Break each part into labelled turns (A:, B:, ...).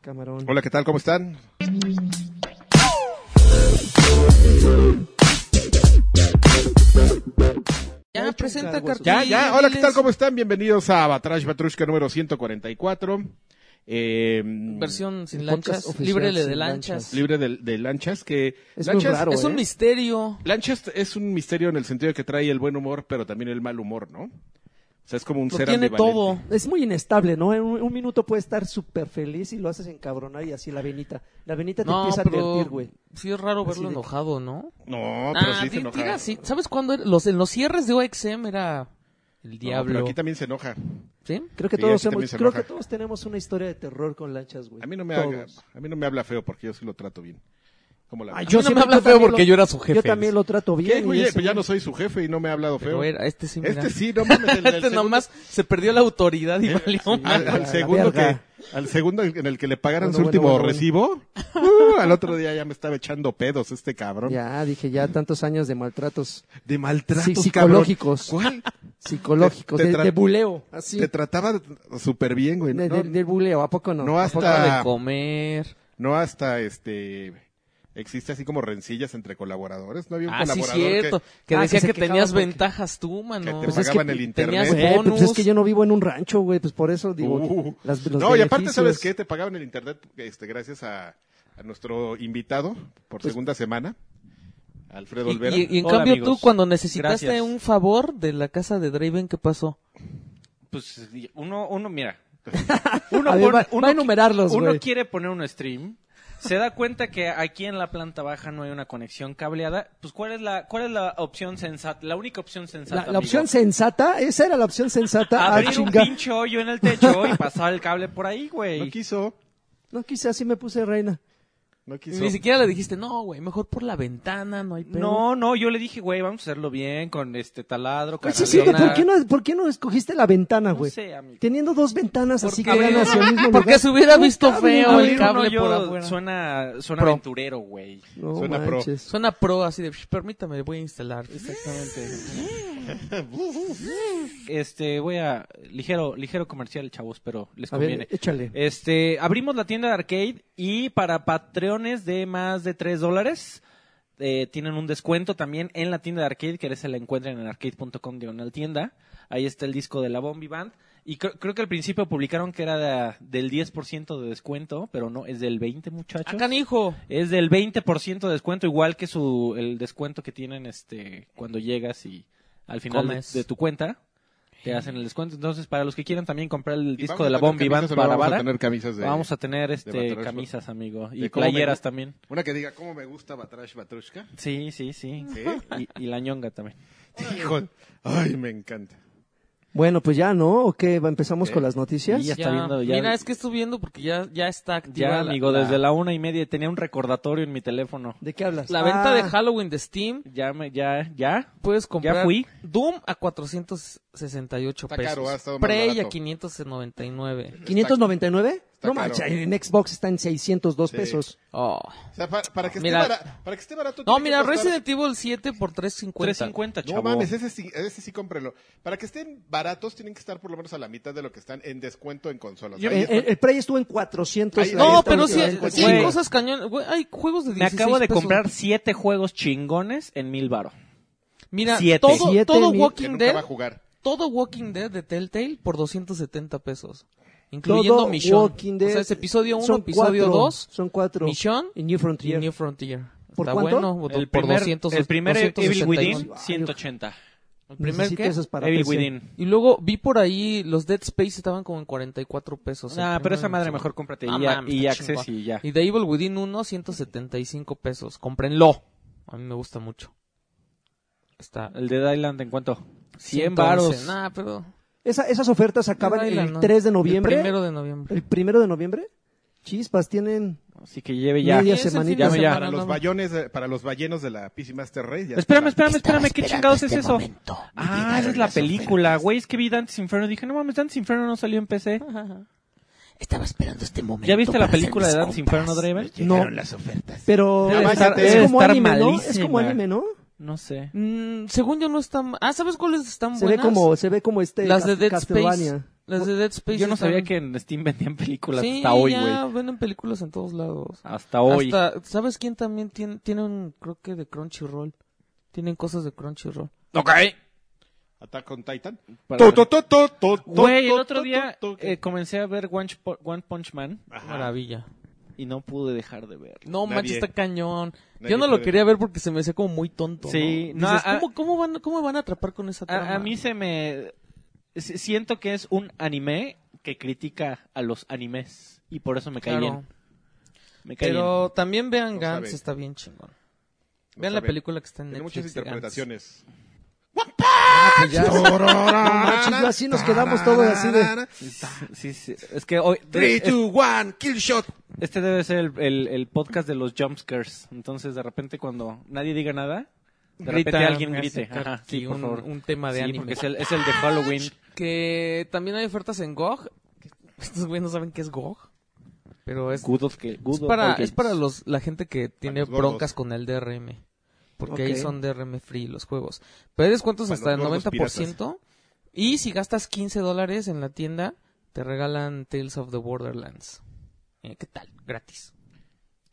A: Camarón.
B: Hola, ¿qué tal? ¿Cómo están?
A: Ya,
C: Ya, presenta
A: chunga, hueso.
C: cartón.
B: Ya, ya. Hola, ¿qué tal? ¿Cómo están? Bienvenidos a Batrash Batrushka número 144. Eh,
C: Versión sin
A: El
C: lanchas,
A: podcast oficial
C: libre de
A: sin
C: lanchas.
B: Libre de, de lanchas, que...
A: Es muy
B: lanchas,
A: raro,
C: Es un
A: ¿eh?
C: misterio.
B: lanchas es un misterio en el sentido de que trae el buen humor, pero también el mal humor, ¿no? O sea, es como un
C: Lo
B: ser
C: tiene
B: ambivalente.
C: todo.
A: Es muy inestable, ¿no? En un, un minuto puede estar súper feliz y lo haces encabronar y así la venita. La venita te
C: No,
A: empieza a
C: pero
A: advertir, güey.
C: sí es raro
A: Así
C: verlo
A: de-
C: enojado, ¿no?
B: No, pero
C: Ah,
B: sí se
C: di-
B: enoja.
C: diga, sí. ¿Sabes cuándo? era? Los, en los cierres de OXM era el
B: No,
C: diablo. Pues
B: pero aquí también se enoja.
C: ¿Sí?
A: Creo que,
B: Sí,
A: todos
B: así también
A: hemos-
B: se
A: creo
B: enoja.
A: que todos tenemos una historia de terror con lanchas, güey.
B: A mí no me
A: Todos.
B: haga, a mí no me habla feo porque yo sí lo trato bien. Como la
A: Ay,
C: yo no
A: sí
C: me habla feo
A: también
C: porque yo era su jefe.
A: Yo también lo trato
B: ¿Qué,
A: bien. y
B: güey?
A: ese
B: Pues ya
A: güey-
B: no soy su jefe y no me ha hablado feo.
C: Pero era- este sí, mira.
B: este sí, no mames. el del
C: Este
B: segundo-
C: nomás se perdió la autoridad y valió madre.
B: Al,
A: la-
B: al
A: la
B: segundo que,
A: verga.
B: al segundo en el que le pagaran
A: Bueno,
B: su último
A: bueno, bueno, bueno.
B: recibo, uh, al otro día ya me estaba echando pedos este cabrón.
A: Ya, dije, ya tantos años de maltratos
B: De maltratos
A: Sí,
B: cabrón.
A: psicológicos. Ah,
B: ¿Cuál?
A: psicológicos,
B: Te- te
A: de,
B: tra-
A: de buleo. Así.
B: Te trataba súper bien, güey.
A: De-
B: No,
A: de- del buleo, ¿a poco no?
B: no
A: ¿A poco
B: hasta,
C: de comer.
B: no hasta este, existe así como rencillas entre colaboradores. No había un
C: Ah, sí,
B: colaborador que-
C: cierto. Que,
A: Ah, que
C: decía
A: se
C: que,
A: quejaba
C: tenías
A: porque-
C: ventajas tú,
B: que,
C: mano.
B: te
A: Pues es que
B: pagaban el
C: tenías
B: internet.
A: Güey, pues
C: bonus.
A: es que yo no vivo en un rancho, güey, pues por eso digo.
B: Uh.
A: las- los
B: no, y aparte,
A: beneficios.
B: ¿sabes qué? Te pagaban el internet este, gracias a, a nuestro invitado por
A: Pues
B: segunda semana, Alfredo
C: Y,
B: Olvera.
C: y- y en
D: Hola,
C: cambio tú
D: amigos.
C: cuando necesitaste
D: Gracias.
C: un favor de la casa de Draven, ¿qué pasó?
D: Pues uno, uno mira. Uno,
A: A ver, va, va a enumerarlos,
D: uno
A: güey.
D: quiere poner un stream. Se da cuenta que aquí en la planta baja no hay una conexión cableada. Pues, ¿cuál es la, cuál es la opción sensata? La única opción
A: La,
D: sensata.
A: la opción sensata, esa era la opción sensata. Ah,
D: Abrir un
A: chinga.
D: pinche hoyo en el techo y pasar el cable por ahí,
B: No
D: güey.
B: quiso,
A: No, quizás así me puse reina.
B: no quiso.
C: Ni siquiera le dijiste, no, güey, mejor por la ventana, no hay pedo.
D: No, no, yo le dije, güey, vamos a hacerlo bien con este taladro.
A: Oye,
D: con
A: sí, es cierto,
D: arreglar.
A: ¿por qué, no, ¿por qué no escogiste la ventana,
D: No
A: güey?
D: sé, amigo.
A: Teniendo dos ventanas así que
C: Porque-
A: dan hacia el mismo
C: porque
A: lugar.
C: se hubiera
A: Un
C: visto
A: cable,
C: feo
A: güey.
C: el cable
D: Abrir un
C: por
D: hoyo
C: afuera.
D: Suena, suena
C: Pro.
D: aventurero, güey.
A: No
B: Suena pro.
A: manches.
C: Suena pro así de, "Shh, permítame, voy a instalar.
D: Exactamente. Este, voy a ligero, ligero comercial, chavos, pero les
A: A
D: conviene.
A: ver, échale.
D: Este, abrimos la tienda de arcade y para patreones de más de 3 dólares eh, tienen un descuento también en la tienda de arcade, que se la encuentran en arcade.com diagonal tienda. Ahí está el disco de la Bombi Band. Y creo, creo que al principio publicaron que era de- del 10% de descuento, pero no, es del 20, muchachos.
C: Acá, hijo.
D: Es del 20% de descuento, igual que su el descuento que tienen este cuando llegas y al final de,
C: Comes.
D: de tu cuenta te hacen el descuento. Entonces, para los que quieran también comprar el
B: Y
D: disco
B: vamos
D: de
B: a
D: la
B: tener
D: Bombi
B: camisas o
D: Band
B: no
D: para
B: Vamos a
D: vara,
B: tener camisas pues, de...
D: vamos a tener este
B: Batrash,
D: camisas, amigo, y
B: de cómo me
D: playeras
B: gu-
D: también.
B: Una que diga, ¿cómo me gusta Batrash Batrushka?
D: Sí, sí, sí.
B: ¿Sí?
D: Y, y la ñonga también.
B: Hijo, ay, me encanta.
A: Bueno, pues ya, ¿no? ¿O qué? ¿Va- ¿Empezamos
B: Eh,
A: con las noticias?
D: y ya está viendo, ya-
C: Mira, es que estoy viendo porque ya, ya está activa.
D: Ya,
C: la-
D: amigo, desde la una y media tenía un recordatorio en mi teléfono.
A: ¿De qué hablas?
C: La venta de
A: Ah,
C: Halloween de Steam,
D: Ya me, ya, ya.
C: puedes comprar
D: fui.
C: Doom a 468
B: Está
C: pesos.
B: caro, ha estado más
C: Prey a
B: barato.
C: 599.
A: 599?
B: Está caro.
A: No manches, en Xbox está en 602
B: Sí.
A: pesos.
C: Oh.
B: O sea, pa- para, que esté
C: Mira.
B: bara- para que esté barato...
C: No,
B: tiene que
C: mira,
B: costar-
C: Resident Evil 7 por 350.
D: 350,
B: No
D: chavo.
B: mames, ese sí, ese sí cómprelo. Para que estén baratos, tienen que estar por lo menos a la mitad de lo que están en descuento en consolas.
D: Yo- eh,
B: Ahí
A: El,
B: está.
A: el- Eh, el Prey estuvo en 400.
B: Ahí-
A: la
B: ahí
C: No,
A: neta,
B: está,
C: pero
A: güey,
C: sí,
A: en
B: está,
C: sí
D: está.
C: hay
D: Güey.
C: cosas cañón. Güey, hay juegos de
D: Me
C: 16
D: acabo de
C: pesos.
D: comprar siete juegos chingones en mil baros.
C: Mira,
D: siete.
C: todo,
A: Siete
C: todo
A: mil-
B: que
C: Walking
B: nunca va a
C: Dead,
B: jugar.
C: todo Walking Dead de Telltale por 270 pesos. Incluyendo
A: Todo
C: Mission.
A: Walking Dead.
C: O sea, es episodio 1,
A: Son
C: episodio
A: cuatro,
C: 2.
A: Son cuatro.
C: Mission
A: Y New
C: y
A: Frontier.
C: New Frontier.
A: ¿Por
C: Está
A: cuánto?
C: bueno,
D: El
C: por
D: primer,
C: 200,
D: el primer Evil
C: 261.
D: Within, 180.
C: ¿El primer
A: Necesito
C: qué?
A: esos para
D: Evil
A: PC.
D: Within.
C: Y luego vi por ahí los Dead Space estaban como en 44 pesos.
D: Ah,
C: El
D: pero
C: primero
D: esa
C: en
D: madre
C: Steam.
D: mejor cómprate
C: Ah,
D: y, ya-
C: mames,
D: y
C: está
D: Access
C: chingón.
D: y ya.
C: Y de Evil Within 1, 175 pesos. Cómprenlo. A mí me gusta mucho. Está
D: El de Island en cuánto? 100
C: 111.
D: baros.
C: Nah, pero
A: Esa- esas ofertas acaban
C: Ay, la
A: el
C: no-
A: 3 de noviembre.
C: El primero de noviembre.
A: ¿El primero de noviembre? Chispas, tienen...
D: Así que lleve ya.
A: Media
C: Es el fin de
A: semanita.
D: Ya, ya.
B: Para
C: no,
B: los
C: no.
B: ballones, de- para los ballenos de la PC Master Race. ya
D: Espérame,
B: está.
D: espérame, espérame, ¿qué chingados
E: este
D: es eso? Ah, esa es la película, güey, es que vi Dante's Inferno, dije, no mames, Dante's Inferno no salió en PC.
E: Estaba esperando este momento.
D: ¿Ya viste la
E: para hacer
D: película de
E: mis
D: Dante's
E: compras.
D: Inferno, Draven?
A: No,
E: Las ofertas.
A: pero
B: Debe
A: es,
B: estar-
A: es
B: debe
A: como
D: estar
A: anime, ¿no? Es
D: malísima.
A: como anime, ¿no?
D: No sé.
C: Mm, según yo no están... Ah, ¿sabes cuáles están
A: Se ve
C: buenas?
A: como, se ve como este
C: Las de
A: Cas-
C: Dead
A: Castlevania.
C: Las de Dead Space.
D: Yo no
C: están-
D: sabía que en Steam vendían películas
C: Sí,
D: hasta hoy,
C: ya
D: güey.
C: venden películas en todos lados.
D: Hasta hoy.
C: Hasta, ¿Sabes quién también tiene, tiene un, creo que de Crunchyroll? Tienen cosas de Crunchyroll.
D: Ok.
B: Attack on Titan.
D: Para-
B: To, to, to, to, to, to,
D: Güey, el
B: to,
D: otro
B: to,
D: día
B: to, to.
D: eh, comencé a ver One, Ch- One Punch Man
C: Maravilla.
D: y no pude dejar de ver.
C: No,
B: Nadie.
C: manches, está cañón.
B: Nadie
C: Yo no lo
B: puede.
C: quería ver porque se me hacía como muy tonto.
D: Sí,
C: ¿no?
D: no,
C: Dices,
D: a-
C: ¿cómo, cómo van, ¿Cómo van a atrapar con esa trama?
D: Ah, A, a mí se me... s- Siento que es un anime que critica a los animes y por eso me cae
C: Claro.
D: bien. Me cae
C: Pero también vean
B: No
C: Gantz,
B: sabe.
C: está bien chingón.
B: No
C: vean la
B: sabe.
C: película que está en
B: Tiene
C: Netflix.
B: muchas
C: de Gantz.
B: interpretaciones.
A: Ah, pues ya. manches, yo así nos quedamos todos así de-
D: bien. Sí, sí, Es que hoy...
B: 3,
D: es-
B: 2, 1, kill shot.
D: Este debe ser el, el- el podcast de los jumpscares. Entonces, de repente, cuando nadie diga nada, de repente
C: Grita,
D: alguien
C: me
D: grite.
C: hace
D: Ajá,
C: aquí
D: sí, por
C: un,
D: favor.
C: un tema de
D: Sí,
C: anime.
D: porque es el, es el de Halloween.
C: Que también hay ofertas en GOG. Estos güeyes no saben qué es GOG. Pero es,
D: Good of Ga- Good
C: es
D: of
C: para,
D: All Games.
C: es para los, la gente que tiene
B: los gordos.
C: broncas con el DRM. Porque
A: Ok.
C: ahí son DRM free los juegos. Pero hay descuentos
B: Para
C: hasta el
B: los gordos
C: 90%. Y si gastas 15 dólares en la tienda, te regalan Tales of the Borderlands. Eh, ¿Qué tal? Gratis.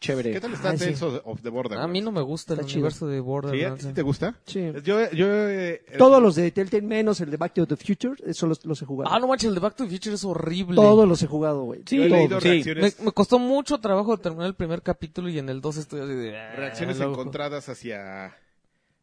D: Chévere.
B: ¿Qué tal está
A: Ah, sí.
B: Tales of of the Border?
C: A mí no me gusta el
A: Está chido.
C: universo de
B: ¿Sí?
C: Borderlands.
B: ¿Sí
C: eh.
B: te gusta?
A: Sí.
B: Yo, yo, eh, eh,
A: Todos los de Telltale, menos el de Back to the Future, eso los, los he jugado.
C: Ah, no manches, el de Back to the Future es horrible.
A: Todos los he jugado, güey.
B: yo he leído
A: Todos.
D: sí.
B: reacciones,
C: Me, me costó mucho trabajo terminar el primer capítulo y en el 2 estoy así de... ah,
B: reacciones
C: loco.
B: encontradas hacia,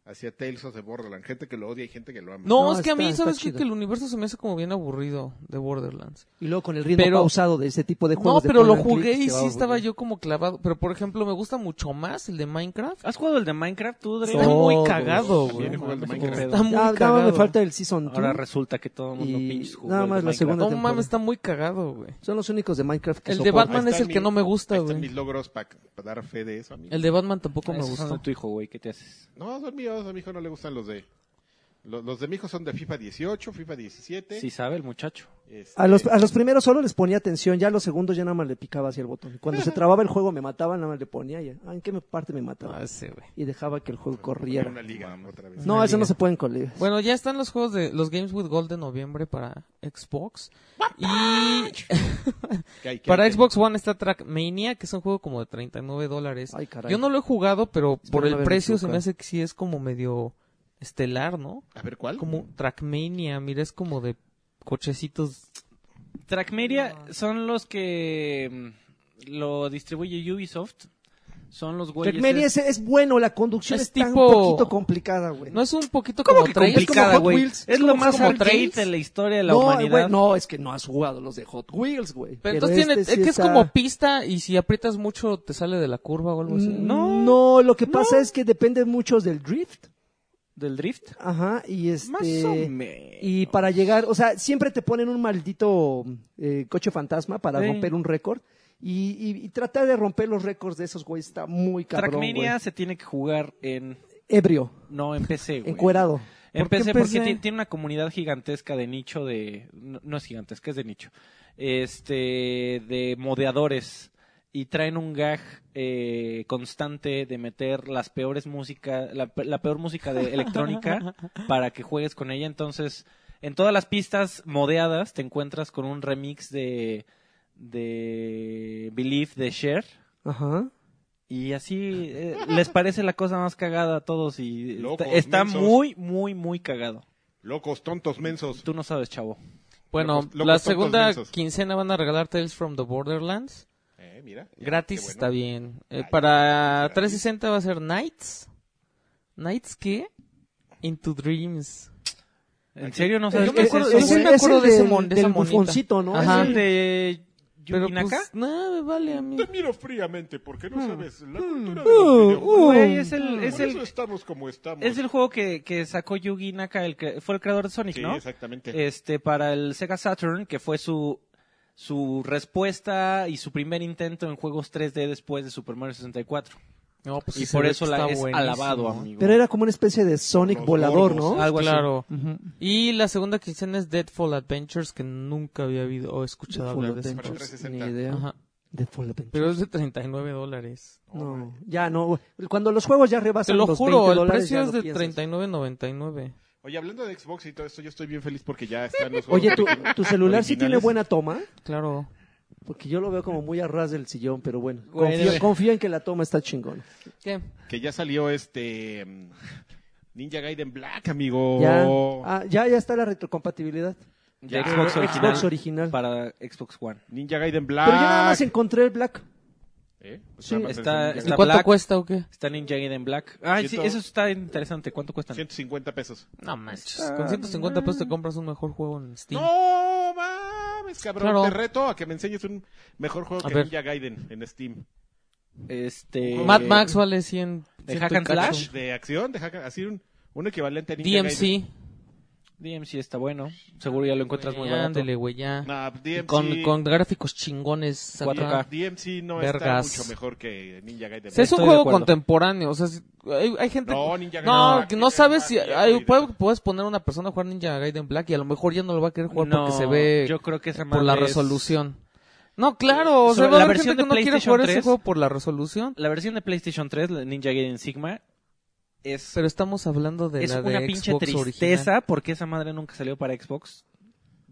B: hacia Tales of the Borderlands. Gente que lo odia y gente que lo ama.
C: No,
A: No,
C: es que a mí,
A: está- está
C: ¿sabes qué?
A: chido.
C: Que el universo se me hace como bien aburrido de Borderlands.
A: Y luego con el ritmo
C: Pero-
A: pausado de ese tipo de
C: No,
A: juegos. de
C: pero lo
A: point and
C: jugué
A: click,
C: y
A: te va a
C: sí estaba
A: aburrir.
C: yo como clavado. Pero, por ejemplo, me gusta mucho más el de Minecraft.
D: ¿Has jugado el de Minecraft tú, Dre?
C: Está
A: No,
C: muy
A: güey.
C: cagado,
B: También
C: güey.
B: he jugado el de
D: Mames,
B: Minecraft.
D: qué pedo.
C: Está muy
A: Ah, nada más
C: cagado.
A: me falta el Season 2.
D: Ahora resulta que todo el mundo
A: Y
D: pinches jugó
A: nada
D: el de
A: más la
D: Minecraft.
A: segunda.
C: No
A: temporada.
C: mames, está muy cagado, güey.
A: Son los únicos de Minecraft que
C: El de
A: soporto.
C: Batman
B: Ahí
C: es
B: está
C: el que
B: mi-
C: no me gusta,
B: ahí están
C: güey.
B: mis logros para dar fe de eso, amigo.
C: El de Batman tampoco me
D: Esos son de
C: gusta.
D: tu hijo, güey. ¿Qué te haces?
B: No, son míos. A mi hijo no le gustan los de... Los, los de mi hijo son de FIFA 18, FIFA 17.
D: Sí sabe el muchacho.
B: este,
A: A los, a los primeros solo les ponía atención, ya a los segundos ya nada más le picaba hacia el botón. Cuando se trababa el juego me mataba, nada más le ponía ya. Ah, ¿En qué me- parte me mataba?
C: Ah, ese, güey.
A: Y dejaba que el juego
B: poner una
A: corriera.
B: liga otra vez.
A: No,
C: una
A: eso no
C: liga.
A: se pueden colir.
C: Bueno, ya están los juegos de los Games with Gold de noviembre para Xbox. Y
B: ¿Qué hay, qué
C: para
B: hay, qué hay?
C: Xbox One está Trackmania, que es un juego como de 39 dólares.
A: Ay, caray.
C: Yo no lo he jugado, pero por
A: no
C: el
A: haberme
C: precio se me
A: equivocado.
C: hace que sí es como medio estelar, ¿no?
B: A ver, ¿cuál?
C: Como Trackmania, mira, es como de cochecitos.
D: Trackmedia son los que mm, lo distribuye Ubisoft. Son los güeyes.
A: Trackmania es, es bueno, la conducción
C: Es
A: es, tan
C: tipo-
A: un poquito complicada, güey.
C: No es un poquito
D: ¿Cómo
C: como
D: que
C: Trails?
D: complicada,
A: Hot
D: güey?
A: Wheels.
D: Es
C: ¿Cómo
D: lo
C: que
D: más
C: como
D: arcade
C: Trails?
D: de la historia de la
A: No,
D: humanidad.
A: güey, no, es que no has jugado los de Hot Wheels, güey.
C: Pero entonces tiene,
A: este
C: es
A: sí
C: que es
A: está-
C: como pista y si aprietas mucho te sale de la curva o algo así.
D: Mm,
A: No, Mm, no, lo que pasa es que depende mucho del drift.
D: ¿Del drift?
A: Ajá, y este...
D: Más o menos.
A: Y para llegar, o sea, siempre te ponen un maldito eh, coche fantasma para
D: Sí.
A: romper un récord. Y, y- y tratar de romper los récords de esos güeyes está muy cabrón,
D: Trackmania
A: güey.
D: se tiene que jugar en.
A: Ebrio,
D: No, en PC, güey.
A: encuerado.
D: En
C: ¿Por qué
D: PC porque
C: PC?
D: ti- tiene una comunidad gigantesca de nicho de. No, no es gigantesca, es de nicho. Este. de modeadores. Y traen un gag eh, constante de meter las peores música, la, pe- la peor música de electrónica para que juegues con ella. Entonces, en todas las pistas modeadas te encuentras con un remix de, de Believe de Cher.
A: Ajá.
D: Y así eh, les parece la cosa más cagada a todos y está-
B: Locos,
D: está,
B: mensos.
D: muy, muy, muy cagado.
B: Locos, tontos, mensos.
D: Tú no sabes, chavo.
C: Bueno,
B: Locos- locos
C: la
B: tontos
C: segunda
B: mensos.
C: quincena van a regalar Tales from the Borderlands.
B: Eh, mira.
C: Gratis
B: Qué bueno.
C: está bien. Eh,
B: Ay,
C: para
B: gratis.
C: 360 va a ser Knights. ¿Knights qué? Into Dreams.
D: ¿En serio no sabes
A: Yo
D: qué
A: me
D: es
A: acuerdo-
D: eso?
A: es
C: Yo
A: el-
D: güey?
C: me acuerdo
A: el
C: de ese
A: del-
C: mon- de esa
A: del
C: monita.
A: bufoncito, ¿no?
C: Ajá.
D: ¿Es el de
C: Pero
D: Yubinaka?
C: pues, no, me vale a mí.
B: Te miro fríamente porque no sabes la cultura de
A: Uh,
B: los videojuegos.
D: Güey, es el,
B: Por
D: es
B: eso
D: el,
B: estamos como estamos.
D: es el juego que, que sacó Yugi Naka, el que fue el creador de Sonic,
B: Sí,
D: ¿no?
B: exactamente.
D: Este, para el Sega Saturn, que fue su, su respuesta y su primer intento en juegos 3D después de Super Mario 64.
C: No, pues
D: y
C: sí
D: por
C: se ve
D: eso
C: que
D: la
C: está
D: es
C: buenísimo.
D: alabado, amigo.
A: Pero era como una especie de Sonic
B: Los
A: volador,
B: gordos.
A: ¿no?
D: algo así.
C: Claro. Y la segunda quincena es Deadfall Adventures, que nunca había habido o escuchado
A: Full
C: hablar de ese
A: Adventures,
C: juego.
B: 360.
A: Ni idea.
C: Ajá.
A: De Full Adventures.
C: Pero es de 39 dólares.
A: No, ya no. güey. Cuando los juegos ya
C: Te
A: rebasan
C: lo
A: los
C: juro,
A: 20
C: el
A: dólares,
C: precio
A: ya
C: es
A: lo
C: de
A: piensas.
C: 39.99.
B: Oye, hablando de Xbox y todo esto, yo estoy bien feliz porque ya están los
A: Oye,
B: juegos
A: ¿tu,
B: originales.
A: tu celular sí tiene
B: Originales.
A: buena toma?
C: Claro.
A: Porque yo lo veo como muy a ras del sillón, pero bueno.
D: Güey,
A: confío,
D: güey.
A: confío en que la toma está chingona.
C: ¿Qué?
B: Que ya salió este... mm, Ninja Gaiden Black, amigo.
A: Ya, ah, ya, ya está la retrocompatibilidad.
D: Ya
C: Ya.
D: Xbox
A: Ah,
D: original.
A: Xbox original.
D: Para Xbox One.
B: Ninja Gaiden Black.
A: Pero yo nada más encontré el Black.
B: ¿Eh? Pues
A: Sí,
B: nada más
C: ¿Y
B: es
D: está-
B: Ninja
D: está-
C: cuánto
D: Black.
C: cuesta o qué?
D: Está Ninja Gaiden Black. Ay, sí,
B: Ciento-
D: eso está interesante. ¿Cuánto cuestan?
B: Gaiden. 150 pesos.
C: No manches. Con 150 pesos te compras un mejor juego en Steam.
B: No mames, cabrón.
C: Claro.
B: Te reto a que me enseñes un mejor juego
C: A
B: que
C: ver.
B: Ninja Gaiden en Steam.
D: Este.
C: Mad Max vale 100.
D: ¿De hack and slash?
B: De acción, de hack- así un, un equivalente a Ninja Gaiden.
C: DMC.
D: DMC está bueno. Seguro ya lo encuentras muy barato.
C: Ándele, güey, ya.
B: Nah, DMC.
C: Con, con gráficos chingones. acá.
D: 4K.
B: DMC no
C: Vergas.
B: está mucho mejor que Ninja Gaiden.
C: O sea, es un
D: Estoy de
C: juego
D: acuerdo.
C: contemporáneo. O sea, si- hay, hay gente.
B: No, Ninja
C: No,
B: Gaiden
C: que
B: Black,
C: no
B: Ninja
C: sabes si.
B: Gaiden,
C: hay-
B: Gaiden.
C: puede- puedes poner a una persona a jugar Ninja Gaiden Black y a lo mejor ya no lo va a querer jugar porque se ve
D: Yo creo que esa
C: por la
D: madre es-
C: resolución. No, claro. O sea,
D: Sobre
C: va a
D: la
C: haber
D: versión
C: gente que
D: de
C: no quiere
D: PlayStation
C: jugar
D: 3.
C: ese juego por la resolución.
D: La versión de PlayStation 3, la Ninja Gaiden Sigma, es,
C: Pero estamos hablando de
D: es
C: la
D: una
C: de
D: pinche
C: Xbox
D: tristeza
C: original.
D: porque esa madre nunca salió para Xbox.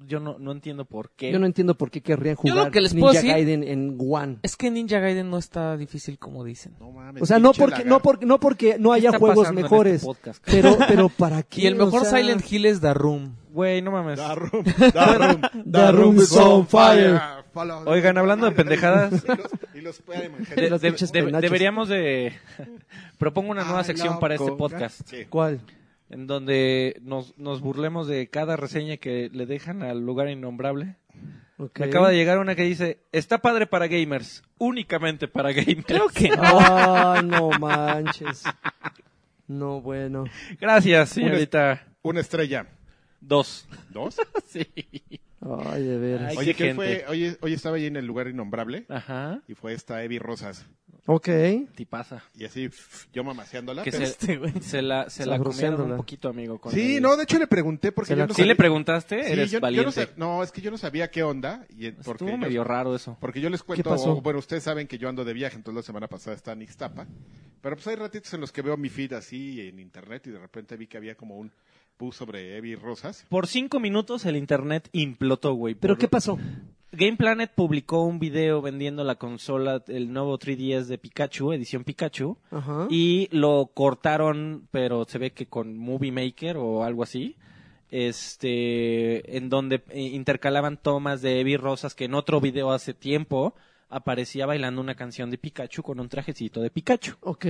D: Yo no, no entiendo por qué.
A: Yo no entiendo por qué querrían
C: Yo
A: jugar
C: lo que les
A: Ninja
C: puedo decir-
A: Gaiden en One.
C: Es que Ninja Gaiden no está difícil como dicen.
B: No mames.
A: O sea, no
B: pinche
A: porque, no
B: lagarto.
A: porque, no porque no
D: ¿Qué
A: haya
D: está
A: juegos
D: pasando en
A: mejores.
D: este podcast?
A: pero, pero para qué.
C: Y el
A: O
C: mejor
A: sea,
C: Silent Hill es The Room.
D: Güey, no mames.
B: Da room, da room,
A: The room is on fire.
B: Ah, follow-
D: Oigan, hablando de pendejadas.
B: Y los- y los Spider-Man, gente.
D: De-
A: los
D: de-
A: pinches
D: de-
A: penachos.
D: deberíamos de... Propongo una nueva
B: Ah,
D: sección
B: la
D: para este
B: coca.
D: podcast.
B: Sí.
A: ¿Cuál?
D: En donde nos, nos burlemos de cada reseña que le dejan al lugar innombrable.
A: Ok.
D: Me acaba de llegar una que dice, está padre para gamers, únicamente para gamers. Creo que
A: Ah, no manches. No, bueno.
D: Gracias,
B: Una-
D: señorita.
B: Una estrella.
D: Dos.
B: ¿Dos?
D: Sí.
A: Ay, de veras.
D: Ay,
B: Oye,
D: qué
B: que hoy fue,
D: gente.
B: hoy, hoy estaba ahí en el lugar innombrable
D: Ajá.
B: y fue esta Evi Rosas.
A: Ok.
D: Ti pasa.
B: Y así, pf, yo mamaseándola.
D: Que
B: pero-
D: se, se la, se la comieron
A: Sabroseándola.
D: un poquito, amigo. Con
B: Sí,
D: el-
B: no, de hecho le pregunté porque
A: Se
B: yo
A: la-
B: no
D: ¿Sí
B: sabía-
D: le preguntaste?
B: Sí,
D: Eres
B: yo- yo no
D: valiente.
B: sab- no, es que yo no sabía qué onda. Y eh, porque
D: Estuvo
B: yo-
D: medio raro eso.
B: Porque yo les cuento,
A: pasó?
B: bueno, ustedes saben que yo ando de viaje, entonces la semana pasada estaba en Ixtapa. Pero pues hay ratitos en los que veo mi feed así en internet y de repente vi que había como un bus sobre Evi Rosas.
D: Por cinco minutos el internet implotó, güey.
A: ¿Pero
D: Por-
A: qué pasó?
D: Game Planet publicó un video vendiendo la consola, el nuevo 3DS de Pikachu, edición Pikachu.
A: Ajá.
D: Y lo cortaron, pero se ve que con Movie Maker o algo así. Este, en donde eh, intercalaban tomas de Evi Rosas, que en otro video hace tiempo aparecía bailando una canción de Pikachu con un trajecito de Pikachu.
A: Ok.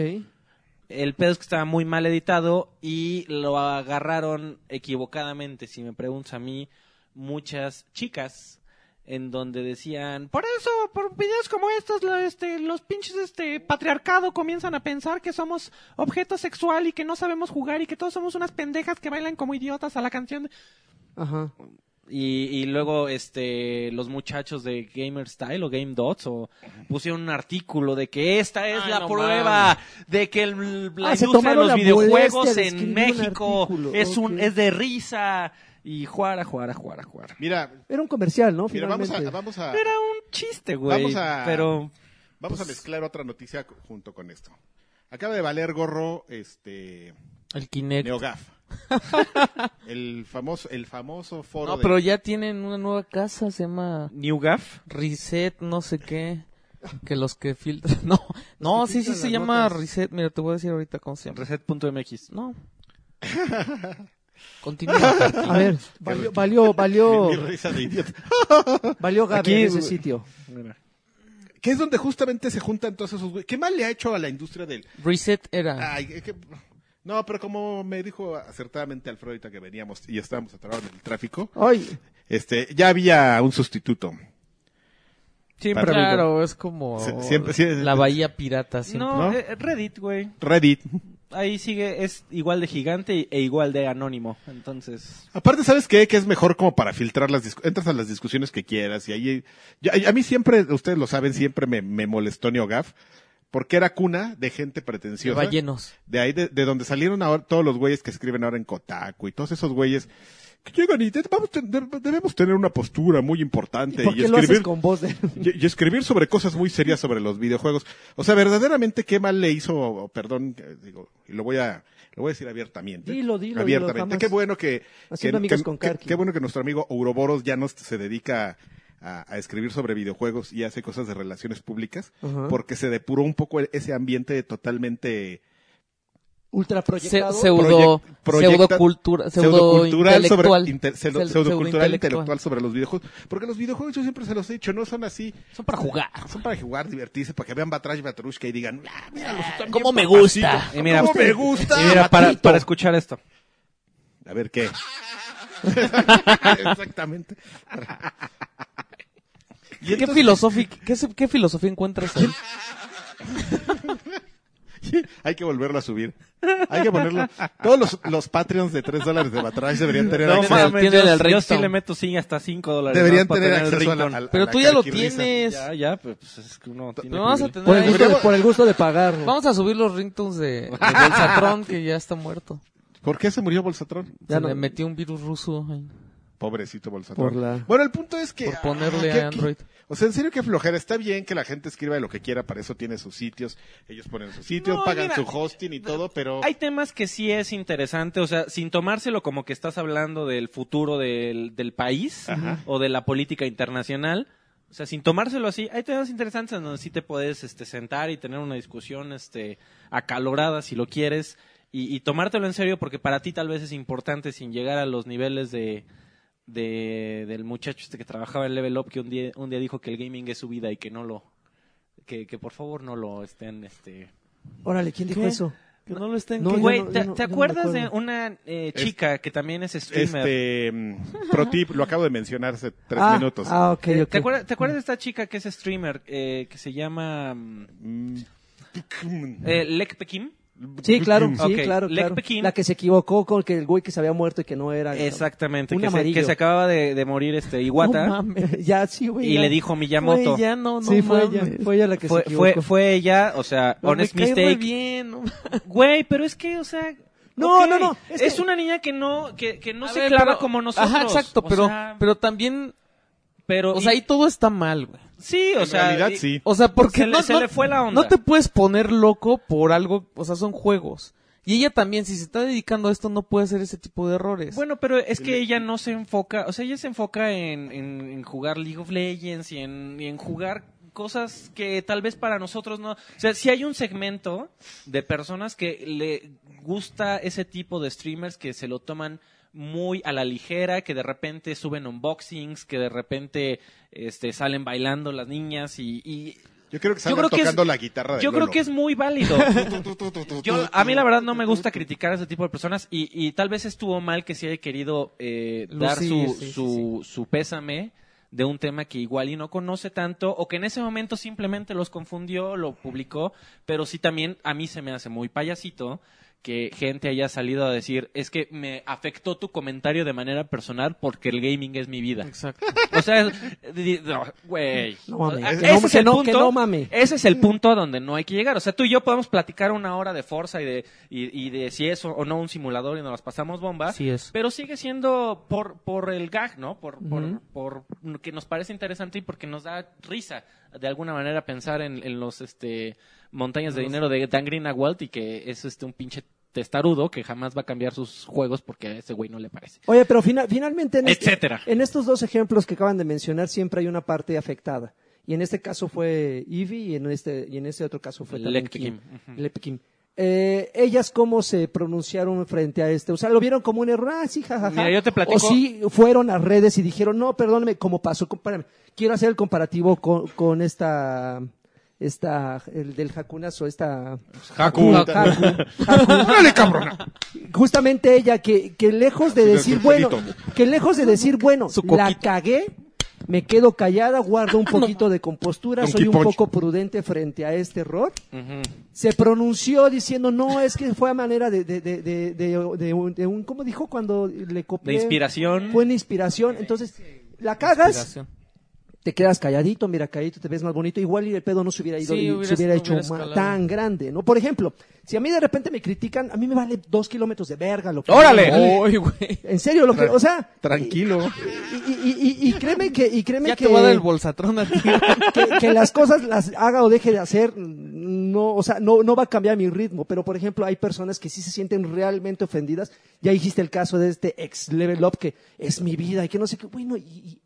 D: El pedo es que estaba muy mal editado y lo agarraron equivocadamente, si me preguntas a mí, muchas chicas en donde decían, por eso, por videos como estos, la- este, los pinches este, patriarcado comienzan a pensar que somos objeto sexual y que no sabemos jugar y que todos somos unas pendejas que bailan como idiotas a la canción. de-".
A: Ajá.
D: Y, y luego este, los muchachos de Gamer Style o Game Dots o, pusieron un artículo de que esta es
C: Ay,
D: la
C: no
D: prueba de que el- la
A: Ah, se
D: industria de
A: tomaron
D: los
A: la molestia
D: videojuegos
A: de
D: en
A: escribir un
D: México
A: artículo,
D: es un
A: ok.
D: es de risa y juara juara juara juara
B: Mira,
A: Era un comercial, ¿no?
B: mira
A: Finalmente.
B: vamos, a, vamos, a,
D: era un chiste güey
B: Vamos a-
D: pero
B: vamos a
D: pues.
B: mezclar otra noticia co- junto con esto. Acaba de valer gorro este
C: El Kinect.
B: NeoGAF. el famoso el famoso foro
C: No,
B: de-
C: pero ya tienen una nueva casa, se llama
D: New Gaff
C: Reset, no sé qué. Que los que filtran. No, no,
A: Los que
C: sí, sí
A: filtran
C: se
A: las
C: llama
A: notas.
C: Reset. Mira, te voy a decir ahorita cómo se llama.
D: reset.mx
C: No. Continúa.
A: A ver, valió, valió, valió,
B: Mi- mi risa de idiota.
A: valió Gaby en
D: Aquí,
A: ese
D: güey.
A: sitio.
B: Que es donde justamente se juntan todos esos güey- ¿Qué mal le ha hecho a la industria del
C: Reset era.
B: Ay, es que- No, pero como me dijo acertadamente Alfredo ahorita que veníamos y estábamos atrapados en el tráfico,
A: Ay,
B: este, ya había un sustituto.
D: siempre
B: Para-
D: amigo.
C: Claro, es como
B: Sie- siempre- sí,
C: la
B: sí.
C: bahía pirata. Siempre.
B: ¿No?
D: no, eh, Reddit güey
B: Reddit.
D: ahí sigue es igual de gigante e igual de anónimo entonces
B: Aparte, ¿sabes qué? Que es mejor como para filtrar las discusiones. Entras a las discusiones que quieras y ahí... yo- a mí siempre, ustedes lo saben, siempre me, me molestó Neogaf porque era cuna de gente
C: de
B: pretenciosa.
C: ballenos.
B: De ahí, de, de donde salieron ahora todos los güeyes que escriben ahora en Kotaku y todos esos güeyes que llegan y de- vamos, ten- de- debemos tener una postura muy importante
A: ¿Por
B: y
A: qué lo haces
B: escribir,
A: con voz de.?
B: y, y escribir sobre cosas muy serias sobre los videojuegos. O sea, verdaderamente qué mal le hizo, o perdón, eh, digo, y lo voy a lo voy a decir abiertamente.
A: Dilo, dilo,
B: Abiertamente.
A: dilo, jamás.
B: qué bueno que que,
A: Haciendo amigos
B: que-
A: con
B: que-
A: Karki.
B: qué bueno que nuestro amigo Ouroboros ya no se dedica a, a escribir sobre videojuegos y hace cosas de relaciones públicas,
A: Ajá.
B: porque se depuró un poco el- ese ambiente totalmente
A: Ultra proyectado.
C: Se- Pseudo-
B: proyecta-
C: pseudocultura-
B: pseudocultural sobre-
C: pseudointelectual.
B: inte- pseudo-
C: Pseudo-
B: pseudocultural
C: pseudointelectual.
B: intelectual sobre los videojuegos, porque los videojuegos yo siempre se los he dicho, no son así,
C: Son para jugar.
B: son para jugar, divertirse, para que vean Batrash Batrushka y digan, "Ah, mira, los están
E: ¿Cómo me
B: bien
E: gusta?
D: Y mira,
B: ¿Cómo me gusta?
D: y mira, para,
B: Matito.
D: para escuchar esto.
B: A ver qué. Exactamente.
C: ¿Qué, filosófico- qué, se- qué filosofía encuentras ahí?
B: Hay que volverlo a subir. Hay que ponerlo. Todos los, los Patreons de 3 dólares de Batrash deberían tener
D: No
B: acceso,
C: mames.
D: mames,
C: tiene
D: yo,
C: el
D: yo
C: ringtone.
D: sí le meto sí hasta 5 dólares.
B: deberían
D: ¿no? para
B: tener
D: el
B: acceso a la,
D: ringtone.
B: a la-
C: Pero
B: a
C: tú
B: la
C: ya lo
B: carquirrisa.
C: tienes.
D: Ya, ya, pues pues, es que uno tiene
C: Pero vamos a
D: privilegio.
A: Por
C: tener
A: el,
C: ahí-
A: gusto de, por el gusto de pagar. ¿no?
C: Vamos a subir los ringtones de, de Bolsatrón, que ya está muerto.
B: ¿Por qué se murió Bolsatron?
A: Ya
C: se
A: no-
C: le metió un virus ruso ahí,
B: Pobrecito Bolsatron.
A: Por la.
B: Bueno, el punto es que.
C: por ponerle
B: ah, qué-
C: a Android.
B: qué- o sea, en serio que flojera. Está bien que la gente escriba lo que quiera, para eso tiene sus sitios. Ellos ponen sus sitios,
D: No,
B: pagan
D: mira,
B: su hosting y todo, pero.
D: Hay temas que sí es interesante, o sea, sin tomárselo como que estás hablando del futuro del, del país o de la política internacional. O sea, sin tomárselo así, hay temas interesantes en donde sí te puedes este, sentar y tener una discusión este, acalorada si lo quieres y, y tomártelo en serio porque para ti tal vez es importante sin llegar a los niveles de, de- del muchacho este que trabajaba en Level Up que un día, un día dijo que el gaming es su vida y que no lo... Que, que por favor no lo estén... Este,
A: Órale, ¿quién dijo
D: ¿Qué?
A: eso?
D: que no lo estén.
A: No, yo
D: Güey,
A: no- yo
D: ¿te,
A: no-
D: te
A: yo no me
D: acuerdas de
A: acuerdo.
D: una eh,
B: Es-
D: chica que también es streamer?
B: Este. mm, Pro tip, lo acabo de mencionar hace tres
A: ah,
B: minutos.
A: Ah, ok, ok.
D: Eh, ¿Te, acuerdas, ¿Te acuerdas de esta chica que es streamer eh, que se llama mm,
B: Mm.
D: eh, Lek Pekim?
A: Sí, claro, sí,
D: Ok,
A: claro,
D: Lech
A: claro.
D: Pekin.
A: La que se equivocó con que el güey que se había muerto y que Ah, no era. cabrón.
D: Exactamente,
A: Un
D: que se,
A: amarillo.
D: que se acababa de, de morir este Iwata
C: No mames.
A: ya, sí, güey.
D: y
A: ya.
D: le dijo Miyamoto.
C: Güey, ya no, no
A: Sí, fue ella,
C: mames.
A: fue ella la que
D: Fue,
A: se
D: fue,
A: equivocó. Pues
D: fue ella, o sea,
C: Pero me
D: honest
C: cae re
D: mistake.
C: bien, no mames.
D: Güey, pero es que, o sea.
A: No,
D: ok,
A: no, no, es
D: Es,
A: que-
D: una niña que no, que, que no
C: A
D: se
C: ver,
D: clava
C: pero-
D: como nosotros.
C: Ajá, exacto,
D: o
C: pero,
D: sea,
C: pero también,
D: pero-
C: o sea,
D: y-
C: ahí todo está mal, güey.
D: sí, o
B: en
D: sea.
B: realidad,
D: y-
B: sí.
C: O sea, porque
D: Se le-
C: no,
D: se
C: no-
D: le fue la onda.
C: no te puedes poner loco por algo, o sea, son juegos. Y ella también, si se está dedicando a esto, no puede hacer ese tipo de errores.
D: Bueno, pero es que ella no se enfoca, o sea, ella se enfoca en, en- en jugar League of Legends y en, y en jugar cosas que tal vez para nosotros no... O sea, si hay un segmento de personas que le gusta ese tipo de streamers que se lo toman muy a la ligera, que de repente suben unboxings, que de repente este, salen bailando las niñas y... y-
B: Yo creo que
D: yo
B: salen
D: creo que,
B: tocando
D: es,
B: la guitarra de
D: yo creo
B: Lolo.
D: que es muy válido.
B: Tu, tu, tu, tu,
D: Yo,
B: tu,
D: a mí la
B: tu.
D: verdad no me gusta criticar a ese tipo de personas y, y tal vez estuvo mal que se haya querido eh, dar su,
C: Lucir, sí, sí,
D: su, su pésame de un tema que igual y no conoce tanto o que en ese momento simplemente los confundió, lo publicó, pero sí también a mí se me hace muy payasito que gente haya salido a decir es que me afectó tu comentario de manera personal porque el gaming es mi vida.
C: Exacto.
D: O sea, es- di- no, güey.
A: No mames,
D: Ah,
A: que
D: ese
A: no-
D: es
A: que
D: el
A: no-
D: punto-
A: que no mames.
D: Ese es el punto a donde no hay que llegar. O sea, tú y yo podemos platicar una hora de Forza y de, y, y de si es o- o no un simulador y nos las pasamos bombas.
C: Así es.
D: Pero sigue siendo por, por el gag, ¿no? Por, por,
A: Ujú.
D: por que nos parece interesante y porque nos da risa de alguna manera pensar en, en los este montañas de dinero de Dan Greenwald y que es este un pinche testarudo que jamás va a cambiar sus juegos porque a ese güey no le parece.
A: Oye, pero fina- finalmente en, este-
D: Etcétera.
A: en estos dos ejemplos que acaban de mencionar siempre hay una parte afectada. Y en este caso fue Ivy y en este y en ese otro caso fue también
D: Lech
A: Kim.
D: Pekin. Ujú.
A: Lech Pekin. Eh, ellas cómo se pronunciaron frente a este, o sea, lo vieron como un error, ah, sí, jajaja.
D: Mira, yo te platico-
A: O sí fueron a redes y dijeron, "No, perdóneme, como pasó, compárame. Quiero hacer el comparativo con, con esta esta el del jacunazo, esta
B: Haku.
A: Haku, Haku.
B: ¡Órale, cabrona!
A: justamente ella que, que lejos de
B: Así
A: decir
B: es,
A: bueno,
B: Angelito.
A: que lejos de decir bueno,
C: Su
A: la
C: coquito.
A: cagué, me quedo callada, guardo un poquito de compostura,
B: Donkey
A: soy un
B: Punch.
A: poco prudente frente a este error.
D: Ujú.
A: Se pronunció diciendo no, es que fue a manera de de, de, de, de- de un, de un- ¿cómo dijo cuando le copié? Pues
D: De inspiración.
A: Fue una inspiración, entonces la cagas,
C: Inspiración.
A: te quedas calladito, mira, calladito, te ves más bonito. Igual y el pedo no se hubiera ido
C: Sí,
A: y se
C: hubieras-
A: hubiera hecho
C: hubieras
A: ma-
C: calado.
A: tan grande, ¿no? Por ejemplo, si a mí de repente me critican, a mí me vale dos kilómetros de verga lo que.
D: ¡Órale!
C: Uy, güey.
A: En serio, lo que, o sea,
B: Tranquilo.
A: y, y- y- y créeme que, y créeme
C: Ya
A: que,
C: te voy a dar el bolsatrón a ti.
A: que, que las cosas las haga o deje de hacer, no, o sea, no, no va a cambiar mi ritmo. Pero, por ejemplo, hay personas que sí se sienten realmente ofendidas. Ya dijiste el caso de este ex level up que es mi vida y que no sé qué. Bueno, y,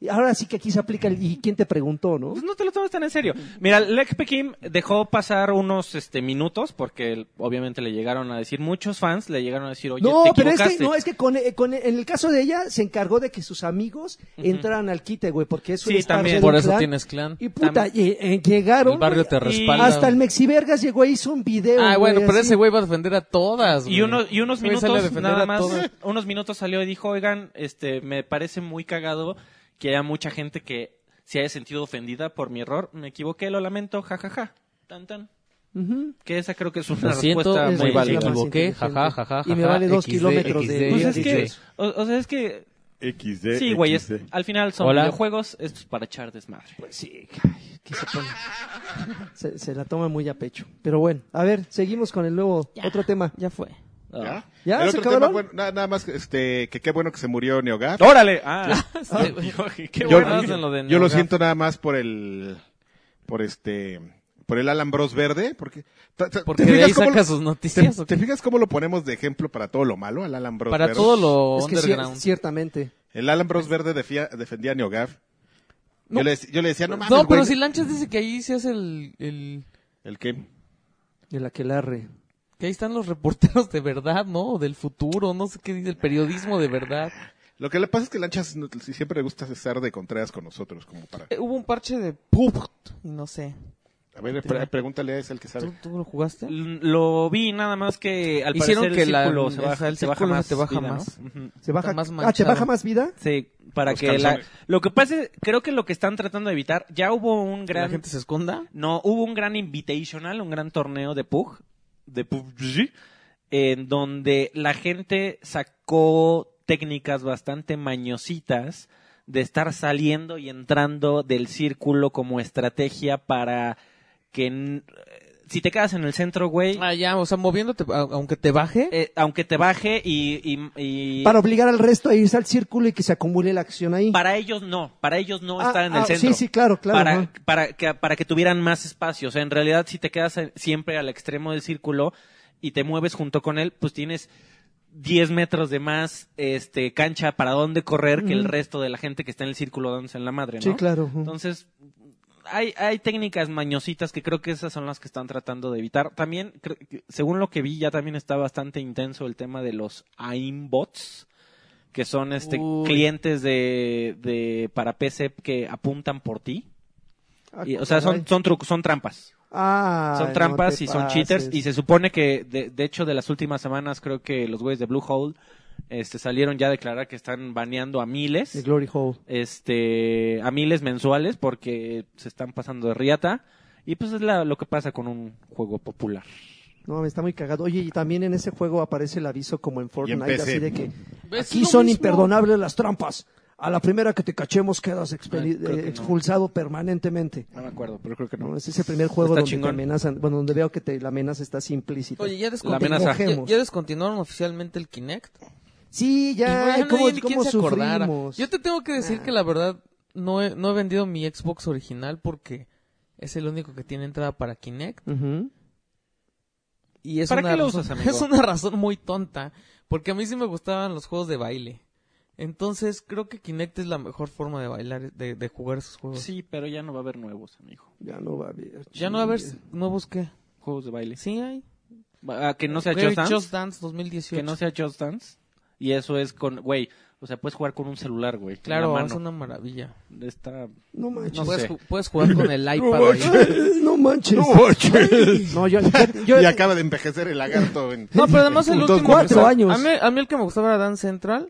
A: y ahora sí que aquí se aplica el y quién te preguntó, ¿no?
D: Pues no te lo tomes tan en serio. Mira, Lex Pekin dejó pasar unos este, minutos porque obviamente le llegaron a decir, muchos fans le llegaron a decir, oye,
A: No,
D: te
A: pero es
D: equivocaste.
A: que, no, es que con, eh, con- en el caso de ella se encargó de que sus amigos entraran al quite, güey, porque es un
D: Sí,
A: esparce
D: también.
A: de un clan.
D: Por
C: clan.
A: Y puta, y, eh, llegaron.
C: El barrio
A: güey,
C: te respalda.
A: Hasta el Mexivergas llegó y hizo un video.
C: Ah, bueno, pero
A: así.
C: ese güey va a defender a todas, güey.
D: Y, unos, y unos
C: Ese güey sale a
D: minutos
C: defender
D: nada
C: a
D: más,
C: todas.
D: unos minutos salió y dijo, oigan, este, me parece muy cagado que haya mucha gente que se haya sentido ofendida por mi error. Me equivoqué, lo lamento, jajaja. Tan, tan.
A: Ujú.
D: Que esa creo que es
C: Lo
D: una
C: siento,
D: respuesta
A: es
D: muy
A: la
D: válida.
A: más
C: Equivoqué,
A: inteligente.
C: jaja, jaja,
A: Y me
C: jaja,
A: vale dos
C: XD,
A: kilómetros de...
D: Pues es
C: Sí,
D: que,
C: sí.
D: o, o sea, es que,
B: XD.
D: sí, güey, es-
B: XD.
D: al final son
C: Hola.
D: videojuegos, esto es para echar desmadre.
A: Pues sí, ay, que se pone- Se, se la toma muy a pecho. Pero bueno, a ver, seguimos con el nuevo, otro tema.
C: Ya fue.
D: Ah.
B: ¿Ya?
A: ¿Ya?
B: El
A: ¿Se
B: otro
A: acabaron?
B: tema, bueno, nada, nada más este, que qué bueno que se murió Neogaf.
D: ¡Órale! Ah,
C: Sí, güey.
D: qué
B: yo,
D: bueno.
C: hacen lo de
B: yo lo
C: Neogaf.
B: siento nada más por el por este por el Alan Bros verde porque ta- ta-
C: Porque de ahí
B: cómo
C: saca
B: lo-
C: sus
B: te,
C: noticias. ¿o qué?
B: te fijas cómo lo ponemos de ejemplo para todo lo malo al Alan Bros
C: Para
B: verde?
C: todo lo
A: Es que sí,
C: underground.
A: ciertamente.
B: el Alan Bros verde defía- defendía a Neogaf yo, le, dec- yo le decía no mames
C: no, pero
B: güey,
C: si Lanchas dice que ahí se hace el, el-
B: el que
A: El aquelarre.
C: Que ahí están los reporteros de verdad, ¿no? O del futuro, no sé qué dice, el periodismo de verdad.
B: lo que le pasa es que Lanchas no- si siempre le gusta cesar de Contreras con nosotros como para
C: Eh, hubo un parche de PUBG, y no sé.
B: a ver pre- pregúntale a ese el que
C: ¿Tú,
B: sabe
C: tú lo jugaste?
D: L- Lo vi nada más que al
C: Hicieron
D: parecer
C: que
D: el
C: la-
D: círculo se
C: ajá,
D: baja,
C: el
D: se baja
C: círculo
D: más.
C: te baja
D: ¿no?
C: más.
D: Ujú.
A: ¿Se baja,
C: más
A: ah, ¿te
C: manchado.
A: baja más vida?
D: Sí, para
B: Los
D: que la,
B: calzones.
D: lo que pasa es, creo que lo que están tratando de evitar, ya hubo un
C: ¿Que la
D: gran
C: gente se esconda?
D: No, hubo un gran invitational, un gran torneo de PUG, de PUBG, en donde la gente sacó técnicas bastante mañositas de estar saliendo y entrando del círculo como estrategia para que n- si te quedas en el centro, güey,
C: Ah, ya, o sea, moviéndote, a- aunque te baje.
D: eh, aunque te baje y, y- y-
A: Para obligar al resto a irse al círculo y que se acumule la acción ahí.
D: para ellos no, para ellos no
A: Ah,
D: estar en el
A: ah,
D: centro.
A: Sí, sí, claro, claro.
D: para,
A: ajá.
D: para, que, para que tuvieran más espacio. O sea, en realidad, si te quedas en- siempre al extremo del círculo y te mueves junto con él, pues tienes 10 metros de más este, cancha para dónde correr que el
A: Ujú.
D: resto de la gente que está en el círculo dándose en la madre, ¿no?
A: Sí, claro. ajá.
D: Entonces, hay, hay técnicas mañositas que creo que esas son las que están tratando de evitar. También, cre- que- según lo que vi, ya también está bastante intenso el tema de los aimbots, que son este
C: Uy.
D: clientes de, de para PC que apuntan por ti.
A: Ah,
D: Y, o sea, son,
A: caray.
D: son trucos, son trampas.
A: Ah,
D: Son
A: no
D: trampas
A: te
D: y son cheaters.
A: pases.
D: Y se supone que, de, de hecho, de las últimas semanas, creo que los güeyes de Blue Hole este, salieron ya a declarar que están baneando a
A: De
D: miles.
A: Glory Hole.
D: Este, a miles mensuales porque se están pasando de riata. Y pues es la- lo que pasa con un juego popular.
A: No, me está muy cagado. Oye, y también en ese juego aparece el aviso como en Fortnite,
B: PC.
A: así de que
D: Pues
C: ¿Ves?
A: aquí
C: Es lo
A: son
C: mismo.
A: imperdonables las trampas. A la primera que te cachemos quedas expeli-
D: Ay, creo que
A: eh,
D: no.
A: expulsado permanentemente.
D: No me acuerdo, pero creo que
A: No, ese es el primer juego
D: Está
A: donde te
D: chingón.
A: amenazan, bueno, donde veo que te, la amenaza está así implícita.
C: Oye, ya,
D: La
C: descontinuaron,
D: amenaza.
C: ya, ya descontinuaron oficialmente el Kinect.
A: sí, ya,
C: Y, güey,
A: ¿cómo,
C: nadie ni
A: cómo
C: quién se acordara.
A: sufrimos?
C: Yo te tengo que decir que la verdad no he, no he vendido mi Xbox original porque es el único que tiene entrada para Kinect.
A: Ujú.
C: Y es
D: ¿Para
C: una
D: qué lo
C: razón,
D: usas, amigo?
C: Es una razón muy tonta, porque a mí sí me gustaban los juegos de baile. Entonces creo que Kinect es la mejor forma de bailar, de, de jugar esos juegos.
D: Sí, pero ya no va a haber nuevos, amigo.
A: Ya no va a haber.
C: Ya no va a haber
A: chingue.
C: nuevos qué.
D: Juegos de baile.
C: Sí hay.
D: Ah, que no sea
C: Güey,
D: Just Dance.
C: Just Dance 2018.
D: Que no sea Just Dance. Y eso es con, güey, o sea, puedes jugar con un celular, güey. con la
C: Claro,
D: mano.
C: es una maravilla.
D: Está
A: No manches.
C: puedes,
D: sé.
C: ju- puedes jugar con el iPad. ahí.
A: No manches.
B: No,
A: No, yo, yo- yo-
B: y acaba de envejecer el lagarto en-
C: No, pero además el
B: Dos,
C: último.
A: cuatro
C: que sa-
A: años.
C: A mí, a mí el que me gustaba era Dance Central.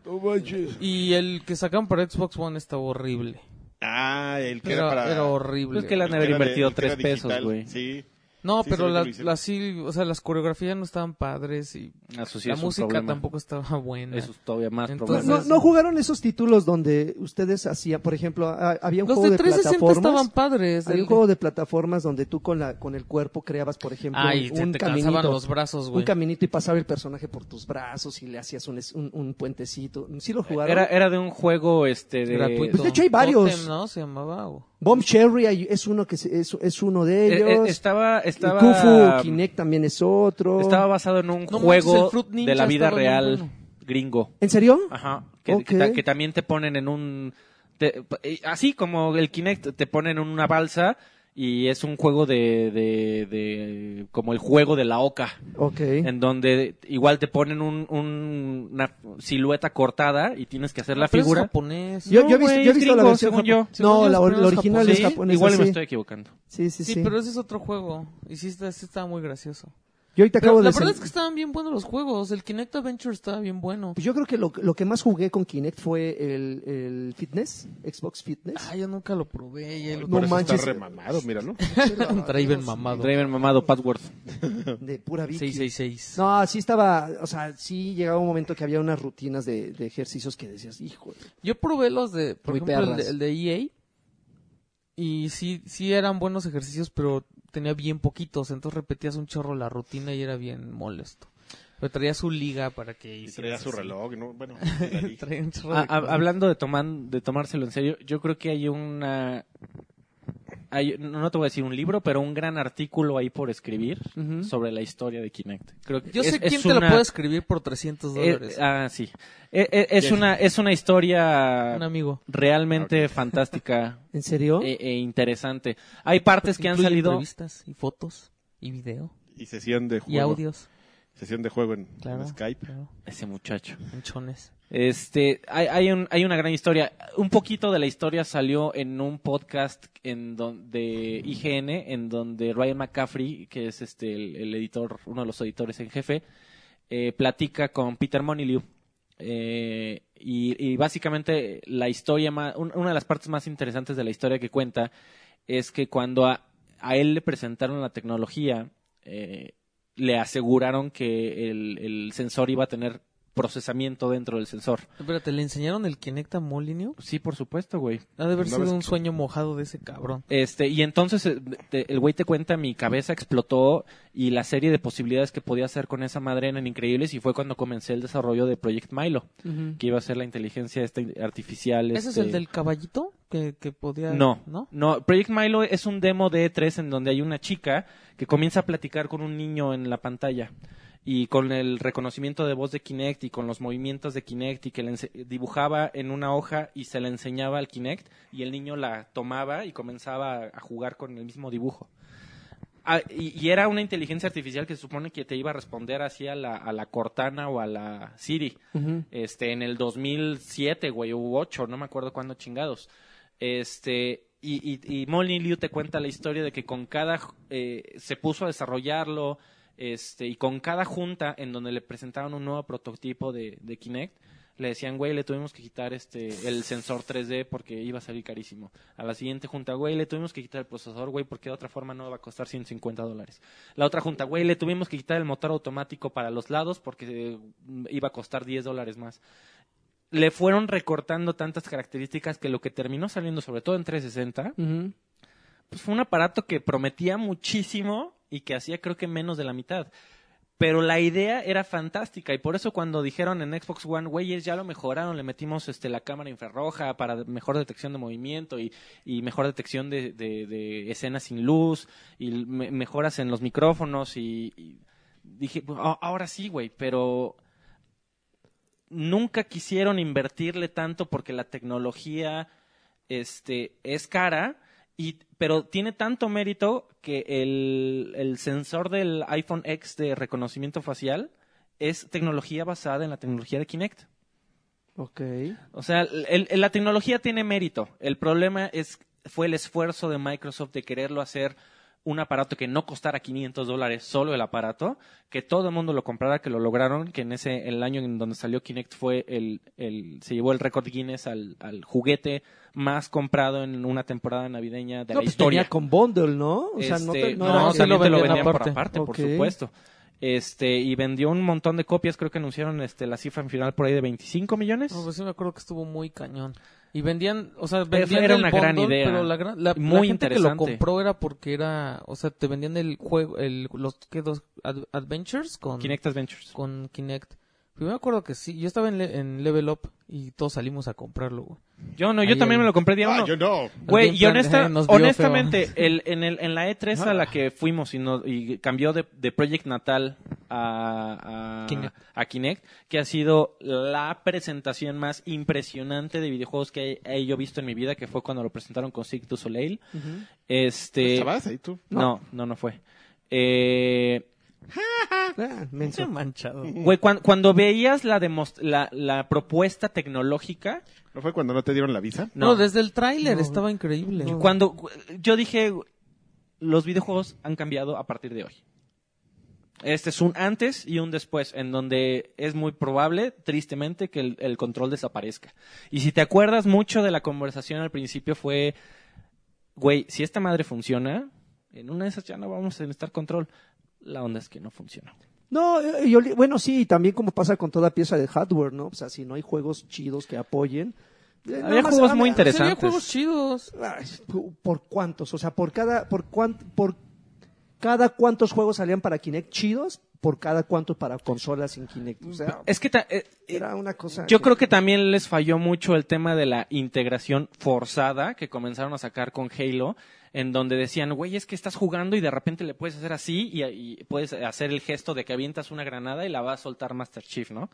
C: Y el que sacaron para Xbox One estaba horrible.
B: ah el que
C: Era,
B: era para
C: era horrible.
D: Pues que la-
B: el
D: han de haber
B: era de-
D: invertido
B: el que era
D: tres pesos,
B: digital,
D: güey.
B: sí
C: No,
B: Sí, se
C: pero
B: ve que
C: la-
B: lo hicieron.
C: las sí, o sea, las coreografías no estaban padres y
D: Eso sí
C: la
D: es un
C: música
D: problema.
C: tampoco estaba buena.
D: Eso es todavía más
C: Entonces-
A: No,
D: problema.
A: no- no jugaron esos títulos donde ustedes hacían, por ejemplo, a- había un
C: Los de
A: juego de
C: 360 estaban
A: plataformas.
C: padres.
A: Había
C: el
A: un juego de plataformas donde tú con la con el cuerpo creabas, por ejemplo,
C: Ay,
A: un,
C: se
A: un
C: te
A: caminito,
C: cansaban los brazos,
A: un
C: güey.
A: caminito y pasaba el personaje por tus brazos y le hacías un, es- un, un puentecito. Sí
C: Eh,
A: lo jugaron.
D: Era, era de un juego este de...
C: Gratuito.
A: Pues de hecho hay varios.
C: Totem, ¿no? Se llamaba. o-
A: Bomb Cherry hay- es uno que se- es, es uno de
D: Eh, eh,
A: Pues ellos.
D: estaba estaba
A: Kufu Kinect también es otro.
D: estaba basado en un
C: No manches,
D: juego
C: el Fruit Ninja
D: de la vida
C: estaba muy
D: real
C: bueno.
D: gringo.
A: ¿En serio?
C: Ah.
D: Ajá. Que,
A: Ok.
D: que ta- que también te ponen en un... te- eh, así como el Kinect, te ponen en una balsa y es un juego de... de, de como el juego de la oca.
A: Ok.
D: En donde igual te ponen un, un- una silueta cortada y tienes que hacer la
C: Pero es
D: figura.
C: japonés.
A: Yo, yo he
D: No,
A: visto,
D: güey,
A: yo he visto la
D: gringo,
A: versión
D: según
A: japo-
D: yo.
A: No,
C: Según
A: la,
C: yo,
A: or- la
C: es
A: original
C: japonés.
A: es
D: Pues Sí,
A: japonesa.
D: igual
A: sí.
D: me estoy equivocando.
A: sí, sí,
C: Sí,
A: sí.
C: pero ese es otro juego. Y sí, está, sí estaba muy gracioso.
A: Yo ahorita
C: Pero
A: acabo
C: la
A: de...
C: verdad es que estaban bien buenos los juegos. El Kinect Adventure estaba bien bueno.
A: Pues yo creo que lo, lo que más jugué con Kinect fue el, el fitness, Xbox Fitness.
C: Ah, yo nunca lo probé. ya lo-
A: No
B: Por eso
A: manches.
B: Está remamado, míralo.
C: Draven mamado.
D: Draven mamado, password.
A: De pura Vicky.
C: 666.
A: No, sí estaba, o sea, sí llegaba un momento que había unas rutinas de, de ejercicios que decías, hijo,
C: Yo probé los de, por
A: Muy
C: ejemplo, el
A: perras.
C: de, el de EA. Y sí, sí eran buenos ejercicios, pero tenía bien poquitos. Entonces repetías un chorro la rutina y era bien molesto. Pero traía su liga para que
B: Y
C: hicieras
B: traía su
C: así.
B: reloj, ¿no? Bueno,
C: Traía un chorro
D: Ah,
C: de
D: ah,
C: cosas.
D: hablando de, toman- de tomárselo en serio, yo creo que hay una... hay- no no te voy a decir un libro, pero un gran artículo ahí por escribir
A: Ujú.
D: sobre la historia de Kinect. Creo que
C: Yo
D: es-
C: sé
D: es
C: quién te la
D: una-
C: puede escribir por 300 dólares.
D: eh, ah, sí. Eh, eh, es,
B: Bien.
D: una, es una historia
C: un amigo.
D: realmente fantástica
A: ¿en serio?
D: e, e interesante. Hay partes que han
C: Pues Incluye
D: salido...
C: entrevistas y fotos y video
B: Y sesión de
C: y
B: juego.
C: audios.
B: Sesión de juego en,
C: Claro.
B: en Skype.
C: claro,
D: Ese muchacho.
C: en chones.
D: Este, hay, hay, un- hay una gran historia. Un poquito de la historia salió en un podcast en donde IGN, en donde Ryan McCaffrey, que es este el, el editor, uno de los editores en jefe, eh, platica con Peter Moniliu. Eh, y, y básicamente la historia más, un- una de las partes más interesantes de la historia que cuenta es que cuando a, a él le presentaron la tecnología, eh, le aseguraron que el, el sensor iba a tener procesamiento dentro del sensor.
C: Espérate, ¿le enseñaron el Kinect a Molineux?
D: Sí, por supuesto, güey.
C: Ha de haber
B: No,
C: sido
B: es
C: un
B: que-
C: sueño mojado de ese cabrón.
D: Este, y entonces eh, te- el güey te cuenta, mi cabeza explotó y la serie de posibilidades que podía hacer con esa madre eran increíbles y fue cuando comencé el desarrollo de Project Milo, que iba a ser la inteligencia esta in- artificial.
C: ¿Ese es
D: este-
C: el del caballito que, que podía...?
D: No,
C: ¿No?
D: no, Project Milo es un demo de E3 en donde hay una chica que comienza a platicar con un niño en la pantalla y con el reconocimiento de voz de Kinect y con los movimientos de Kinect y que le ense- dibujaba en una hoja y se la enseñaba al Kinect y el niño la tomaba y comenzaba a jugar con el mismo dibujo. Ah, y, y era una inteligencia artificial que se supone que te iba a responder así a la, a la Cortana o a la Siri
A: Ujú.
D: este, en el 2007, güey, u 8, no me acuerdo cuándo chingados. Este, y, y, y Molly Liu te cuenta la historia de que con cada, ju- eh, se puso a desarrollarlo, este, y con cada junta en donde le presentaban un nuevo prototipo de, de Kinect, le decían, güey, le tuvimos que quitar este, el sensor 3D porque iba a salir carísimo. A la siguiente junta, güey, le tuvimos que quitar el procesador, güey, porque de otra forma no va a costar 150 dólares. La otra junta, güey, le tuvimos que quitar el motor automático para los lados porque eh, iba a costar 10 dólares más. Le fueron recortando tantas características que lo que terminó saliendo, sobre todo en 360,
A: Ujú.
D: pues fue un aparato que prometía muchísimo y que hacía creo que menos de la mitad. Pero la idea era fantástica y por eso cuando dijeron en Xbox One, güeyes, ya lo mejoraron, le metimos este, la cámara infrarroja para de- mejor detección de movimiento y, y mejor detección de, de- de escenas sin luz y l- me- mejoras en los micrófonos y, y dije, "Bu- a- ahora sí, güey, pero nunca quisieron invertirle tanto porque la tecnología este, es cara, y, pero tiene tanto mérito que el, el sensor del iPhone X de reconocimiento facial es tecnología basada en la tecnología de Kinect.
A: Ok.
D: O sea, el- el- la tecnología tiene mérito. El problema es fue el esfuerzo de Microsoft de quererlo hacer un aparato que no costara 500 dólares, solo el aparato, que todo el mundo lo comprara, que lo lograron, que en ese el año en donde salió Kinect fue el, el se llevó el récord Guinness al, al juguete más comprado en una temporada navideña de
A: No,
D: la
A: pues
D: historia.
A: tenía con bundle, ¿no? O sea, no, te-
D: Este,
A: no
D: no,
A: era-
C: no, también
D: sí lo
C: te lo
D: vendían,
C: vendían
D: por
C: aparte.
D: aparte, por
A: Ok.
D: supuesto. Este, y vendió un montón de copias, creo que anunciaron este la cifra final por ahí de 25 millones.
C: No, pues sí me acuerdo que estuvo muy cañón. Y vendían, o sea, vendían
D: era
C: el
D: una gran
C: bundle,
D: idea.
C: pero la, gran- la- la
D: Muy
C: gente que lo
D: interesante.
C: compró era porque era, o sea, te vendían el juego, el, los que dos Ad- adventures con
D: Kinect Adventures.
C: con Kinect. Yo me acuerdo que sí, yo estaba en, le- en Level Up y todos salimos a comprarlo, güey.
D: Yo no, yo
C: Ahí,
D: también
C: ahí.
D: me lo compré día
B: Ah,
D: uno.
B: yo no.
D: Güey, y
C: Alguien plan-
D: honesta-
C: eh, nos vio
D: honestamente, el, en, el, en la E3 a la que fuimos y, nos- y cambió de, de Project Natal a, a,
C: Kinect.
D: a Kinect, que ha sido la presentación más impresionante de videojuegos que he, he yo visto en mi vida, que fue cuando lo presentaron con Sig du Soleil. Este,
B: ¿Estabas ahí tú?
D: no, no, no fue. Eh,
A: Ah, menso.
C: Pinche manchado.
D: güey, cuan- cuando veías la, demos- la, la propuesta tecnológica,
B: ¿No fue cuando no te dieron la visa?
C: No,
D: No.
C: desde el tráiler
A: No.
C: estaba increíble.
D: cuando yo dije, los videojuegos han cambiado a partir de hoy. Este es un antes y un después, en donde es muy probable, tristemente, que el, el control desaparezca. Y si te acuerdas mucho de la conversación al principio fue, güey, si esta madre funciona, en una de esas ya no vamos a necesitar control. La onda es que no funciona.
A: No, eh, yo li- bueno, sí, y también como pasa con toda pieza de hardware, ¿no? O sea, si no hay juegos chidos que apoyen. eh, nada
D: Había
A: más-
D: juegos
A: ah,
D: muy
A: ah,
D: interesantes.
C: Sería juegos chidos.
A: Ay, ¿Por cuántos? O sea, por cada, por cuán- por cada cuántos juegos salían para Kinect chidos, por cada cuántos para consolas sin Kinect. O sea,
D: Es que ta- eh, eh,
A: era una cosa.
D: Yo creo que también les falló mucho el tema de la integración forzada que comenzaron a sacar con Halo, en donde decían, güey, es que estás jugando y de repente le puedes hacer así y, y puedes hacer el gesto de que avientas una granada y la va a soltar Master Chief, ¿no?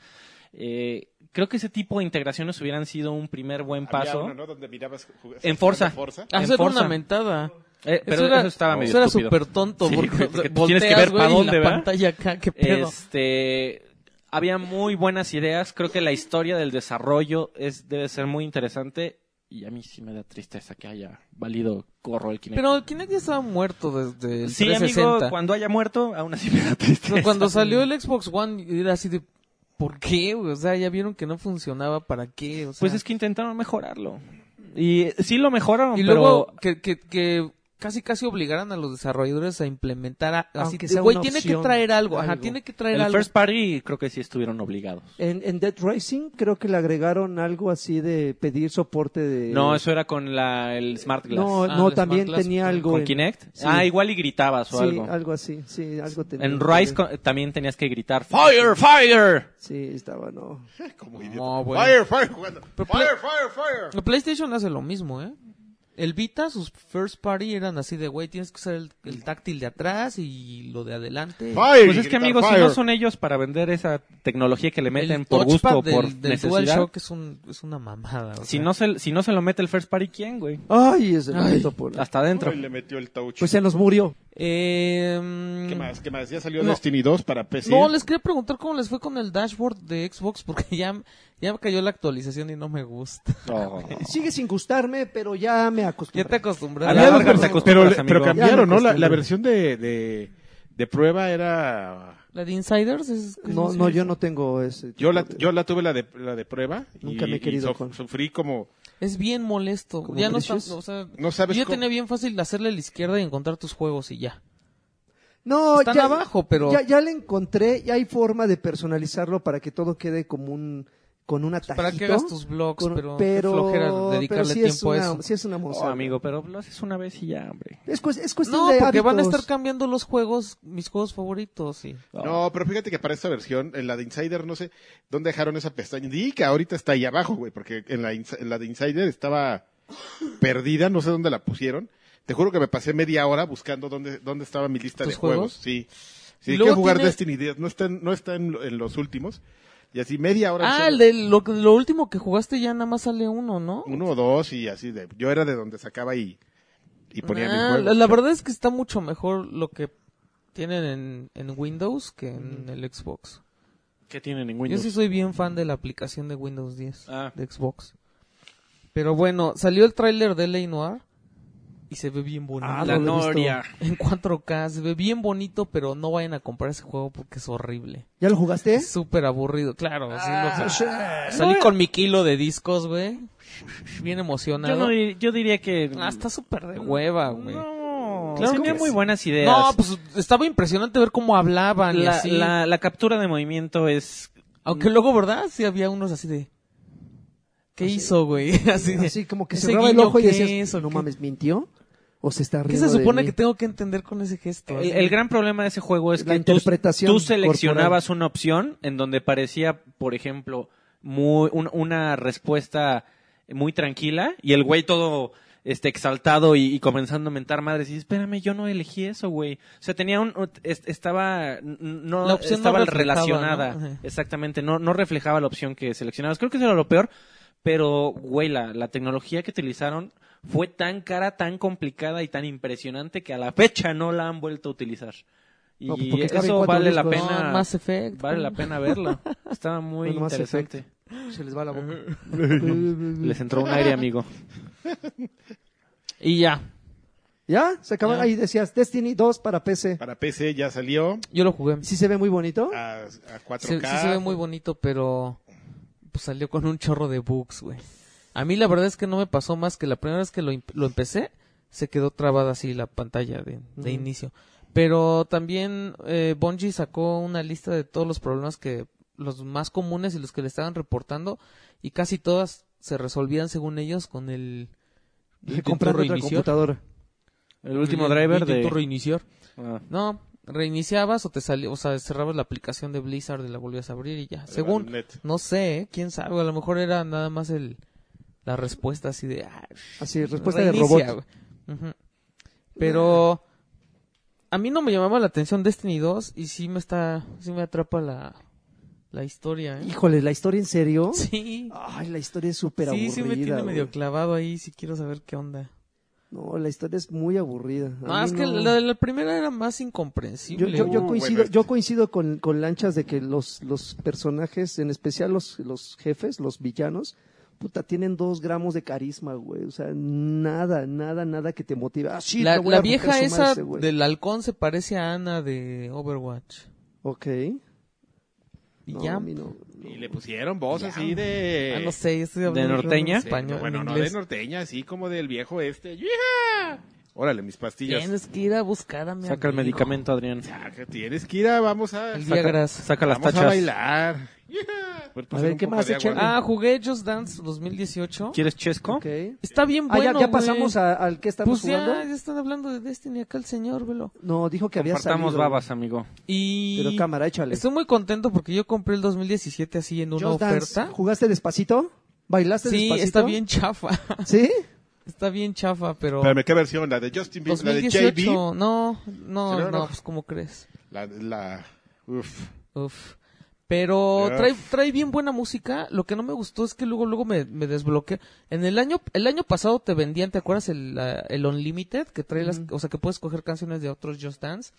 D: Eh, creo que ese tipo de integraciones hubieran sido un primer buen paso.
B: Había uno, ¿no? Donde mirabas jug-
D: En Forza.
B: Forza.
D: Ah, En
C: Hacer
D: Forza.
C: una mentada.
D: Eh, pero eso,
C: era-
D: estaba medio
C: eso era
D: estúpido.
C: súper tonto
D: Sí,
C: porque,
D: güey, porque
C: volteas,
D: tienes que ver pa'
C: güey, y
D: dónde,
C: la
D: ¿verdad?
C: pantalla acá, qué pedo.
D: Este, había muy buenas ideas. Creo que la historia del desarrollo es debe ser muy interesante. Y a mí sí me da tristeza que haya valido corro el Kinect.
C: Pero el Kinect ya estaba muerto desde el
D: sí,
C: 360.
D: amigo, cuando haya muerto, aún así me da tristeza.
C: No, cuando salió el Xbox One era así de ¿por qué? güey? O sea, ya vieron que no funcionaba, ¿para qué? O sea,
D: Pues es que intentaron mejorarlo. Y sí lo mejoraron,
C: y
D: pero...
C: luego que, que, que casi casi obligaran a los desarrolladores a implementar a- así
A: Aunque
C: de,
A: sea
C: güey,
A: una
C: tiene que
A: opción,
C: traer algo, ajá,
A: algo.
C: tiene que traer
D: el
C: algo.
D: first party creo que sí estuvieron obligados.
A: En, en Dead Racing creo que le agregaron algo así de pedir soporte de.
D: No, eso era con la, el Smart Glass.
A: Eh, No,
C: Ah,
A: no,
C: el
A: también
C: Smart Glass,
A: tenía algo.
D: ¿Con
A: en-
D: Kinect?
A: Sí.
D: Ah, igual y gritabas o
A: Sí,
D: algo.
A: algo. así. Sí, algo tenía.
D: En
A: que ver.
D: Rise co- también tenías que gritar ¡Fire, fire!
A: Sí, estaba, no.
B: Como idiota.
C: No, bueno.
B: Fire, fire, jugando.
C: Pero-
B: Fire, fire, fire.
C: El PlayStation hace lo mismo, ¿eh? El Vita, sus first party eran así de, güey, tienes que usar el, el táctil de atrás y lo de adelante.
B: Fire,
D: Pues es que
B: gritar
D: amigos, si
B: fire.
D: no son ellos para vender esa tecnología que le meten
C: el
D: por gusto
C: touchpad
D: o por
C: del, del
D: necesidad,
C: DualShock es, un, es una mamada. o
D: si
C: sea.
D: no se si no se lo mete el first party quién, güey?
A: Ay, ese momento por-
D: Hasta adentro.
B: Uy, le metió el touch.
A: Pues se nos murió.
C: Eh,
B: ¿Qué más? ¿Qué más? Ya salió
C: No.
B: Destiny 2 para PC.
C: No, les quería preguntar cómo les fue con el dashboard de Xbox porque ya, ya me cayó la actualización y no me gusta.
D: Oh.
A: Eh, Sigue sin gustarme, pero ya me acostumbré.
C: Ya te
D: A
C: acostumbraste.
D: la
B: Había
D: larga
B: dos
D: te
B: versiones,
D: acostumbras,
B: pero, pero
D: amigo.
B: cambiaron,
A: Ya
B: ¿no? La,
A: me
B: la
A: acostumbré.
B: versión de, de, de prueba era...
C: La de Insiders es...
A: No, no, yo no tengo ese.
B: Yo la,
A: tipo de-
B: yo la tuve la de, la de prueba.
A: Nunca
B: y-
A: me he querido
B: y sof-
A: con-
B: Sufrí como...
C: Es bien molesto.
A: Como
C: Ya no, está,
A: Precious.
C: o sea,
B: No sabes
C: yo
B: cómo-
C: tenía bien fácil hacerle a la izquierda y encontrar tus juegos y ya.
A: No,
C: Están abajo, pero-
A: Ya, ya le encontré, ya hay forma de personalizarlo para que todo quede como un. con un atajito.
C: Pues, Para que hagas tus blogs,
A: con-
C: pero, qué
A: pero.
C: flojera
A: pero
C: dedicarle
A: sí es
C: tiempo
A: una,
C: a eso.
A: Sí, es una
D: Oh,
A: monza.
D: amigo, pero lo haces una vez y ya, hombre.
A: Es, cues- es cuestión
C: No,
A: de.
C: porque van a
A: hábitos.
C: estar cambiando los juegos, mis juegos favoritos. Y...
D: Oh.
B: No, pero fíjate que para esta versión, en la de Insider, no sé dónde dejaron esa pestaña. Di que ahorita está ahí abajo, güey, porque en la, ins- en la de Insider estaba perdida, no sé dónde la pusieron. Te juro que me pasé media hora buscando dónde, dónde estaba mi lista de
C: ¿Tus
B: juegos.
C: juegos?
B: Sí. Sí,
C: Luego
B: que jugar
C: tiene-
B: Destiny 10. No está, en, no está en, lo- en los últimos. Y así media hora.
C: Ah, el de lo, lo último que jugaste ya nada más sale uno, ¿no?
B: Uno o dos y así de. Yo era de donde sacaba y, y ponía mis
C: Ah,
B: juegos.
C: la, la verdad es que está mucho mejor lo que tienen en, en Windows que en el Xbox.
D: ¿Qué tienen en
C: Yo sí soy bien fan de la aplicación de Windows 10
D: Ah.
C: de Xbox. Pero bueno, salió el tráiler de L.A. Noir y se ve bien bonito.
A: Ah,
D: la
A: no lo he visto.
D: Noria.
C: En 4K se ve bien bonito, pero no vayan a comprar ese juego porque es horrible.
A: ¿Ya lo
B: ¿Eh?
A: jugaste?
C: Es súper aburrido, claro. sí,
B: Ah,
C: no-
A: shit.
C: salí con mi kilo de discos, güey. Bien
D: Yo,
C: emocionado.
D: no dir- yo diría que...
C: Ah, está súper de hueva, güey. No.
D: No,
C: Claro
D: tenía
C: que
D: muy
C: sí.
D: buenas ideas.
C: pues estaba impresionante ver cómo hablaban y
D: la,
C: así.
D: la- la captura de movimiento es...
C: Aunque luego, ¿verdad? Sí había unos así de... ¿Qué hizo, güey? Así, de-
A: Así como que
C: ese
A: cerraba el
C: guiño,
A: ojo y
C: ¿qué
A: decías,
C: es o
A: no
C: qué?
A: mames, ¿mintió? ¿O se está
C: ¿Qué
A: riendo
C: se
A: de
C: supone
A: mí?
C: que tengo que entender con ese gesto?
D: El, el gran problema de ese juego es
A: La
D: que tú,
A: interpretación
D: tú seleccionabas una opción en donde parecía, por ejemplo, muy, un- una respuesta muy tranquila y el güey todo este exaltado y, y comenzando a mentar madres y dices, espérame yo no elegí eso güey o sea tenía un est- estaba n- no
C: La opción no
D: estaba
C: reflejaba,
D: relacionada
C: ¿no? Ajá.
D: exactamente no no reflejaba la opción que seleccionabas creo que eso era lo peor pero, güey, la, la tecnología que utilizaron fue tan cara, tan complicada y tan impresionante que a la fecha no la han vuelto a utilizar. Y
A: No, pues, porque cabe en
D: eso
A: cuatro
D: vale la
A: discos.
D: pena.
C: No, Mass Effect.
D: vale la pena verlo. Estaba muy
A: Bueno, Mass
D: interesante.
A: Se les va la boca.
D: Les entró un aire, amigo.
C: Y ya,
A: ¿Ya? Se acabó. Ahí decías, Destiny 2 para PC.
B: Para PC ya salió
C: yo lo jugué.
A: Sí se ve muy bonito.
C: Ah,
B: a, a 4K.
C: Se, sí se ve muy bonito, pero pues, salió con un chorro de bugs, güey. A mí la verdad es que no me pasó más que la primera vez que lo, imp- lo empecé, se quedó trabada así la pantalla de, de inicio. Pero también eh, Bungie sacó una lista de todos los problemas que los más comunes y los que le estaban reportando y casi todas se resolvían según ellos con el
A: Le compraron otra computadora.
D: El último driver
C: de
D: de.
C: reiniciar.
D: Ah,
C: No, reiniciabas o te salía, o sea, cerrabas la aplicación de Blizzard y la volvías a abrir y ya.
B: El
C: Según,
B: Battle.net.
C: no sé, ¿eh? quién sabe, a lo mejor era nada más el la respuesta así de ah,
A: Así, respuesta de
C: reinicia,
A: robot.
C: güey. Ujú. Pero a mí no me llamaba la atención Destiny 2 y sí me está sí me atrapa la la historia, ¿eh?
A: Híjole, ¿la historia en serio?
C: Sí.
A: Ay, la historia es súper
C: sí,
A: Ah, aburrida.
C: sí me tiene
A: güey.
C: medio clavado ahí, si quiero saber qué onda.
A: No, la historia es muy aburrida. A
C: No,
A: mí
C: es que
A: no.
C: la, de la primera era más
A: Yo,
C: incomprensible.
A: yo, yo
B: Uh,
A: coincido,
B: bueno,
C: este.
A: yo coincido con, con Lanchas de que los, los personajes, en especial los, los jefes, los villanos, puta, tienen dos gramos de carisma, güey. O sea, nada, nada, nada que te motive. Ah, sí,
C: la,
A: le voy
C: la
A: a romper
C: vieja
A: su madre a
C: esa
A: ese güey.
C: del halcón se parece a Ana de Overwatch.
A: Ok.
C: Y
A: No,
C: ya.
A: a mí no.
B: Y le pusieron voz así de...
C: Ah, no sé, yo estoy
D: ¿De
C: hablando
D: norteña?
C: en
B: Sí,
C: español,
B: bueno,
C: en
B: no de
C: inglés.
B: norteña, así como del viejo este. ¡Yija! Órale, mis pastillas.
C: Tienes que ir a buscar a mi
D: Saca el
C: amigo.
D: medicamento, Adrián.
B: Ah, que Tienes que ir a... Vamos a...
C: El
B: saca-
C: Viagras.
D: Saca las
B: vamos a
D: tachas.
B: bailar. Pues ¡Yija!
A: A ver, ¿qué más, Echen?
C: Ah, jugué Just Dance 2018.
D: ¿Quieres chesco?
A: Ok.
C: Está bien
A: Ah,
C: bueno,
A: ya, ya
C: güey.
A: pasamos a- al que estamos
C: Pues ya,
A: jugando.
C: ya están hablando de Destiny acá el señor, velo.
A: No, dijo que había salido.
D: Partamos babas, amigo.
C: Y...
A: Pero cámara, échale.
C: Estoy muy contento porque yo compré el 2017 así en una
A: Just Dance,
C: oferta.
A: ¿Jugaste despacito? ¿Bailaste
C: Sí,
A: despacito?
C: está bien chafa.
A: ¿Sí?
C: está bien chafa, pero...
B: Espérame, ¿qué versión? ¿La de Justin Bieber? ¿La de JB?
C: 2018, no, no,
B: Pero
C: no,
B: no.
C: pues ¿cómo crees?
B: La... la... Uf.
C: Uf. Pero
B: Uf.
C: trae, trae bien buena música. Lo que no me gustó es que luego, luego me, me desbloquea. En el año, el año pasado te vendían, ¿te acuerdas? El, la- el Unlimited, que trae las, o sea, que puedes coger canciones de otros Just Dance.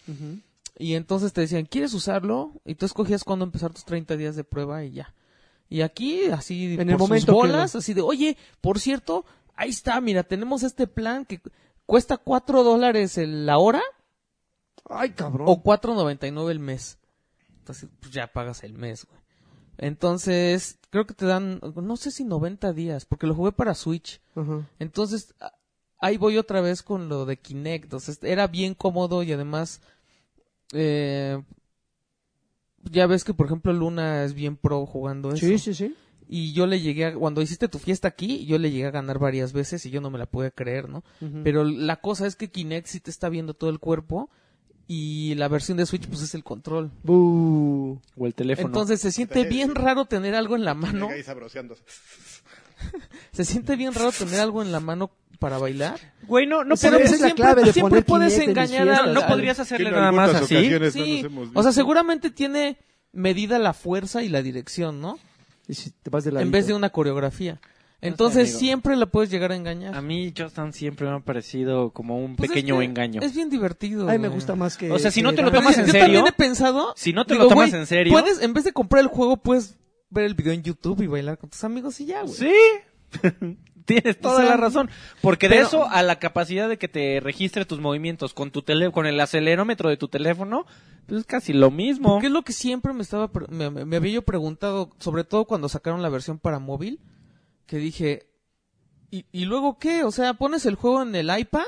C: Y entonces te decían, ¿quieres usarlo? Y tú escogías cuándo empezar tus 30 días de prueba y ya. Y aquí, así,
A: En
C: por
A: el
C: sus
A: momento que
C: bolas, así de, oye, por cierto, ahí está, mira, tenemos este plan que cu- cuesta 4 dólares el- la hora
A: Ay, cabrón.
C: o 4.99 el mes. Entonces, pues ya pagas el mes, güey. Entonces, creo que te dan, no sé si 90 días, porque lo jugué para Switch.
A: Ajá.
C: Entonces, a- ahí voy otra vez con lo de Kinect. Entonces, era bien cómodo y además, eh, ya ves que, por ejemplo, Luna es bien pro jugando eso.
A: Sí, sí, sí.
C: Y yo le llegué a, cuando hiciste tu fiesta aquí, yo le llegué a ganar varias veces y yo no me la pude creer, ¿no?
A: Ujú.
C: Pero la cosa es que Kinect sí te está viendo todo el cuerpo y la versión de Switch pues es el control.
A: Bu.
D: O el teléfono.
C: Entonces se siente bien raro tener algo en la mano.
B: Llega ahí sabroseándose.
C: Se siente bien raro tener algo en la mano para bailar.
D: Güey, no, no
A: Esa-
D: podemos-
A: esa es la clave de
C: siempre
A: poner
C: puedes
A: Kinect en mis
C: engañar a-
A: fiestas.
D: No
C: al-
D: podrías
B: Que
D: hacerle
B: en
D: nada más
B: algunas
D: así.
B: ocasiones no
C: Sí.
B: nos hemos visto.
C: O sea, seguramente tiene medida la fuerza y la dirección, ¿no?
A: Y si te vas de
C: En
A: ladito.
C: vez de una coreografía.
D: sé,
C: Entonces
D: amigo.
C: siempre la puedes llegar a engañar.
D: A mí Justin siempre me ha parecido como un
C: Pues es
D: pequeño
C: que
D: engaño.
C: Es bien divertido.
A: Ay, me
C: güey.
A: gusta más que.
D: O sea, si no
A: que
D: te lo
A: Dante.
C: Pero
D: tomas en
C: yo
D: serio?
C: también he pensado.
D: Si no te lo tomas en serio-
C: Puedes, en vez de comprar el juego, puedes ver el video en YouTube y bailar con tus amigos y ya, güey.
D: Sí. Tienes toda
A: sea,
D: la razón. Porque de
C: pero-
D: eso a la capacidad de que te registre tus movimientos con tu tele, con el acelerómetro de tu teléfono, pues es casi lo mismo.
C: Porque es lo que siempre me estaba pre- me, me- me había yo preguntado, sobre todo cuando sacaron la versión para móvil, que dije, ¿y, y luego qué? O sea, pones el juego en el iPad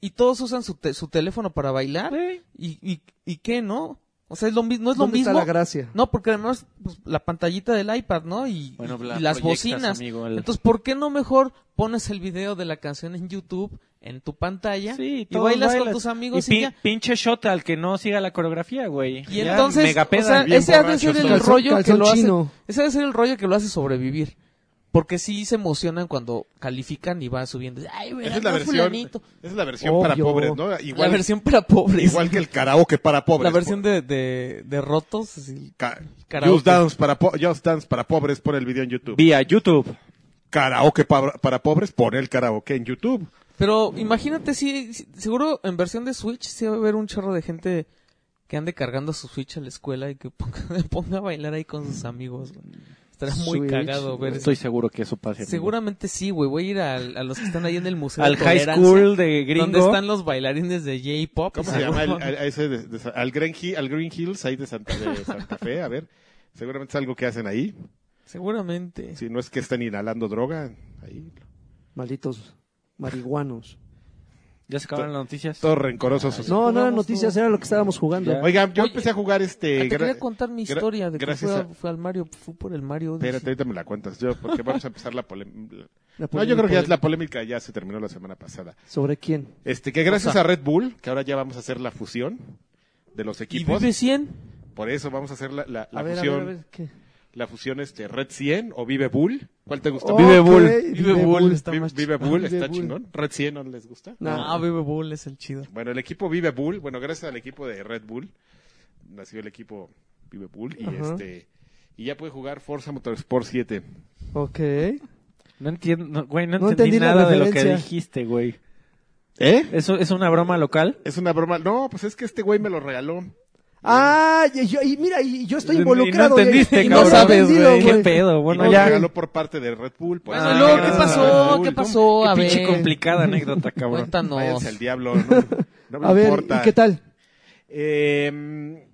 C: y todos usan su, te- su teléfono para bailar
D: Güey.
C: y, y, y qué, ¿no? O sea, es lo, mi- no es lo
A: ¿Dónde está
C: mismo.
A: la gracia?
C: No, porque además pues, la pantallita del iPad, ¿no? Y,
D: Bueno,
C: y-
D: la
C: y las
D: proyectas,
C: bocinas.
D: amigo, el-
C: Entonces, ¿por qué no mejor pones el video de la canción en YouTube, en tu pantalla,
D: Sí,
C: y
D: todos
C: bailas, con
D: bailan.
C: tus amigos
D: y,
C: y,
D: pin-
C: ya?
D: pinche shot al que no siga la coreografía, güey.
C: Y
D: Ya,
C: entonces,
D: mega
C: o
D: peda.
C: sea,
B: bien
C: ese ha de ser
B: borrachos
C: el
B: todos.
C: rollo
A: Calzón-
C: que lo hace,
A: chino.
C: ese ha de ser el rollo que lo hace sobrevivir. Porque sí se emocionan cuando califican y va subiendo. Ay, verás,
B: Esa es la
C: no,
B: versión,
C: fulanito.
B: esa es la versión para
A: Obvio.
B: pobres, ¿no?
C: la
B: Igual,
C: versión para pobres.
B: igual que el karaoke para pobres.
C: la versión de, de, de rotos. así.
B: Ca-
C: karaoke.
B: Just Dance para, po- Just Dance para pobres, pon el video en YouTube.
D: Vía YouTube.
B: Karaoke pa- para pobres, pon el karaoke en YouTube.
C: Pero imagínate si, si- seguro en versión de Switch sí va a haber un chorro de gente que ande cargando su Switch a la escuela y que ponga, ponga a bailar ahí con sus amigos. güey. Estará muy
A: Switch,
C: cagado ver eso.
D: Estoy seguro que eso pase. amigo.
C: Seguramente sí, güey. Voy a ir al- a, los que están ahí en el museo.
D: Al
C: de
D: high
C: Tolerancia.
D: school de
C: donde
D: gringo.
C: están los bailarines de J-pop.
B: ¿Cómo se
C: Seguro.
B: llama? el- a- a ese de- de- al, Green Hill- al Green Hills, ahí de Santa, de Santa Fe, a ver. Seguramente es algo que hacen ahí.
C: Seguramente.
B: Si no es que estén inhalando droga, ahí.
A: Malditos marihuanos.
D: Ya se acabaron las noticias.
B: Todos rencorosos.
A: No, no
C: jugamos
A: eran noticias,
C: Pues todo.
A: era lo que estábamos jugando.
D: Ya.
B: Oigan, yo
C: Oye,
B: empecé a jugar este...
C: Ah, te
B: gra-
C: quería contar mi
B: gra-
C: historia de que
B: gracias
C: fue, a-
B: a-
C: fue al Mario, fue por el Mario. Odyssey.
B: Espérate, ahorita me la cuentas yo, porque vamos a empezar la polémica.
A: La
B: No, yo creo que ya
A: polémica.
B: la polémica ya se terminó la semana pasada.
A: ¿Sobre quién?
B: Este, que gracias a Red Bull, que ahora ya vamos a hacer la fusión de los
C: y
B: equipos.
C: vive 100.
B: Por eso vamos a hacer la, la- la
A: a ver,
B: fusión,
A: a ver, a ver. ¿qué?
B: la fusión este Red 100 o Vive Bull. ¿Cuál te gusta?
A: Ok,
B: Vive,
A: Vive Bull.
C: está
B: Vi-
C: más
B: Vive
C: chido.
B: Bull
A: Vive
B: está
A: Bull.
B: chingón. Red 100 no les gusta.
A: No.
C: Ah, Vive Bull es el chido.
B: Bueno, el equipo Vive Bull, bueno, gracias al equipo de Red Bull nació el equipo Vive Bull y
A: Ajá.
B: este y ya puede jugar Forza Motorsport 7.
A: Ok.
D: No entiendo, no, güey, no,
A: No
D: entendí,
A: entendí la
D: nada de lo que
A: referencia.
D: dijiste, güey.
B: ¿Eh?
D: ¿Eso es una broma local?
B: Es una broma. No, pues es que este güey me lo regaló.
A: Ah, y, yo- y mira, y yo estoy
D: Y- y
A: involucrado.
D: no entendiste,
A: y- y
D: cabrón.
A: no sabes, güey.
D: ¿Qué pedo? Bueno,
B: me lo
D: ya.
B: regaló por parte de Red Bull. por
C: Bueno,
B: eso
D: y
B: le
D: luego, ¿qué
B: agradezco a
D: pasó?
B: Red Bull.
C: Ah, ¿Qué pasó? A
D: Qué pinche
C: ver.
D: complicada anécdota, cabrón.
C: Cuéntanos.
B: Váyanse al diablo, no, no me
A: A ver,
B: importa.
A: ¿y qué tal?
B: Eh,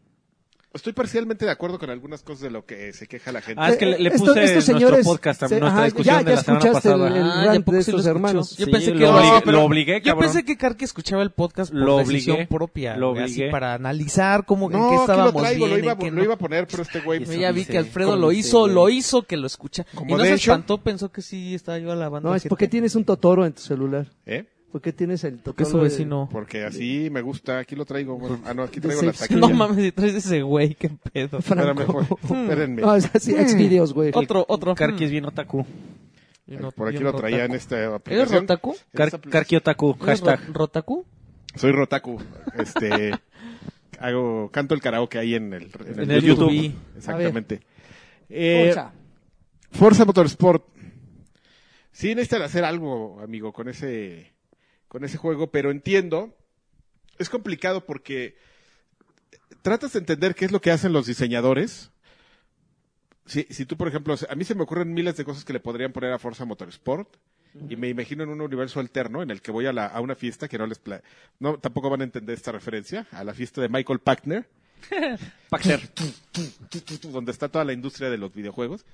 B: estoy parcialmente de acuerdo con algunas cosas de lo que se queja la gente.
D: Ah, es que le, le puse nuestro podcast,
A: se-
D: nuestra
A: ajá,
D: discusión
A: ya,
D: de
A: ya
D: la semana
A: escuchaste el,
D: pasada.
A: el
C: Ah,
A: rant
C: ya poco
A: de
C: sí lo
A: estos
C: escuchó.
A: hermanos.
C: Yo
D: Sí,
C: pensé que
D: lo
C: no,
D: obligué-
C: pero-
D: lo obligué,
C: Yo
D: cabrón.
C: pensé que Karki escuchaba el podcast por
D: Lo
C: decisión
D: obligué.
C: propia,
D: Lo
C: güey, así
D: obligué.
C: para analizar cómo en
B: no,
C: qué
B: aquí
C: estábamos
B: lo traigo,
C: bien,
B: lo, iba,
C: en qué
B: lo
C: no.
B: iba a poner, pero este güey...
D: Ay,
C: Yo ya vi
D: dice,
C: que Alfredo
D: ¿cómo
C: lo
D: dice,
C: hizo,
D: güey?
C: lo hizo que lo escucha. Y
B: Como
C: no
B: de
C: se
B: hecho-
C: espantó, pensó que sí estaba yo alabando.
A: No,
C: a
A: es
C: gente.
A: porque tienes un totoro en tu celular.
B: ¿Eh?
A: ¿Por qué tienes el totoro?
C: Que es su
A: de-
C: vecino.
B: Porque así me gusta, aquí lo traigo. bueno, ah, no, aquí
A: De
B: traigo la
A: seis-
B: taquilla.
C: No mames, si traes ese güey, qué pedo.
B: Espérame, joder, espérenme.
A: No, es así, exvideos, güey.
C: Hmm. Otro, otro.
D: Karki es bien otaku.
C: Y no-
B: Por
C: y
B: aquí
C: un
B: lo traía en
C: rotaku.
B: esta
C: ¿Eres
B: aplicación.
C: Rotaku?
B: En
D: Kar-
B: esta apli-
D: Karki otaku,
C: ¿Eres ro-
D: hashtag.
C: ¿Rotaku?
B: Soy Rotaku. Este, hago, canto el karaoke ahí en el, en el
D: En el
B: YouTube.
D: YouTube.
B: Exactamente. Eh,
A: Ocha.
B: Forza Motorsport. Sí, necesitan hacer algo, amigo, con ese, con ese juego, pero entiendo. Es complicado porque tratas de entender qué es lo que hacen los diseñadores. Si, si tú, por ejemplo, a mí se me ocurren miles de cosas que le podrían poner a Forza Motorsport. Y me imagino en un universo alterno en el que voy a, la- a una fiesta que no les... pla- no, tampoco van a entender esta referencia, a la fiesta de Michael Packner
D: Paxer.
B: tu, tu, tu, donde está toda la industria de los videojuegos.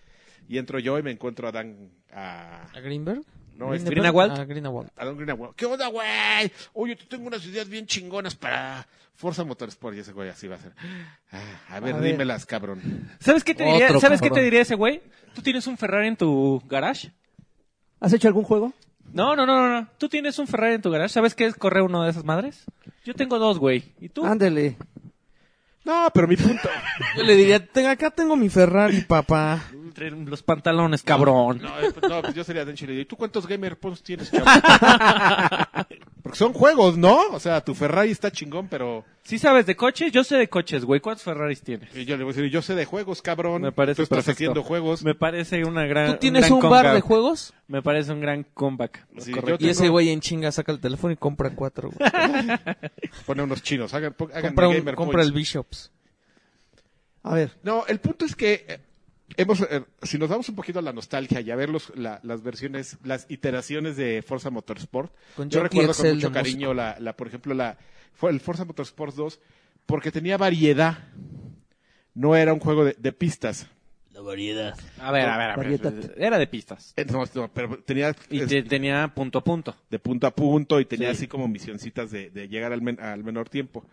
B: Y entro yo y me encuentro a Dan, a,
C: ¿A Greenberg? Ah,
B: No, es
D: Greenwald.
C: A Greenwald.
B: a Dan Greenaway. ¿Qué onda, güey? Oye, te tengo unas ideas bien chingonas para Forza Motorsport. Y ese güey así va a ser. Ah, a ver,
A: A ver.
B: dímelas, cabrón.
D: ¿Sabes qué te diría,
C: Otro
D: ¿sabes qué
C: cabrón.
D: te diría ese güey? ¿Tú tienes un Ferrari en tu garage?
A: ¿Has hecho algún juego?
D: No, no, no, no, no. ¿Tú tienes un Ferrari en tu garage? ¿Sabes qué es correr uno de esas madres? Yo tengo dos, güey. ¿Y tú?
A: Ándele.
B: No, pero mi punto...
C: Yo le diría, "Ten- acá tengo mi Ferrari, papá.
D: Entre los pantalones, cabrón.
B: No, eh, pues, no, pues yo sería Dan Chile. ¿Y tú cuántos gamer points tienes, chavo? Porque son juegos, ¿no? O sea, tu Ferrari está chingón, pero...
D: ¿Sí sabes de coches? Yo sé de coches, güey. ¿Cuántos Ferraris tienes?
B: Y yo le voy a decir, yo sé de juegos, cabrón.
D: Me parece
B: Tú estás
D: perfecto.
B: haciendo juegos.
D: Me parece una gran.
C: ¿Tú tienes
D: gran
C: un bar
D: comeback.
C: de juegos?
D: Me parece un gran comeback.
B: Sí,
D: Correcto.
B: yo
C: Y ese
B: tengo-
C: güey en chinga saca el teléfono y compra cuatro, güey.
B: Pone unos chinos. Hagan, hagan
C: compra un-
B: gamer
C: compra
B: points.
C: el Bishops.
A: A ver.
B: No, el punto es que eh, Hemos, eh, si nos damos un poquito a la nostalgia y a ver los, la- las versiones, las iteraciones de Forza Motorsport,
C: Con
B: yo
C: Junkie
B: recuerdo
C: Excel
B: con mucho
C: de
B: cariño, la, la, por ejemplo, la, fue el Forza Motorsport 2, porque tenía variedad. No era un juego de, de pistas.
E: La variedad.
D: A ver, a ver, a
A: Variedad.
D: ver. Era de pistas.
B: Eh, No, no, pero tenía
D: Y
B: es-
D: te- tenía punto a punto.
B: de punto a punto y tenía
D: Sí.
B: así como misioncitas de, de llegar al, men- al menor tiempo.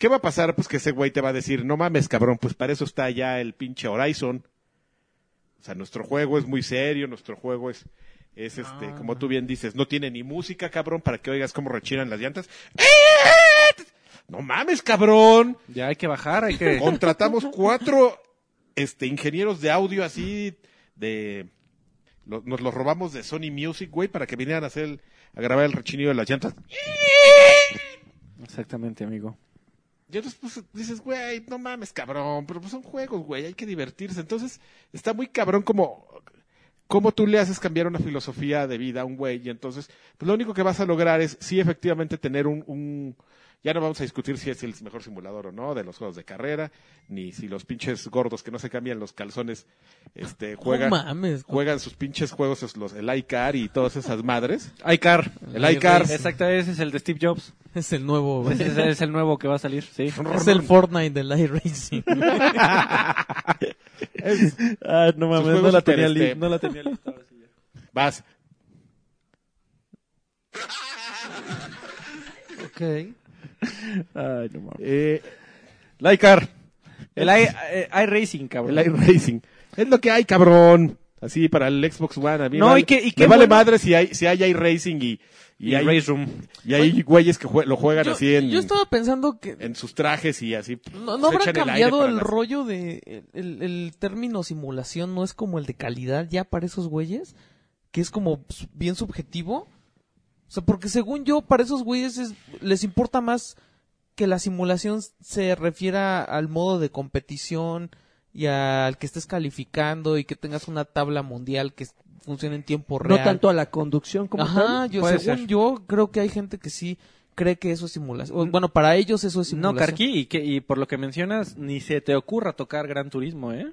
B: ¿Qué va a pasar? Pues que ese güey te va a decir, no mames, cabrón, pues para eso está ya el pinche Horizon. O sea, nuestro juego es muy serio, nuestro juego es, es este, como tú bien dices, no tiene ni música, cabrón, para que oigas cómo rechinan las llantas. ¡Eh! No mames, cabrón.
D: Ya hay que bajar, hay que...
B: Contratamos cuatro este, ingenieros de audio así de... lo- nos los robamos de Sony Music, güey, para que vinieran a hacer el- a grabar el rechinido de las llantas.
D: Exactamente, amigo.
B: Y entonces pues, dices, güey, no mames, cabrón, pero pues son juegos, güey, hay que divertirse. Entonces está muy cabrón como, como tú le haces cambiar una filosofía de vida a un güey. Y entonces pues, lo único que vas a lograr es, sí, efectivamente, tener un, un... Ya no vamos a discutir si es el mejor simulador o no de los juegos de carrera, ni si los pinches gordos que no se cambian los calzones este, juegan,
C: No mames. güey.
B: juegan sus pinches juegos, es los, el iCar y todas esas madres.
D: iCar.
B: El iCar.
D: Exacto, ese es el de Steve Jobs.
C: Es el nuevo, güey.
D: Ese es- es el nuevo que va a salir, sí.
C: Es el Fortnite del iRacing.
D: Ah, no
B: mames, no la tenía li- no
D: la tenía lista.
B: Vas.
A: Ok.
D: Ay, no mames.
B: Eh,
D: iCar. El i- eh, iRacing, cabrón.
B: El iRacing. Es lo que hay, cabrón. Así para el Xbox One. A mí
D: No,
B: vale-
D: y qué- y qué
B: me vale
D: bueno.
B: madre si hay, si hay iRacing y, y,
D: Y
B: hay,
D: Race Room.
B: y hay güeyes que jue- lo juegan
C: Yo,
B: así en,
C: yo estaba pensando que
B: en sus trajes y así.
C: no,
B: se
C: no habrá
B: echan aire
C: cambiado
B: para
C: el
B: las-
C: rollo de el, el- el término simulación no es como el de calidad ya para esos güeyes que es como su- bien subjetivo o sea porque según yo para esos güeyes es- les importa más que la simulación se refiera al modo de competición y al que estés calificando y que tengas una tabla mundial que funcione en tiempo real
A: No tanto a la conducción como
C: Ajá,
A: tal.
C: yo,
D: Puede
C: según
D: ser.
C: yo creo que hay gente que sí cree que eso es simulación. O, Bueno, para ellos eso es
D: No,
C: simulación.
D: Carqui, y, que, y por lo que mencionas, ni se te ocurra tocar Gran Turismo, ¿eh?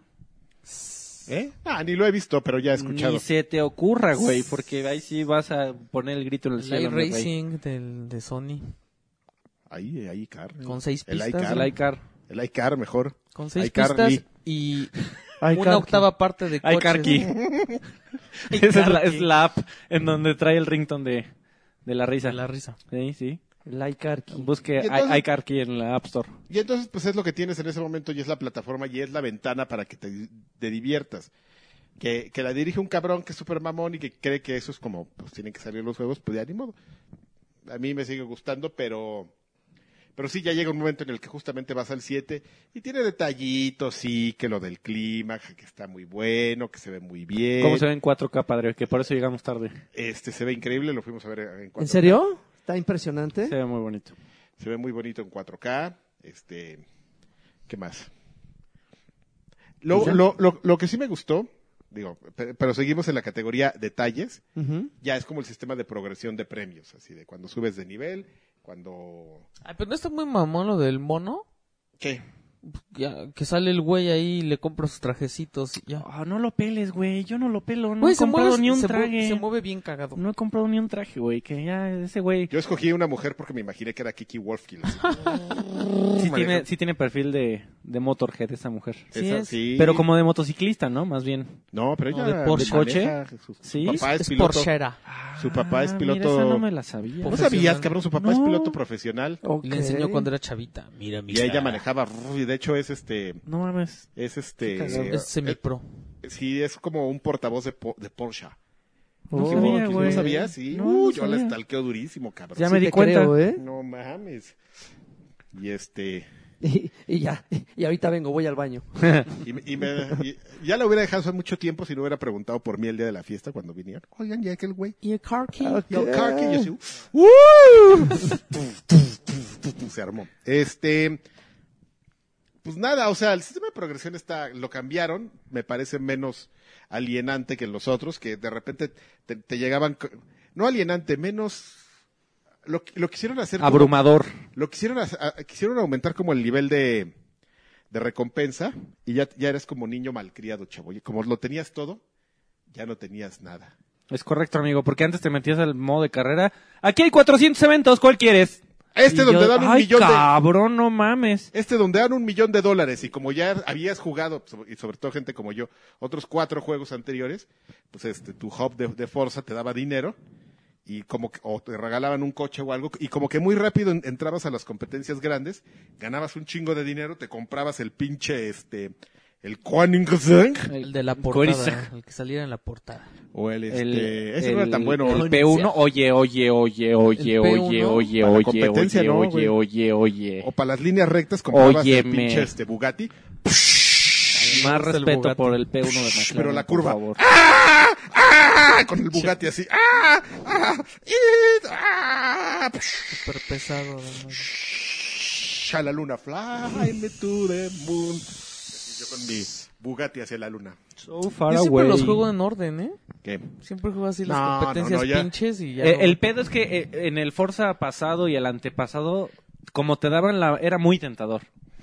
B: ¿Eh? Ah, ni lo he visto, pero ya he escuchado.
D: Ni se te ocurra, güey, porque ahí sí vas a poner el grito en el
C: El
D: cielo. mi rey.
C: iRacing del, de Sony.
B: Ahí, ahí, car.
C: Con seis
B: El
C: pistas.
B: iCar.
D: El iCar.
B: El iCar, mejor.
C: Con seis
B: iCarly.
C: pistas y
A: Ay,
C: una
A: Karki.
C: octava parte de coches.
D: iCarqui. Esa es la, es la app en donde trae el rington de, de la risa.
C: De la risa.
D: Sí, sí.
A: El iCarki.
D: Busque
B: Y entonces-
D: i- iCarqui en la App Store.
B: Y entonces, pues es lo que tienes en ese momento y es la plataforma y es la ventana para que te, te diviertas. Que, que la dirige un cabrón que es super mamón y que cree que eso es como, pues tienen que salir los juegos, pues ya ni modo. A mí me sigue gustando, pero... Pero sí, ya llega un momento en el que justamente vas al 7 y tiene detallitos, sí, que lo del clima, que está muy bueno, que se ve muy bien.
D: ¿Cómo se ve en 4K, padre? Que por eso llegamos tarde.
B: Este, se ve increíble, lo fuimos a ver en 4K.
A: ¿En serio? Está impresionante.
D: Se ve muy bonito.
B: Se ve muy bonito en 4K. Este, ¿qué más? Lo, lo, lo, lo que sí me gustó, digo, pe- pero, seguimos en la categoría detalles,
A: Ujú.
B: ya es como el sistema de progresión de premios, así de cuando subes de nivel, cuando...
C: Ay, pero no está muy mamón lo del mono.
B: ¿Qué?
C: Ya, que sale el güey ahí y le compra sus trajecitos y ya.
D: Ah, no lo peles, güey. Yo no lo pelo. No
C: Güey,
D: he comprado ni un
C: se mueve-
D: traje. Ah,
C: se mueve bien cagado.
D: No he comprado ni un traje, güey. Que ya ese güey
B: Yo escogí una mujer porque me imaginé que era Kiki Wolfkill. así.
D: sí
B: maneja.
D: tiene, sí tiene perfil de, de Motorhead esa mujer.
C: Sí
B: Esa
C: es.
B: sí.
D: Pero como de motociclista, ¿no? Más bien.
B: No, pero
C: No,
B: ella...
C: de Porsche.
B: maneja, Su, su
D: Sí,
B: papá es,
C: Es
B: piloto...
C: Porschera.
B: Su papá es
D: Ah,
B: piloto-
D: Mira, esa no me la sabía.
B: ¿No
C: Profesional.
B: sabías, cabrón? Su papá es
D: No.
B: piloto profesional.
A: Ok.
C: Le enseñó cuando era chavita.
E: Mira, mi
B: Y ella manejaba... Y de hecho es este...
D: No mames.
B: Es este...
A: cagado.
D: eh.
C: Es semipro.
B: Sí, es como un portavoz de, Po- de Porsche.
A: Oh,
D: No sabía,
B: ¿No
D: güey.
B: sabías? Sí.
D: No,
B: Uh,
D: no
B: yo la
D: sabía.
B: stalkeo durísimo, cabrón.
D: Ya
A: Sí
D: me di
A: te
D: cuenta.
A: creo, ¿eh?
B: No mames. Y este.
A: Y, y ya. Y ahorita vengo, voy al baño.
B: Y, me- y me- y- ya la hubiera dejado hace mucho tiempo si no hubiera preguntado por mí el día de la fiesta cuando vinieron. Oigan, ya aquel güey.
C: Y el Carkey.
D: Ah,
B: Y el car que yo sí, uf, se armó. Este. Pues nada, o sea, el sistema de progresión está, lo cambiaron, me parece menos alienante que los otros, que de repente te, te llegaban, co- no alienante, menos, lo, lo quisieron hacer como-
D: Abrumador.
B: lo quisieron, hacer- a- quisieron aumentar como el nivel de, de recompensa y ya, ya eres como niño malcriado, chavo. Y como lo tenías todo, ya no tenías nada.
D: Es correcto, amigo, porque antes te metías al modo de carrera. Aquí hay 400 eventos, ¿cuál quieres?
B: Este
D: Y
B: donde
D: yo,
B: dan un
D: "Ay,
B: millón de-
D: cabrón, no mames.
B: Este donde dan un millón de dólares y como ya habías jugado, so- y sobre todo gente como yo, otros cuatro juegos anteriores, pues este, tu hub de, de Forza te daba dinero y como que, o te regalaban un coche o algo y como que muy rápido en- entrabas a las competencias grandes, ganabas un chingo de dinero, te comprabas el pinche este el Koenigsegg
C: El de la portada.
D: Koenigsegg.
C: El que saliera en la portada.
B: o el este,
D: El,
B: ese no era
D: el-
B: tan bueno.
D: el P1, oye, oye, oye, oye,
C: El P1,
D: oye, oye,
B: para la
D: oye,
B: competencia,
D: oye,
B: ¿no, güey?
D: oye, oye, oye.
B: O para las líneas rectas comprabas el
D: Óyeme.
B: pinche este Bugatti,
D: Más
C: Hasta el
D: respeto
C: Bugatti.
D: por el P1 de McLaren.
B: pero la
D: por
B: curva.
D: favor.
B: ¡Ah! ¡Ah! Con el Bugatti así. ¡Ah! ¡Ah! ¡It! ¡Ah!
C: Súper pesado. ¿no?
B: la luna, fly me to the moon. Así Yo con mi Bugatti hacia la luna.
D: So
C: Yo
D: far
C: siempre
D: away.
C: los juego en orden, ¿eh?
B: ¿Qué?
C: Siempre juego así las
B: No, no,
C: competencias
B: no, ya.
C: pinches y ya.
D: Eh,
C: no-
D: el pedo es que eh, en el Forza pasado y el antepasado, como te daban la... Era muy tentador.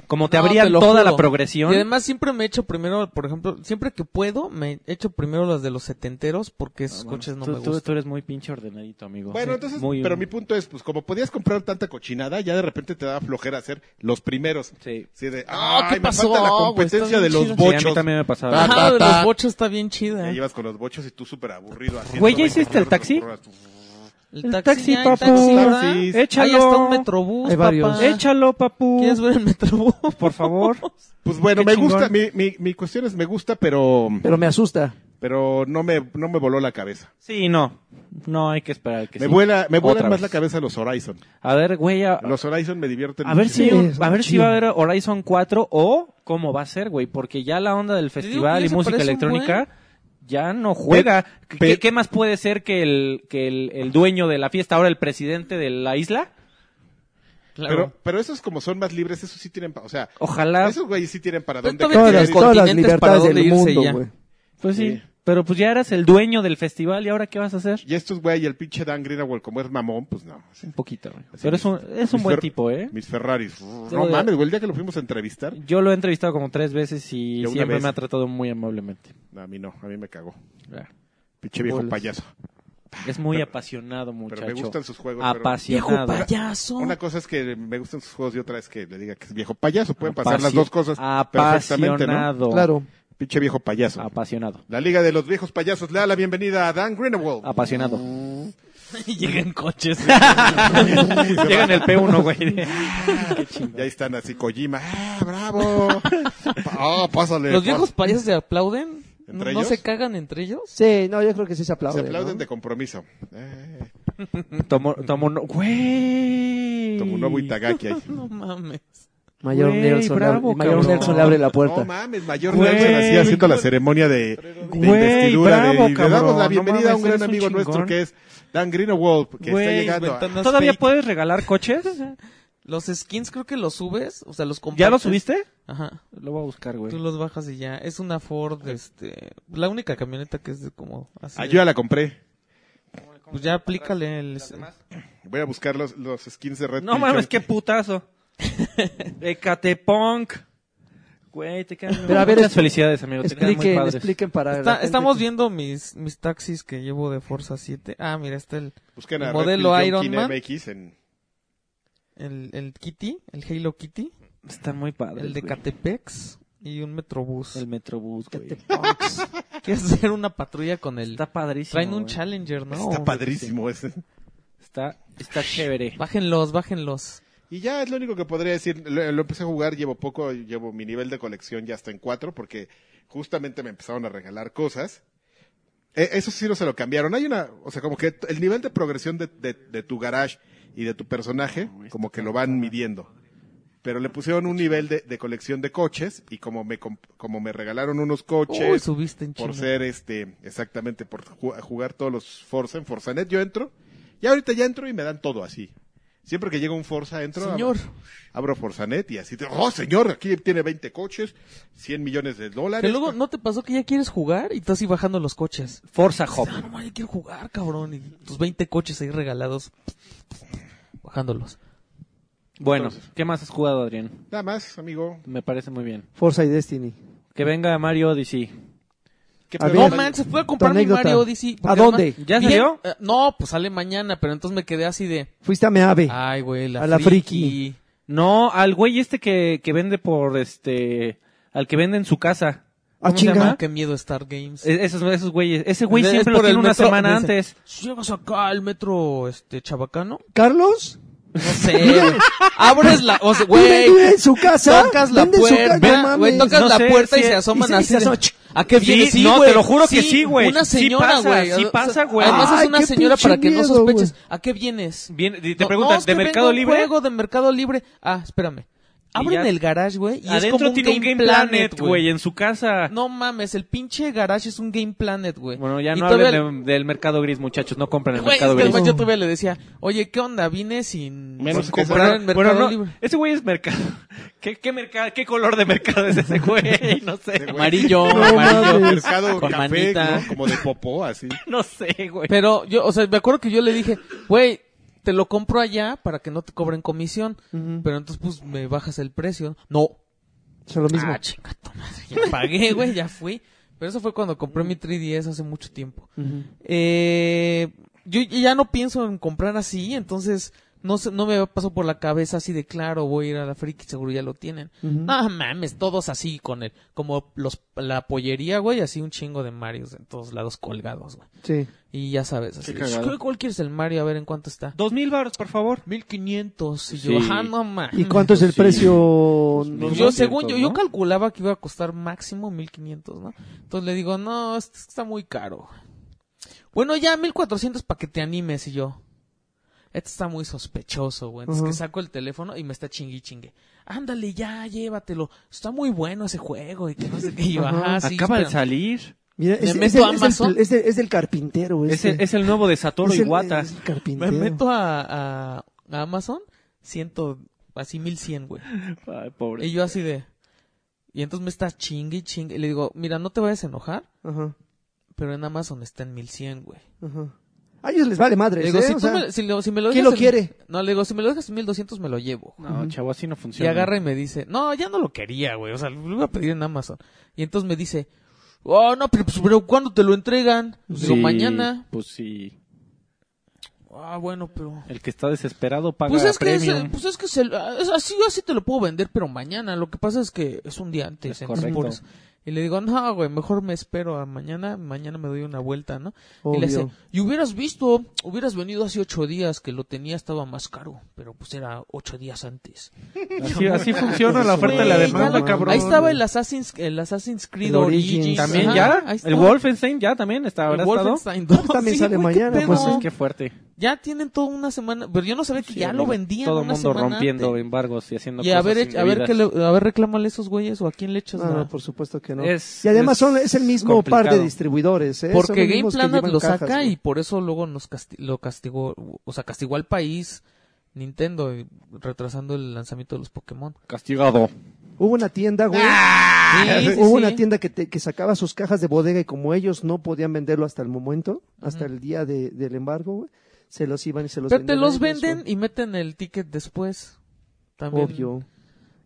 D: Como te
C: No,
D: abrían
C: lo
D: toda
C: juro.
D: la progresión.
C: Y además siempre me echo primero, por ejemplo, siempre que puedo, me echo primero las de los setenteros porque esos
D: Ah, bueno,
C: coches no
D: tú,
C: me
D: tú-
C: gustan.
D: tú eres muy pinche ordenadito, amigo.
B: Bueno,
D: Sí,
B: entonces,
D: muy-
B: pero mi punto es, pues como podías comprar tanta cochinada, ya de repente te daba flojera hacer los primeros.
D: Sí.
B: Así de,
C: Ah, ¿qué
B: "Ay, me
C: pasó?
B: falta la
C: Güey,
B: competencia
C: está
B: de
C: bien
B: los
C: chido".
D: Sí, a mí
B: bochos.
D: también me pasaba.
B: Ta,
C: Ajá,
B: ta,
C: de
B: ta.
C: los bochos está bien chida.
B: Ya llevas con los bochos y tú súper aburrido. haciendo
D: Güey, ¿ya hiciste el taxi?
C: El,
D: El
C: taxi,
D: taxi,
C: hay
D: papu.
C: taxi, ¿verdad?
B: Taxis.
C: Ahí
D: Échalo.
C: está un metrobús,
A: Hay varios.
C: papá.
D: Échalo, papu.
C: ¿Quieres ver el metrobús?
D: Por favor.
B: Pues bueno,
D: Qué
B: me
D: chingón.
B: gusta, mi, mi, mi cuestión es me gusta, pero,
A: Pero me asusta.
B: pero no me, no me voló la cabeza.
D: Sí, no. No, hay que esperar que
B: me
D: sí.
B: vuela, me vuelan
D: Otra
B: más
D: vez.
B: la cabeza los Horizon.
D: A ver, güey, a,
B: Los Horizon me divierten.
D: a ver si
A: Sí,
D: a ver si
A: chido.
D: va a haber Horizon 4 o cómo va a ser, güey, porque ya la onda del
C: digo
D: festival
C: que ya
D: y
C: se
D: música
C: parece un
D: electrónica ya no juega.
B: Pe-
D: ¿Qué,
B: pe-
D: qué más puede ser que el que el, el dueño de la fiesta, ahora el presidente de la isla?
B: Pero, pero esos como son más libres, esos sí tienen, pa- o sea,
D: Ojalá.
B: esos güeyes sí tienen para
C: Pero
B: dónde.
C: todavía
A: Todas
B: caer.
C: tienes
A: las, todas las
C: continentes para
A: libertades
C: dónde
A: del
C: irse
A: mundo,
C: ya.
A: güey.
D: Pues sí,
B: Sí.
D: pero pues ya eras el dueño del festival y ahora qué vas a hacer?
B: Y estos güey y el pinche Dan Greenaway como es mamón, pues no. sí.
D: Un poquito. güey.
B: Así
D: Pero
B: es.
D: es un es un
B: Mis
D: buen
B: Fer-
D: tipo, ¿eh?
B: Mis Ferraris. No
D: Yo-
B: mames, güey, el día que lo fuimos a entrevistar,
D: Yo lo he entrevistado como tres veces y
B: Yo una
D: siempre
B: vez.
D: me ha tratado muy amablemente.
B: a mí no, a mí me cagó.
D: Ya.
B: Pinche viejo
D: Bolas.
B: payaso.
D: Es muy
B: Pero-
D: apasionado, muchacho.
B: Pero me gustan sus juegos. pero-
D: apasionado.
E: payaso.
B: Una cosa es que me gustan sus juegos y otra es que le diga que es viejo payaso. Pueden pasar las dos cosas perfectamente, ¿no?
D: Apasionado.
A: Claro.
B: Pinche viejo payaso.
D: Apasionado.
B: La Liga de los Viejos Payasos le da la bienvenida a Dan Greenwald.
D: Apasionado.
C: Llegan coches.
D: Llega en el P1, güey. Ah, Qué
B: Y
D: chingada.
B: ahí están así, Kojima. ¡Ah, bravo! ¡Ah, pásale!
C: ¿Los
B: pas-
C: viejos payasos se aplauden? ¿No
B: ¿Entre
C: no
B: ellos?
C: se cagan entre ellos?
A: Sí, no, yo creo que sí se
B: Se
A: aplauden.
B: aplauden
A: ¿no?
B: de compromiso. Eh,
D: Tomo, tomo no, güey.
B: como un nuevo Itagaki ahí.
C: No mames.
A: Mayor,
D: Güey,
A: Nelson, le
D: bravo,
A: abre, Mayor
D: cabrón.
A: Nelson le abre la
B: No
A: puerta.
B: mames, Mayor
D: Güey.
B: Nelson así haciendo la ceremonia de, de
D: Güey,
B: investidura. de-
D: bravo,
B: y le
D: cabrón,
B: damos la
D: no
B: bienvenida a un
D: mames,
B: gran
D: eres un
B: amigo nuestro
D: chingón.
B: que es Dan Greenwald, que
D: Güey,
B: está llegando. a-
C: ventanas
D: ¿Todavía
C: fake.
D: puedes regalar coches?
C: Los skins creo que los subes, o sea, los compartes.
D: ¿Ya lo subiste?
C: Ajá.
D: Lo voy a buscar, güey.
C: Tú los bajas y ya. Es una Ford, este... La única camioneta que es de como... Así
B: Ah,
C: de-
B: yo ya la compré.
C: Pues ya aplícale el...
B: Voy a buscar los, los skins de Red
D: No
B: Pill
D: mames,
B: Junkie.
D: qué putazo. Ecatepunk. Güey, te quedan
A: Pero a ver,
D: muchas
A: es-
D: felicidades, amigo. Te quedan muy
A: Expliquen,
D: padres.
A: expliquen para. la
C: Está-
A: gente
C: estamos
A: que-
C: viendo mis, mis taxis que llevo de Forza 7. Ah, mira, está el,
B: Busquen a Red
C: modelo
B: Pill
C: Iron
B: Junkie
C: Man.
B: MX en-
C: el, el Kitty, el Halo Kitty,
D: Están muy padres.
C: el de
D: güey.
C: Catepex y un Metrobús.
D: El Metrobús, güey.
A: Punks.
C: Quieres hacer una patrulla con el...
D: Está padrísimo.
C: Traen un
D: güey.
C: Challenger, ¿no?
B: Está padrísimo ese.
D: Está, está chévere.
C: Bájenlos, bájenlos.
B: Y ya es lo único que podría decir. Lo, lo empecé a jugar, llevo poco, llevo mi nivel de colección ya está en cuatro, porque justamente me empezaron a regalar cosas. Eh, eso sí no se lo cambiaron. Hay una, o sea, como que t- el nivel de progresión de, de- de tu garage y de tu personaje, como que lo van midiendo. Pero le pusieron un nivel de, de colección de coches y como me, comp- como me regalaron unos
C: Uy,
B: coches
C: subiste en
B: por
C: chino.
B: ser este, exactamente, por ju- jugar todos los Forza. En Forzanet yo entro, y ahorita ya entro y me dan todo así. Siempre que llega un Forza entro. abro-
C: Señor,
B: Abro Forzanet y así, te- oh señor, aquí tiene 20 coches, 100 millones de
C: que
B: dólares.
C: luego no te pasó que ya quieres jugar y estás así bajando los coches.
D: Forza Hop.
C: Ah, no, mames, ya quiero jugar, cabrón. Y tus 20 coches ahí regalados. Bajándolos.
D: Bueno,
B: Entonces.
D: ¿qué más has jugado, Adrián?
B: Nada más, amigo.
D: Me parece muy bien.
A: Forza y Destiny.
D: Que venga Mario Odyssey.
B: ¿Qué
A: A
C: No
A: ver.
C: man, se puede comprar
A: Tu
C: mi
A: anécdota.
C: Mario Odyssey. porque
A: ¿A dónde?
C: además-
D: ¿Ya
C: Bien,
D: salió?
C: eh, no, pues sale mañana, pero entonces me quedé así de.
A: Fuiste a Meave.
C: Ay, güey, la
A: A la
C: friki.
D: No, al güey este que, que vende por este. Al que vende en su casa.
A: Ah,
D: ¿Cómo se
A: chinga.
D: llama?
C: Qué miedo Star Games.
D: E- Esos, esos güeyes. Ese güey
C: Es
D: siempre
C: por
D: lo
C: el
D: tiene una
C: metro,
D: semana
C: dice, "Pues
D: antes.
C: Llegas acá al metro este chabacano.
A: ¿Carlos?
C: No sé. güey. Abres la, o sea,
A: Güey, vive
C: güey.
A: en su casa.
C: Tocas la
A: vende en su casa, no
C: puerta,
A: mames.
C: güey, tocas
D: No
C: la
D: sé,
C: puerta y
D: sí,
C: se asoman
A: y sí,
C: así.
A: se
C: de-
A: asoman, ch-
C: ¿A qué viene?
D: Sí,
C: Sí,
D: no,
C: güey.
D: te lo juro que sí, güey.
C: Una
D: Sí
C: señora,
D: pasa,
C: güey.
D: sí
C: O sea,
D: pasa, güey.
C: Además
A: Ay,
C: es una
A: qué
C: señora para
A: pinche
C: que no
A: miedo,
C: sospeches.
A: güey.
C: ¿A qué vienes?
D: Bien, y te
C: No,
D: preguntan,
C: no, es
D: ¿de
C: que vengo a
D: Mercado
C: un
D: Libre?
C: juego de Mercado Libre. Ah, espérame.
D: Y
C: Abren
D: ya-
C: el garage, güey, y es como
D: Adentro
C: un
D: tiene
C: Game,
D: un Game Planet, güey,
C: güey.
D: en su casa.
C: No mames, el pinche garage es un Game Planet, güey.
D: Bueno, ya
C: Y
D: no
C: todavía-
D: hablen de- del mercado gris, muchachos. No compren el
C: Güey,
D: mercado
C: es que
D: gris.
C: el güey yo todavía le decía, oye, ¿qué onda? Vine sin,
B: Menos
C: sin
B: que
C: comprar
B: sea-
C: en Mercado
D: bueno, no,
C: Libre.
D: ese güey es mercado. ¿Qué, qué, mercado, ¿Qué color de mercado es ese güey? No sé.
B: Ese güey.
C: Amarillo,
A: No
C: amarillo.
A: mames.
B: Mercado
C: Con
B: café,
C: manita.
B: ¿no? Como de popó, así.
D: No sé, güey.
C: Pero yo, o sea, me acuerdo que yo le dije, güey, te lo compro allá para que no te cobren comisión. Pero entonces, pues, me bajas el precio. No.
A: Es lo mismo.
C: Ah, chinga tu madre. Ya pagué, güey, ya fui. Pero eso fue cuando compré mi 3DS hace mucho tiempo. Eh, yo ya no pienso en comprar así, entonces no sé, no me pasó por la cabeza así de claro, voy a ir a la friki, seguro ya lo tienen. No mames, todos así con el, como los, la pollería, güey, así un chingo de Marios en todos lados colgados, güey.
A: Sí.
C: Y ya sabes, así,
B: Qué cagado.
C: "Sh, ¿cuál quieres el Mario? A ver, ¿en cuánto está?
D: Dos mil baros, por favor.
C: 1500. Y
D: Sí.
C: yo, ajá, no mames.
A: ¿Y cuánto es el
B: Sí.
A: precio?
B: Pues,
A: No,
B: mil.
C: Yo, según
B: 900,
C: yo, yo
B: ¿no?
C: calculaba que iba a costar máximo 1500, ¿no? Entonces le digo, no, esto está muy caro. Bueno, ya 1400 para que te animes. Y yo, esto está muy sospechoso, güey. Entonces
A: Ujú.
C: que saco el teléfono y me está chingui chingue. Ándale, ya, llévatelo. Está muy bueno ese juego. Y que no sé qué. Y yo,
A: Ajá.
C: ajá, Ah, sí.
D: Acaba de
C: espérame".
D: salir.
A: Mira,
C: Me
A: es, es
C: meto
A: el-
C: a
A: es el-
C: Amazon.
A: es el- es del carpintero.
D: Es
A: Este.
D: el, es el nuevo de Satoru
A: Es el-
D: Iwata.
A: es el carpintero.
C: Me meto a, a, a Amazon, ciento, así 1100, güey.
D: Ay, pobre.
C: Y yo así de... Y entonces me está chingue y chingue. Y le digo, mira, no te vayas a enojar,
A: Ajá,
C: pero en Amazon está en 1100, güey.
A: ajá. A ellos les vale madre.
C: Le digo,
A: ¿eh?
C: si,
A: O
C: tú
A: sea,
C: me, si lo, si me lo
A: ¿quién
C: dejas
A: lo
C: en-
A: quiere?
C: No, le digo, si me lo dejas en 1200 me lo llevo.
D: No, chavo, así no
C: y
D: funciona.
C: agarra y me dice, no, ya no lo quería, güey. O sea, lo iba a pedir en Amazon. Y entonces me dice, oh, no, pero, pues, pero ¿cuándo te lo entregan? Le
D: Sí,
C: Digo, mañana.
D: Pues sí.
C: Ah, bueno, pero...
D: El que está desesperado paga
C: Pues es, que es,
D: premium.
C: pues es que se- ah, es así, así te lo puedo vender, pero mañana. Lo que pasa es que es un día antes.
D: Es
C: entonces,
D: correcto.
C: por eso. Y le digo, no, güey, mejor me espero a mañana. Mañana me doy una vuelta, ¿no? Y le
A: obvio.
C: hace, y hubieras visto, hubieras venido hace ocho días que lo tenía, estaba más caro, pero pues era ocho días antes.
D: Así, así funciona la oferta y la
C: Pues Güey, ya
D: demanda,
C: lo-
D: cabrón.
C: Ahí estaba el Assassin's, el Assassin's Creed
A: El Origins.
C: Origins.
D: También
C: Ajá,
D: ya.
C: ahí
D: El
C: estaba.
D: Wolfenstein ya también está,
C: El
D: ¿habrá estado?
C: Wolfenstein 2.
A: También sale
C: güey, qué
A: mañana,
C: pedo.
A: pues, sí.
D: Qué fuerte.
C: Ya tienen toda una semana, pero yo no sabía que
D: Sí,
C: ya lo vendían
D: Todo el
C: una
D: mundo
C: semana
D: rompiendo
C: antes.
D: embargos y haciendo
C: Y a ver,
D: cosas
C: echa- a ver,
D: indebidas.
C: que le- a ver, reclámale a esos güeyes o a quién le echas
A: No, pues,
C: la-
A: no, por supuesto que no.
D: Es-
A: y además
D: es
A: son, es el mismo par
D: complicado.
A: de distribuidores. ¿eh? Son
C: Porque
A: los
C: Game
A: mismos que
C: Planet
A: llevan
C: lo
A: cajas,
C: saca
A: güey.
C: y por eso luego nos casti- lo castigó, o sea, castigó al país Nintendo eh, retrasando el lanzamiento de los Pokémon.
D: Castigado.
A: Hubo una tienda, güey.
C: Ah, Sí, sí,
A: Ah, Hubo
C: sí.
A: una tienda que, te- que sacaba sus cajas de bodega y como ellos no podían venderlo hasta el momento, hasta el día de- del embargo, güey, se los iban y se los
C: Pero te
A: vendían
C: los
A: ellos,
C: venden
A: güey.
C: y meten el ticket después. También.
A: Obvio.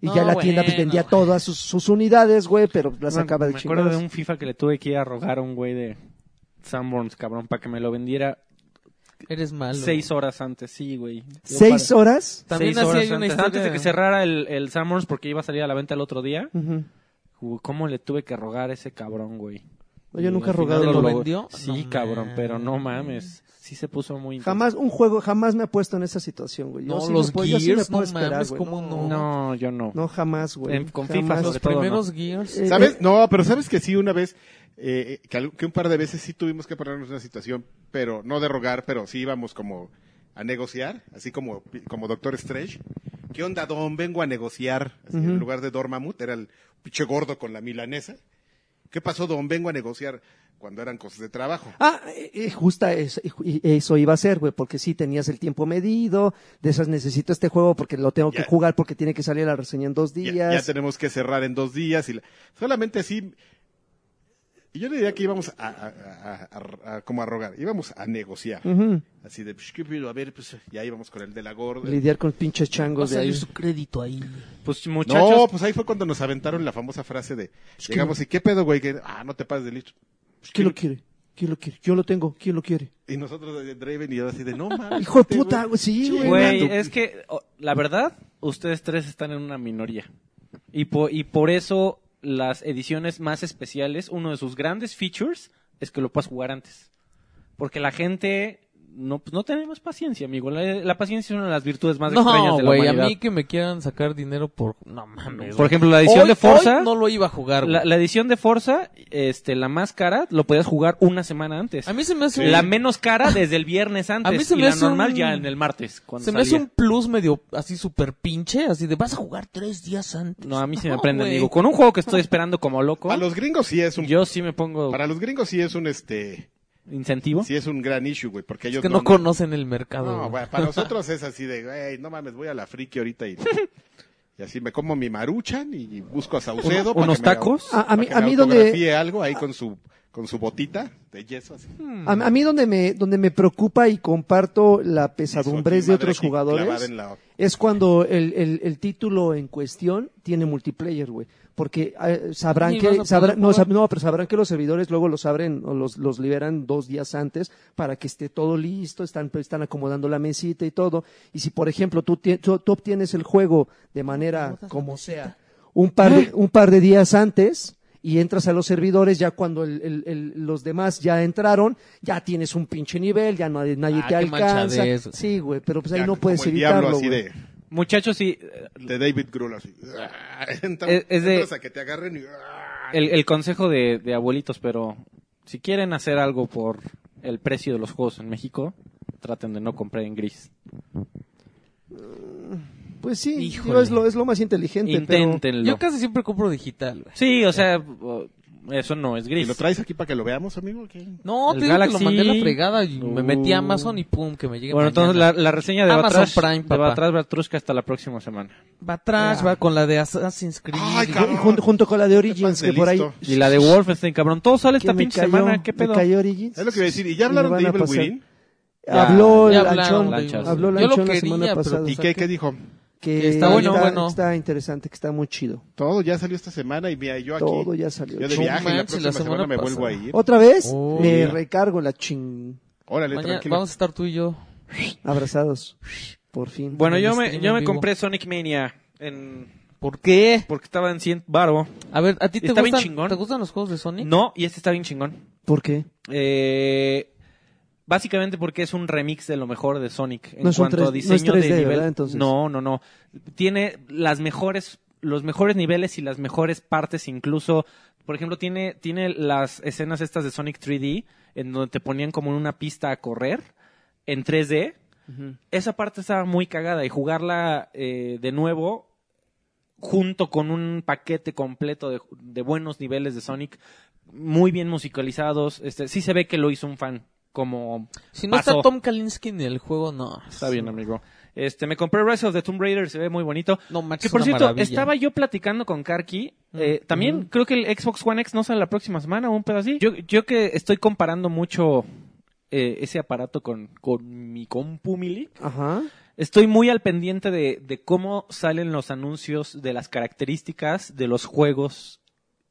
A: Y
C: No,
A: ya la tienda pues,
C: bueno,
A: vendía
C: güey.
A: todas sus, sus unidades, güey, pero las
D: Me-
A: sacaba de
D: Me acuerdo de
A: chingados.
D: un FIFA que le tuve que ir a rogar a un güey de Sanborns, cabrón, para que me lo vendiera
C: Eres malo.
D: seis horas antes. Sí, güey. Yo
A: ¿Seis
D: para-
A: horas?
C: También así
D: seis horas
C: hay una
D: antes,
C: historia.
D: antes de que cerrara el, el Sanborns porque iba a salir a la venta el otro día.
A: Ujú.
D: Uy, ¿Cómo le tuve que rogar a ese cabrón, güey?
A: No, yo
D: Y
A: nunca he
D: al final
A: rogado.
C: ¿Lo
A: güey.
C: vendió?
D: Sí,
C: No
D: cabrón, pero no
C: mames.
D: mames. Sí se puso muy... intenso.
A: Jamás, un juego, jamás me ha puesto en esa situación, güey. Yo
C: No,
A: sí me
C: los
A: puedo- yo sí me
C: Gears,
A: puedo
C: no mames,
A: güey.
C: ¿cómo no?
D: No, yo no.
A: No, jamás, güey.
D: En- con
A: Jamás.
D: FIFA
C: Los
D: sobre todo,
C: primeros Gears.
A: Eh,
B: ¿Sabes? No, pero sabes que sí, una vez, eh, que, al- que un par de veces sí tuvimos que pararnos en una situación, pero no de rogar, pero sí íbamos como a negociar, así como, como Doctor Strange. ¿Qué onda, Don? Vengo a negociar. Así, En lugar de Dormamut, era el pinche gordo con la milanesa. ¿Qué pasó, Don? Vengo a negociar cuando eran cosas de trabajo.
A: Ah, eh, eh, justa eso, y ju- y eso iba a ser, güey, porque sí tenías el tiempo medido, de esas necesito este juego porque lo tengo
B: Ya.
A: que jugar porque tiene que salir la reseña en dos
B: Ya,
A: días.
B: ya tenemos que cerrar en dos días. y la- Solamente así. Y yo le diría que íbamos a, a- a- a- a- como a rogar, íbamos a negociar.
A: Ujú.
B: Así de, pues, ¿qué pido? A ver, pues, ya íbamos con el de la gorda.
A: Lidiar con pinches changos de ahí.
E: crédito ahí.
D: Pues
B: No,
D: muchachos,
B: pues ahí fue cuando nos aventaron la famosa frase de, llegamos y, ¿qué pedo, güey? Que, ah, no te pases de listo.
A: Pues, ¿Quién lo quiere? ¿Quién lo quiere? Yo lo tengo. ¿Quién lo quiere?
B: Y nosotros, eh, Draven y yo así de, no mames.
A: Hijo de
B: este,
A: puta, güey. Sí, güey.
D: güey,
B: Fernando.
D: es que o- la verdad, ustedes tres están en una minoría. Y por, y por eso las ediciones más especiales, uno de sus grandes features es que lo puedas jugar antes. Porque la gente no, pues no tenemos paciencia, amigo. La, la paciencia es una de las virtudes más extrañas
C: No,
D: de la
C: güey, a
D: humanidad.
C: mí que me quieran sacar dinero por... No mames.
D: Por
C: güey.
D: ejemplo, la edición
C: Hoy-
D: de Forza,
C: hoy no lo iba a jugar, güey.
D: la, la edición de Forza, este, la más cara, lo podías jugar una semana antes.
C: A mí se me hace...
D: La
C: un-
D: menos cara desde el viernes antes.
C: A mí se
D: y
C: me
D: la
C: hace
D: normal
C: un-
D: ya en el martes. Cuando
C: Se me hace
D: salía.
C: un plus medio así súper pinche, así de vas a jugar tres días antes.
D: No, a mí se me
C: No,
D: aprende,
C: güey.
D: amigo. Con un juego que estoy esperando como loco,
B: Para los gringos sí es un,
D: yo sí me pongo
B: para los gringos sí es un, este,
D: incentivo.
B: sí es un gran issue, güey, porque
C: Es
B: ellos
C: que no,
B: no,
C: conocen el mercado.
B: No,
C: güey.
B: bueno, para nosotros es así de, güey, no mames, voy a la friki ahorita y, y así me como mi maruchan y, y busco a Saucedo.
D: Uno-
B: para
D: unos
B: que me-
D: tacos.
B: para
A: A- a mí-
B: que
A: a
B: me
A: mí donde-
B: autografíe algo ahí con su, con su botita de yeso. así.
A: A, a mí donde me, donde me preocupa y comparto la
B: Y
A: pesadumbre
B: su
A: de otros
B: madre aquí clavada
A: jugadores
B: en la-
A: es cuando el, el- el título en cuestión tiene multiplayer, güey. Porque eh, sabrán
C: Y vas a
A: que,
C: poder
A: sabrán, no,
C: jugar.
A: sab- no, pero sabrán que los servidores luego los abren o los, los liberan dos días antes para que esté todo listo, están, pues, están acomodando la mesita y todo. Y si, por ejemplo, tú, tie- tú, tú obtienes el juego de manera como sea, un par, de, un par de días antes y entras a los servidores, ya cuando el- el- el- los demás ya entraron, ya tienes un pinche nivel, ya nadie, nadie
C: Ah,
A: te
C: qué
A: alcanza.
C: manchadez.
A: Sí, güey, pero pues ahí
B: ya
A: no puedes
B: como el
A: evitarlo.
B: diablo, así
A: güey.
B: de,
D: Muchachos, sí, eh,
B: de David Grull, así. Entra-
D: Es- es de-
B: entras a que te agarren y... Ah.
D: el, el consejo de, de abuelitos, pero si quieren hacer algo por el precio de los juegos en México, traten de no comprar en gris.
A: Pues sí,
C: Híjole.
A: digo, es, lo, es lo más inteligente. Pero,
D: Inténtenlo.
C: Yo casi siempre compro digital, güey.
D: Sí, o sea, o- eso no es
B: ¿Y
D: gris.
B: lo traes aquí para que lo veamos, amigo? ¿Qué?
C: No,
D: El
C: te digo que lo
D: Galaxy.
C: mandé a la fregada y me metí a
D: Uh.
C: Amazon y pum, que me llegue
D: Bueno, entonces la,
C: mañana.
D: la reseña de
C: Amazon
D: Batrash,
C: Prime,
D: de
C: papá.
D: Batrash Batrushka hasta la próxima semana.
C: Va trash, va con la de Assassin's Creed.
B: Ay,
C: güey.
B: cabrón.
A: y junto, junto con la de Origins,
B: Qué
A: que por ahí.
B: listo.
D: Y la de Wolfenstein, cabrón. Todo sale esta
A: que me
D: pinche
A: cayó-
D: semana. ¿Qué
A: me
D: pedo?
A: cayó Origins.
B: Es lo que iba a decir. ¿Y
A: Y
B: ya
A: lo
B: hablaron
A: van
B: de
A: a
B: Evil
A: pasar.
B: Within?
D: Ya,
A: Habló
C: ya
A: Lanchón,
C: hablaron de-
D: Lanchas.
A: habló
C: Yo lo
A: Lanchón la
C: quería,
A: semana
C: pero
A: pasada.
B: ¿Y qué, qué dijo?
A: Que
C: está
A: está,
C: bueno, bueno.
A: está interesante, que está muy chido.
B: Todo ya salió esta semana y mira, yo aquí.
A: Todo ya salió.
B: Yo de
C: No
B: viaje, la
C: manches,
B: próxima
C: la
B: semana,
C: semana
B: me vuelvo a
C: pasada.
B: ir.
A: Otra vez
C: Oh.
A: le recargo la ching.
B: Órale,
C: Mañana
B: tranquilo.
C: vamos a estar tú y yo.
A: Abrazados. Por fin.
D: Bueno,
C: En
D: yo
C: el
D: me,
C: stream Este,
D: yo
C: en
D: me
C: vivo.
D: compré Sonic Mania en...
C: ¿Por qué?
D: porque estaba en 100 baro.
C: A ver, ¿a ti te
D: Está bien
C: gustan,
D: chingón.
C: ¿te gustan los juegos de Sonic?
D: No, y este está bien chingón.
A: ¿Por qué?
D: Eh, básicamente porque es un remix de lo mejor de Sonic en
A: No es un
D: cuanto a
A: 3D,
D: diseño
A: no es 3D,
D: de nivel.
A: ¿verdad, entonces?
D: No, no, no. Tiene las mejores, los mejores niveles y las mejores partes incluso. Por ejemplo, tiene, tiene las escenas estas de Sonic 3D en donde te ponían como en una pista a correr en 3D. Esa parte estaba muy cagada y jugarla eh, de nuevo junto con un paquete completo de, de buenos niveles de Sonic, muy bien musicalizados. Este, sí se ve que lo hizo un fan, como
C: Si no
D: pasó.
C: está Tom Kalinski en el juego, no.
D: está bien, amigo. Ah, Este, me compré Rise of the Tomb Raider, se ve muy bonito.
C: No, macho,
D: Que
C: es
D: por
C: una
D: cierto,
C: maravilla.
D: estaba yo platicando con Karki. eh, también creo que el Xbox One X no sale la próxima semana o un pedo así. Yo, yo que estoy comparando mucho eh, ese aparato con, con mi compu Mili.
A: Ajá.
D: Estoy muy al pendiente de, de cómo salen los anuncios de las características de los juegos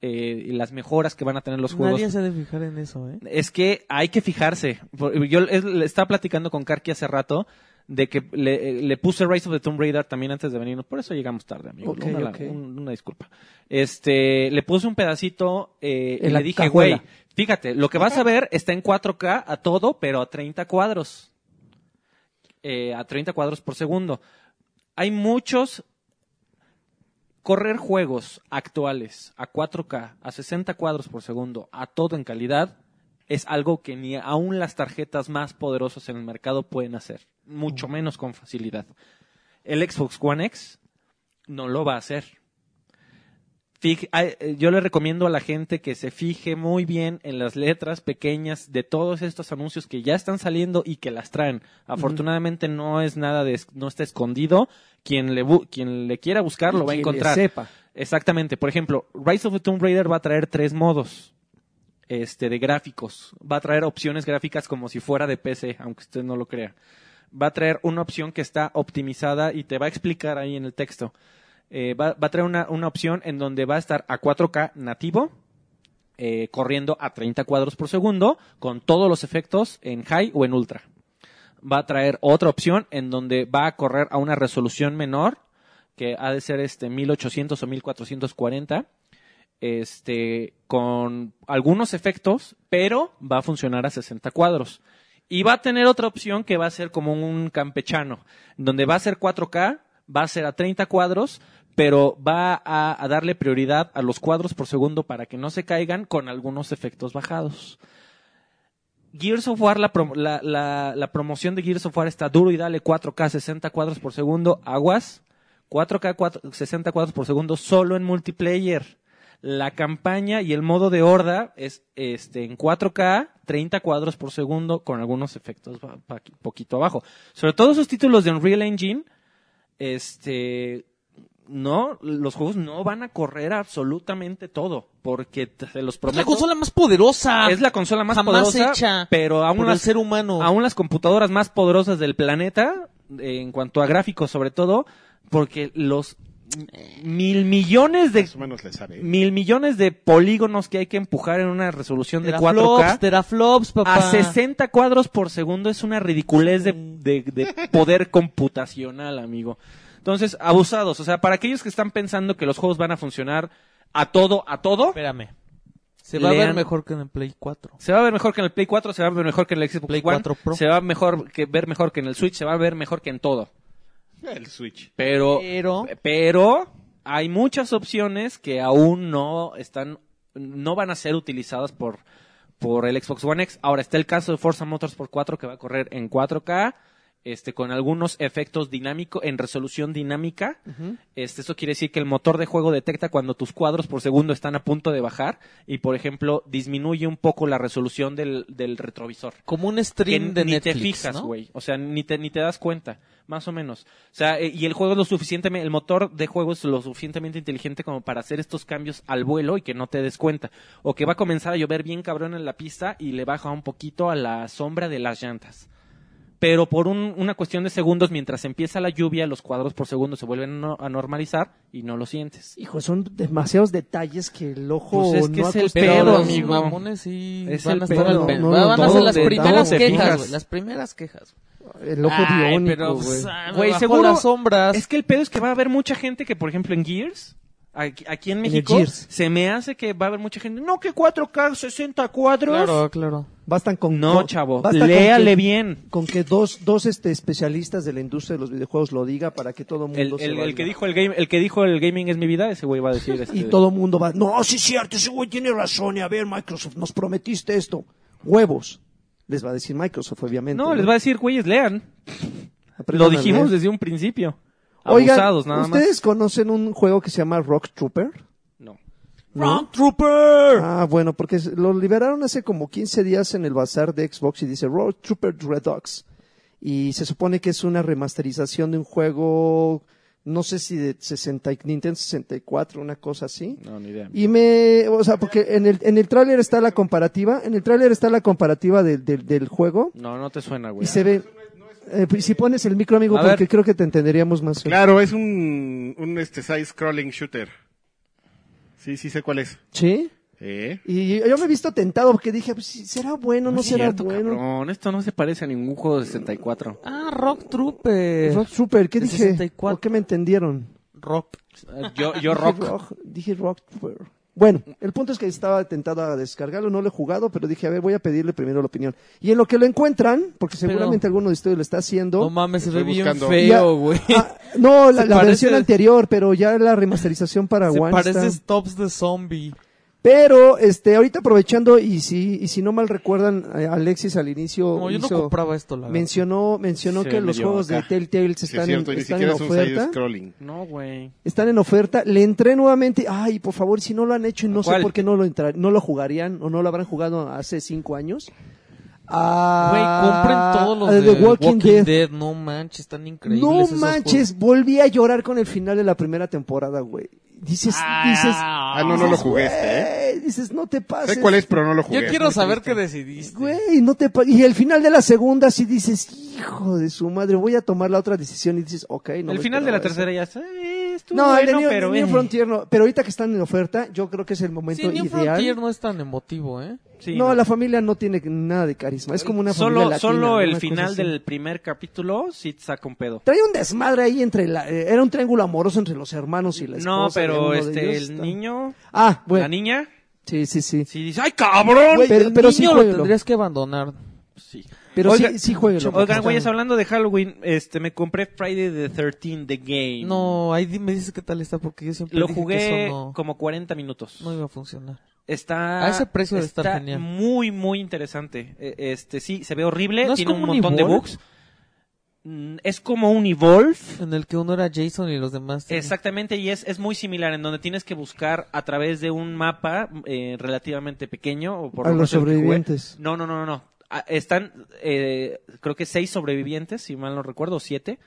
D: eh, y las mejoras que van a tener los juegos.
C: Nadie se ha de fijar en eso, ¿eh?
D: Es que hay que fijarse. Por- Yo es- le estaba platicando con Karki hace rato de que le, eh, le puse Rise of the Tomb Raider también antes de venirnos. Por eso llegamos tarde, amigo.
A: Ok,
D: una,
A: ok.
D: un- una disculpa. Este, le puse un pedacito eh, y
A: En la
D: le dije,
A: cajuela.
D: güey, fíjate, lo que vas a ver está en 4K a todo, pero a 30 cuadros. Eh, a 30 cuadros por segundo. Hay muchos correr juegos actuales a 4K, a 60 cuadros por segundo, a todo en calidad, es algo que ni aún las tarjetas más poderosas en el mercado pueden hacer, mucho menos con facilidad. El Xbox One X no lo va a hacer. Fij- ay, eh, Yo le recomiendo a la gente que se fije muy bien en las letras pequeñas de todos estos anuncios que ya están saliendo y que las traen. Afortunadamente no es nada de, es- no está escondido. Quien le, bu- quien le quiera buscar lo va a
A: Quien le
D: encontrar.
A: Sepa.
D: Exactamente. Por ejemplo, Rise of the Tomb Raider va a traer tres modos. este, de gráficos. Va a traer opciones gráficas como si fuera de PC, aunque usted no lo crea. Va a traer una opción que está optimizada y te va a explicar ahí en el texto. Eh, va, va a traer una, una opción en donde va a estar a 4K nativo, eh, corriendo a 30 cuadros por segundo, con todos los efectos en high o en ultra. Va a traer otra opción en donde va a correr a una resolución menor, que ha de ser este 1800 o 1440 este, con algunos efectos, pero va a funcionar a 60 cuadros. Y va a tener otra opción que va a ser como un campechano, donde va a ser 4K, va a ser a 30 cuadros, pero va a, a darle prioridad a los cuadros por segundo para que no se caigan con algunos efectos bajados. Gears of War, la, prom- la- la- la promoción de Gears of War está duro y dale 4K 60 cuadros por segundo, aguas, 4K cuatro- 60 cuadros por segundo solo en multiplayer. La campaña y el modo de horda es este en 4K, 30 cuadros por segundo con algunos efectos ba- pa- poquito abajo. Sobre todo esos títulos de Unreal Engine, este no los juegos no van a correr absolutamente todo, porque te- se los
C: Es Pues la
D: prometo.
C: consola más poderosa.
D: es la consola más
C: Ah, jamás
D: poderosa,
C: hecha
D: pero aún
C: por el
D: las-
C: ser humano.
D: aún las computadoras más poderosas del planeta, eh, en cuanto a gráficos sobre todo, porque los m- mil millones de
B: Más o menos le sabe.
A: Mm.
D: mil millones de polígonos que hay que empujar en una resolución de 4K
C: Teraflops, teraflops, papá.
D: a 60 cuadros por segundo es una ridiculez de, de- de poder computacional, amigo. Entonces, abusados. O sea, para aquellos que están pensando que los juegos van a funcionar a todo, a todo,
C: Espérame. Se va a ver
D: Lean-
C: mejor que en el Play 4.
D: Se va a ver mejor que en el Play 4, se va a ver mejor que en el Xbox
C: Play
D: One,
C: 4 Pro.
D: se va a mejor que, ver mejor que en el Switch, se va a ver mejor que en todo.
B: El Switch.
D: Pero,
C: Pero-
D: pero hay muchas opciones que aún no están, no van a ser utilizadas por, por el Xbox One X. Ahora está el caso de Forza Motorsport 4 que va a correr en 4K, este, con algunos efectos dinámicos, en resolución dinámica. Este, eso quiere decir que el motor de juego detecta cuando tus cuadros por segundo están a punto de bajar y, por ejemplo, disminuye un poco la resolución del, del retrovisor.
C: Como un
D: Que
C: stream de
D: ni
C: Netflix,
D: te fijas,
C: ¿no?
D: güey. O sea, ni te, ni te das cuenta, más o menos. O sea, eh, y el juego es lo suficientemente, el motor de juego es lo suficientemente inteligente como para hacer estos cambios al vuelo y que no te des cuenta. O que va a comenzar a llover bien cabrón en la pista y le baja un poquito a la sombra de las llantas. Pero por un- una cuestión de segundos, mientras empieza la lluvia, los cuadros por segundo se vuelven no- a normalizar y no lo sientes.
A: Hijo, son demasiados detalles que el ojo
D: Pues es que
A: no
D: es el
A: acostumbra.
C: Pero
D: pedo,
C: los
D: amigo.
C: mamones sí
D: Es
C: van
D: el
C: a estar al
A: pedo,
C: pen-
A: no,
C: van a
A: no,
C: ser
A: no,
C: las
A: de-
C: primeras
A: no,
D: te
C: quejas,
D: fijas.
C: güey. Las primeras quejas.
A: El ojo
C: Ay,
A: biónico,
C: pero,
A: güey.
C: pues, ah, me
D: Güey,
C: bajó
D: seguro-
C: las sombras.
D: Es que el pedo es que va a haber mucha gente que, por ejemplo, en Gears, aquí, aquí en
A: el
D: México,
A: Gears.
D: se me hace que va a haber mucha gente. No, que 4K, 60 cuadros.
C: Claro, claro.
A: Bastan con
D: No,
A: con-
D: chavo,
A: basta con
D: léale
A: que-
D: bien.
A: Con que dos, dos este, especialistas de la industria de los videojuegos lo diga para que todo mundo
D: El,
A: se
D: el- el
A: valga.
D: que dijo el, game, el que dijo el gaming es mi vida, ese güey va a decir. Este,
A: Y todo mundo va, no, sí es cierto, ese güey tiene razón, y a ver, Microsoft, nos prometiste esto. Huevos, les va a decir Microsoft, obviamente.
D: No, les va a decir, güeyes, lean.
A: Aprendan
D: Lo
A: a
D: dijimos
A: leer.
D: desde un principio.
A: Oigan,
D: Abusados, nada
A: ¿ustedes conocen un juego que se llama Rock Trooper?
D: más. No.
A: ¿No?
D: Trooper!
A: Ah, bueno, porque s- lo liberaron hace como 15 días en el bazar de Xbox y dice Road Trooper Redux. Y se supone que es una remasterización de un juego, no sé si de 60, y- Nintendo 64, una cosa así.
D: No, ni idea.
A: Y me, o sea, porque en el, en el tráiler está la comparativa, en el tráiler está la comparativa del, del, del juego
D: No, no te suena,
A: y
D: güey.
A: se ve, eh, pues, si pones el micro amigo
D: A
A: porque
D: ver.
A: creo que te entenderíamos más.
B: Claro, es un, un este, side-scrolling shooter. Sí, sí sé cuál es.
A: ¿Sí?
B: ¿Eh?
A: Y yo me he visto tentado porque dije, pues, ¿será bueno? ¿No,
D: es
A: será
D: cierto,
A: bueno?
D: cabrón. Esto no se parece a ningún juego de 64.
C: Ah, Rock Trooper.
A: Rock Trooper, Pues, ¿qué
C: de
A: dije?
C: 64.
A: ¿Por qué me entendieron?
C: Rock.
D: Yo,
A: Dije
D: yo rock.
A: rock, dije rock Trooper. Bueno, el punto es que estaba tentado a descargarlo, no lo he jugado, pero dije, a ver, voy a pedirle primero la opinión. Y en lo que lo encuentran, porque
C: Pero-
A: seguramente alguno de ustedes lo está haciendo.
C: No mames, se
B: Estoy
C: ve bien
B: buscando.
A: ya-
C: feo, güey.
A: Ah, no, la,
C: Se
A: la
C: parece-
A: versión anterior, pero ya la remasterización para
C: Se
A: One
C: parece
A: está-
C: Stops de Zombie.
A: Pero, este, ahorita aprovechando, y si, y si no mal recuerdan, eh, Alexis al inicio
C: No, yo no
A: hizo-
C: compraba esto, la verdad.
A: mencionó, mencionó
D: Se
A: que
D: ve
A: los
D: medio
A: juegos de
D: acá.
A: Telltale
B: Sí, es
A: están, en-
B: cierto, y ni
A: están
B: siquiera
A: en
B: es un
A: oferta.
B: side-scrolling.
D: No, güey.
A: están en oferta. Le entré nuevamente. Ay, por favor, si no lo han hecho y no sé
D: ¿Cuál?
A: por qué no lo, entra- no lo jugarían o no lo habrán jugado hace cinco años.
C: Güey, compren
A: Ah,
C: todos los
A: eh,
C: de
A: The Walking, Dead.
C: No manches, están increíbles.
A: No
C: esos
A: manches, volví a llorar con el final de la primera temporada, güey. dices,
D: Ah,
A: dices.
D: ah,
B: Ah, no, no lo
A: dices,
B: jugué este, ¿eh?
A: "Güey", Dices, no te pases.
B: Sé cuál es, pero no lo
C: Yo
B: jugué.
C: quiero saber qué decidiste.
A: Güey, no te pa- Y el final de la segunda, si dices, hijo de su madre, voy a tomar la otra decisión y dices, ok, no. me
D: el final de la
A: esperaba eso".
D: tercera ya está. eh, estuvo
A: No, el de
D: bueno,
A: New,
D: pero.
A: New
D: eh.
A: Frontier no. Pero ahorita que están en oferta, yo creo que es el momento
C: Sí, New
A: ideal.
C: Frontier no es tan emotivo, ¿eh?
D: Sí,
A: no,
D: no.
A: la familia no tiene nada de carisma. Es como una
D: solo,
A: familia latina,
D: solo el
A: una cosa
D: final
A: así.
D: del primer capítulo sí te saca un pedo.
A: Trae un desmadre ahí entre la... eh, era un triángulo amoroso entre los hermanos y la esposa.
D: No,
A: de uno
D: pero
A: de
D: este,
A: ellos,
D: el
A: está-
D: niño,
A: Ah, bueno.
D: la niña,
A: Sí, sí, sí.
D: sí dice, ¡ay, cabrón!
A: Güey, pero-
C: El
A: pero sí
C: niño lo
A: juéguelo.
C: tendrías que abandonar.
D: Sí.
A: Pero
D: Oiga-
A: sí, sí jueguenlo.
D: Oigan, güeyes, hablando de Halloween, este, me compré Friday the 13th, The Game.
C: No, ahí di- me dices qué tal está porque yo siempre
D: Lo
C: dije que
D: jugué
C: eso no,
D: como 40 minutos.
C: no iba a funcionar.
D: Está.
C: A ese precio debe
D: está
C: estar genial.
D: Muy, muy interesante. Eh, Este, sí, se ve horrible.
C: ¿No es
D: tiene un
C: como un
D: montón de
C: Evolve?
D: bugs. Mm, Es como un Evolve.
C: En el que uno era Jason y los demás.
D: Exactamente, y es, es muy similar, en donde tienes que buscar a través de un mapa eh, relativamente pequeño. O por
A: A
D: lo
A: los
D: menos el que jugué.
A: sobrevivientes.
D: No, no, no, no. no. Ah, Están, eh, creo que seis sobrevivientes, si mal no recuerdo, o siete.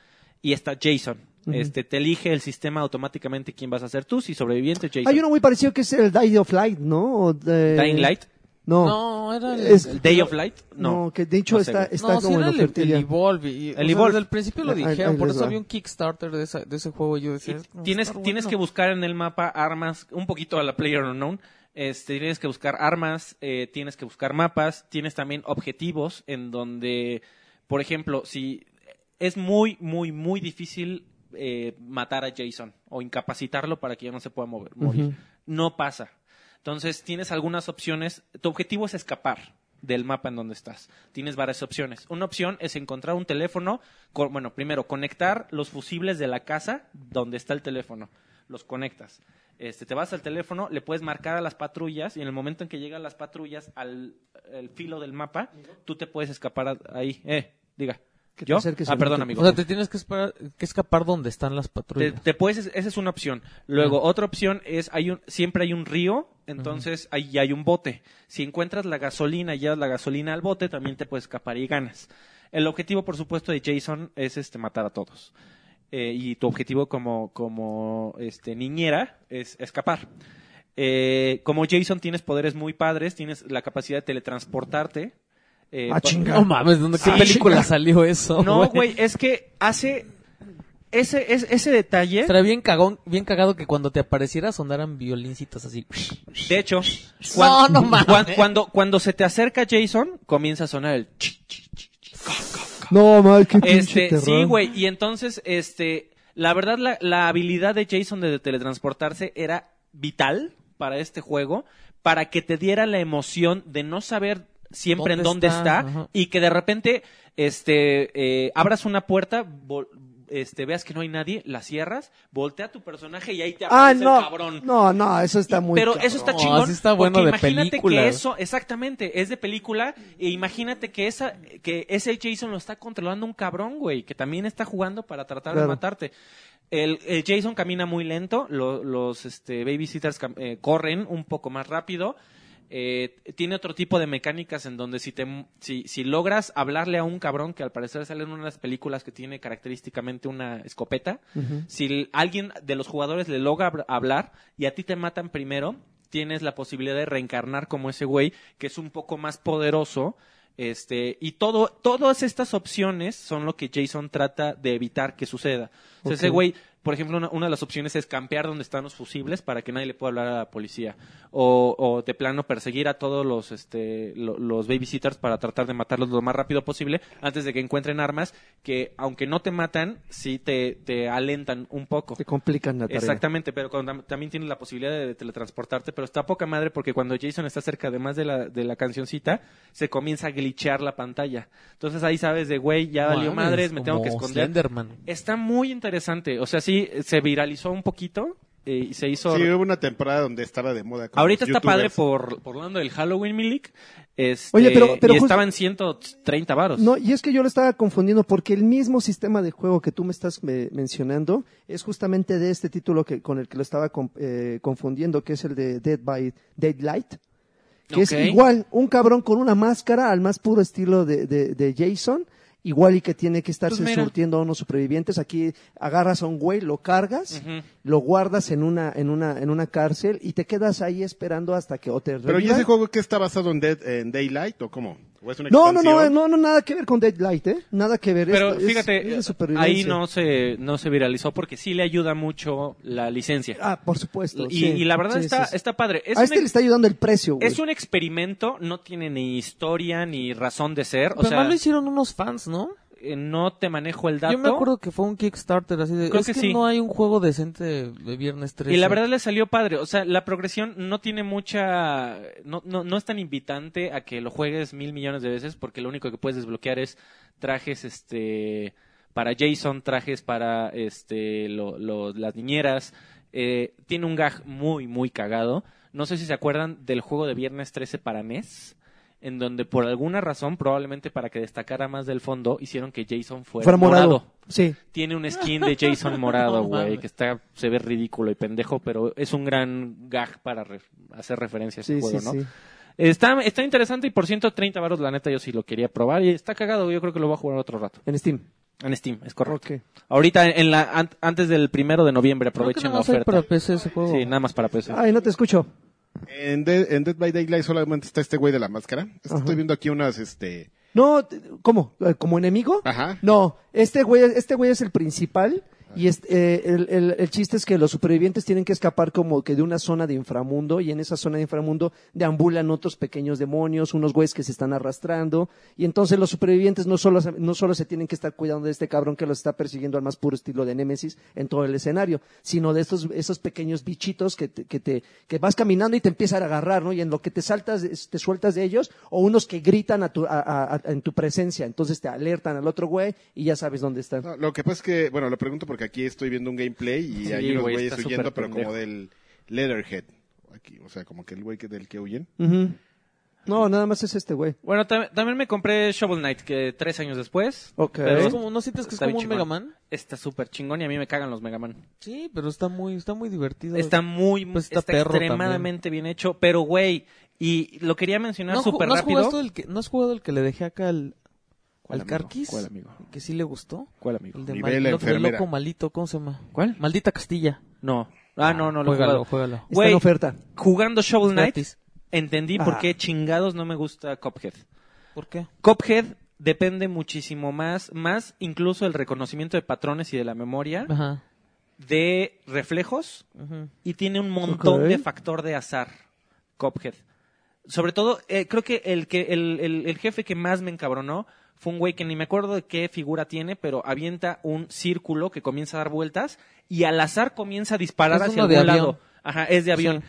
D: Y está Jason.
A: Ujú.
D: Este, te elige el sistema automáticamente quién vas a ser tú, si sobreviviente Jason.
A: Hay uno muy parecido que es el Die of Light, ¿no? O de-
D: Dying Light,
A: No.
C: No, era el,
A: Es-
D: el Day of Light, no.
A: No, que de hecho
D: No sé,
A: está,
D: güey.
A: está
C: no, sí
A: como en
C: era el, el
A: oferta ya.
C: Evolve. y- o sea,
D: Evolve.
C: desde el principio lo
A: Ahí-
C: dijeron,
A: ahí
C: por
A: les
C: eso
A: va.
C: había un Kickstarter de, esa- de ese juego. y Yo decía, "No,
D: Tienes,
C: está
D: tienes que
C: bueno".
D: buscar en el mapa armas, un poquito a la Player Unknown. Este, tienes que buscar armas, eh, tienes que buscar mapas, tienes también objetivos en donde, por ejemplo, si es muy, muy, muy difícil eh, matar a Jason o incapacitarlo para que ya no se pueda mover, morir.
A: Ujú.
D: No pasa. Entonces tienes algunas opciones. Tu objetivo es escapar del mapa en donde estás. Tienes varias opciones. Una opción es encontrar un teléfono. co- bueno, primero, conectar los fusibles de la casa donde está el teléfono. Los conectas. Este, te vas al teléfono, le puedes marcar a las patrullas y en el momento en que llegan las patrullas al el filo del mapa, tú te puedes escapar a- ahí. Eh, diga.
A: Que te
D: ¿Yo?
A: acerques
D: Ah,
A: al
D: perdón,
A: mapa.
D: amigo.
C: O sea, te tienes que, esperar- que escapar donde están las
D: Te,
C: patrullas.
D: te puedes, esa es una opción. Luego, otra opción es, hay un, siempre hay un río, entonces ahí hay un bote. Si encuentras la gasolina y llevas la gasolina al bote, también te puedes escapar y ganas. El objetivo, por supuesto, de Jason es este, matar a todos. Eh, y tu objetivo como, como este, niñera es escapar. Eh, como Jason tienes poderes muy padres, tienes la capacidad de teletransportarte. eh,
A: Ah,
D: pa-
A: chinga.
C: No mames, ¿dónde, ¿qué
D: Sí,
C: película
D: chinga.
C: salió eso?
D: No, güey, es que hace ese, es- ese detalle.
C: Estaría bien, cagón, bien cagado que cuando te apareciera sonaran violincitos así.
D: De hecho,
C: No,
D: cuan-
C: no mames.
D: cuan- cuando, cuando se te acerca Jason, comienza a sonar el ch-
A: No, mal, qué pinche
D: este,
A: terror.
D: sí, güey, y entonces, este, la verdad, la, la habilidad de Jason de teletransportarse era vital para este juego, para que te diera la emoción de no saber siempre en
C: ¿Dónde
D: dónde
C: está?
D: está,
C: Ajá.
D: y que de repente, este, eh, abras una puerta, vol- este, veas que no hay nadie, la cierras, voltea a tu personaje y ahí te
A: Ah,
D: aparece el
A: no.
D: cabrón.
A: No, no, eso está
D: Y-
A: muy
D: pero
A: cabrón.
D: eso está
C: No,
D: chingón.
C: así está bueno
D: porque
C: de
D: imagínate
C: película.
D: que eso, exactamente, es de película. E imagínate que esa, que ese Jason lo está controlando un cabrón, güey, que también está jugando para tratar
A: Claro.
D: de matarte. El, el Jason camina muy lento, lo- los este, babysitters cam- eh, corren un poco más rápido. Eh, tiene otro tipo de mecánicas en donde si, te, si, si logras hablarle a un cabrón que al parecer sale en una de las películas que tiene característicamente una escopeta,
A: Ujú.
D: si l- alguien de los jugadores le logra habr- hablar y a ti te matan primero, tienes la posibilidad de reencarnar como ese güey, que es un poco más poderoso. Este, y todo, todas estas opciones son lo que Jason trata de evitar que suceda. O sea, ese
A: Ok.
D: güey, por ejemplo, una, una de las opciones es campear donde están los fusibles para que nadie le pueda hablar a la policía. O, o de plano perseguir a todos los, este, lo- los babysitters para tratar de matarlos lo más rápido posible antes de que encuentren armas que, aunque no te matan, sí te, te alentan un poco.
A: Te complican la tarea.
D: Exactamente, pero cuando, también tienes la posibilidad de teletransportarte, pero está poca madre porque cuando Jason está cerca, además de la, de la cancioncita, se comienza a glitchear la pantalla. Entonces ahí sabes de, güey, ya valió
C: Mames,
D: madres, me tengo que
C: como
D: esconder.
C: Slenderman.
D: Está muy interesante, o sea, sí, se viralizó un poquito eh, y se hizo...
B: Sí, hubo una temporada donde estaba de moda. con
D: Ahorita
B: los
D: está padre
B: youtubers.
D: por, por hablando del Halloween, Milik. Este,
A: Oye, pero- pero
D: y
A: justo-
D: estaba en 130 varos.
A: No, y es que yo lo estaba confundiendo porque el mismo sistema de juego que tú me estás me- mencionando es justamente de este título que, con el que lo estaba con- eh, confundiendo, que es el de Dead by Daylight. Que es
D: Ok.
A: igual, un cabrón con una máscara al más puro estilo de, de- de Jason. igual y que tiene que estarse
C: Pues mira.
A: surtiendo a unos supervivientes. Aquí agarras a un güey, lo cargas, lo guardas en una, en una, en una cárcel y te quedas ahí esperando hasta que o te
B: Pero ¿y
A: revivan.
B: ese juego que está basado en, Dead- en Daylight o cómo? ¿O es una
A: No, no, no,
B: expansión?
A: no, no, nada que ver con Deadlight, ¿eh? Nada que ver.
D: Pero
A: Esto es- es
D: fíjate,
A: de
D: ahí
A: supervivencia.
D: no se, no se viralizó porque sí le ayuda mucho la licencia.
A: Ah, por supuesto.
D: y,
A: sí.
D: y la verdad
A: Sí,
D: está,
A: sí, sí.
D: está padre. Es
A: a
D: un
A: este le está ayudando el precio, güey.
D: Es un experimento, no tiene ni historia ni razón de ser. O
C: Pero
D: sea,
C: más lo hicieron unos fans, ¿no?
D: eh, no te manejo el dato.
C: Yo me acuerdo que fue un Kickstarter así de.
D: Creo
C: es
D: que
C: que,
D: sí.
C: no hay un juego decente de viernes 13.
D: Y la verdad le salió padre. O sea, la progresión no tiene mucha. No, no, no es tan invitante a que lo juegues mil millones de veces, porque lo único que puedes desbloquear es trajes este para Jason, trajes para este lo- lo- las niñeras. Eh, tiene un gag muy, muy cagado. No sé si se acuerdan del juego de Viernes 13 para NES, en donde por alguna razón, probablemente para que destacara más del fondo, hicieron que Jason fuera,
A: Fuera morado.
D: morado
A: Sí.
D: tiene un skin de Jason morado,
C: No
D: güey,
C: mames.
D: que está se ve ridículo y pendejo, pero es un gran gag para re- hacer referencia a ese
A: Sí,
D: juego,
A: sí,
D: ¿no?
A: sí.
D: Está, está interesante y por 130 varos, la neta, yo sí lo quería probar y está cagado, yo creo que lo voy a jugar otro rato.
A: En Steam.
D: En Steam, es correcto.
A: Ok.
D: Ahorita, en la an- antes del primero de
C: Creo
D: noviembre,
C: que
D: aprovechen la
C: nada más hay
D: oferta.
C: para PC ese juego.
D: Sí, nada más para PC.
C: Ah.
A: Ay, no te escucho.
B: En, Dead- en Dead by Daylight solamente está este güey de la máscara. Es que Estoy viendo aquí unas, este...
A: No, t- ¿cómo? Eh, ¿Como enemigo?
B: Ajá.
A: No, este güey, este güey es el principal y es- eh, el, el- el chiste es que los supervivientes tienen que escapar como que de una zona de inframundo y en esa zona de inframundo deambulan otros pequeños demonios, unos güeyes que se están arrastrando y entonces los supervivientes no solo, se- no solo se tienen que estar cuidando de este cabrón que los está persiguiendo al más puro estilo de Némesis en todo el escenario, sino de estos esos pequeños bichitos que te, que te que vas caminando y te empiezan a agarrar, ¿no? Y en lo que te saltas, es- te sueltas de ellos o unos que gritan a tu, a- a- a- en tu presencia, entonces te alertan al otro güey y ya sabes dónde están.
B: No, lo que pasa es que, bueno, lo pregunto porque aquí estoy viendo un gameplay y
D: Sí,
B: hay unos
D: güey,
B: güeyes
D: está
B: huyendo,
D: súper
B: pero
D: pendejo.
B: como del Leatherhead. Aquí, o sea, como que el güey que- del que huyen.
A: Ujú. No, nada más es este güey.
D: Bueno, tam- también me compré Shovel Knight, que tres años después.
A: Ok.
D: Pero
C: Pero
A: ¿Eh?
C: es como, ¿No sientes que es
D: Está
C: como
D: bien
C: un Mega
D: chingón.
C: Man?
D: Está súper chingón y a mí me cagan los Mega Man.
C: Sí, pero está muy, está muy divertido.
D: Está muy,
C: Pues
D: está,
C: está perro
D: extremadamente bien hecho, pero güey, y lo quería mencionar
C: ¿No, ju-
D: súper
C: ¿no has
D: rápido.
C: jugado el que, ¿No has jugado el que le dejé acá al, al Carquis?
D: ¿Cuál amigo?
C: Que sí le gustó.
D: ¿Cuál amigo?
C: El de
B: Nivel
C: mal- lo- del
B: enfermera.
C: loco malito, ¿cómo se llama?
D: ¿Cuál?
C: Maldita Castilla.
D: No. Ah, no, no lo he
C: Juégalo,
D: jugado.
C: juégalo.
A: Está
D: Güey.
A: en oferta.
D: Jugando Shovel Knight,
C: Gratis.
D: entendí
A: Ah.
D: por qué chingados no me gusta Cophead.
C: ¿Por qué?
D: Cophead depende muchísimo más, más incluso el reconocimiento de patrones y de la memoria,
C: Ajá.
D: de reflejos
C: ujú.
D: y tiene un montón
A: Ok.
D: de factor de azar, Cophead. Sobre todo, eh, creo que el que el, el- el jefe que más me encabronó fue un güey que ni me acuerdo de qué figura tiene, pero avienta un círculo que comienza a dar vueltas y al azar comienza a disparar
C: Es
D: hacia
C: uno de
D: algún
C: avión.
D: lado. Ajá, es de avión.
C: Sí.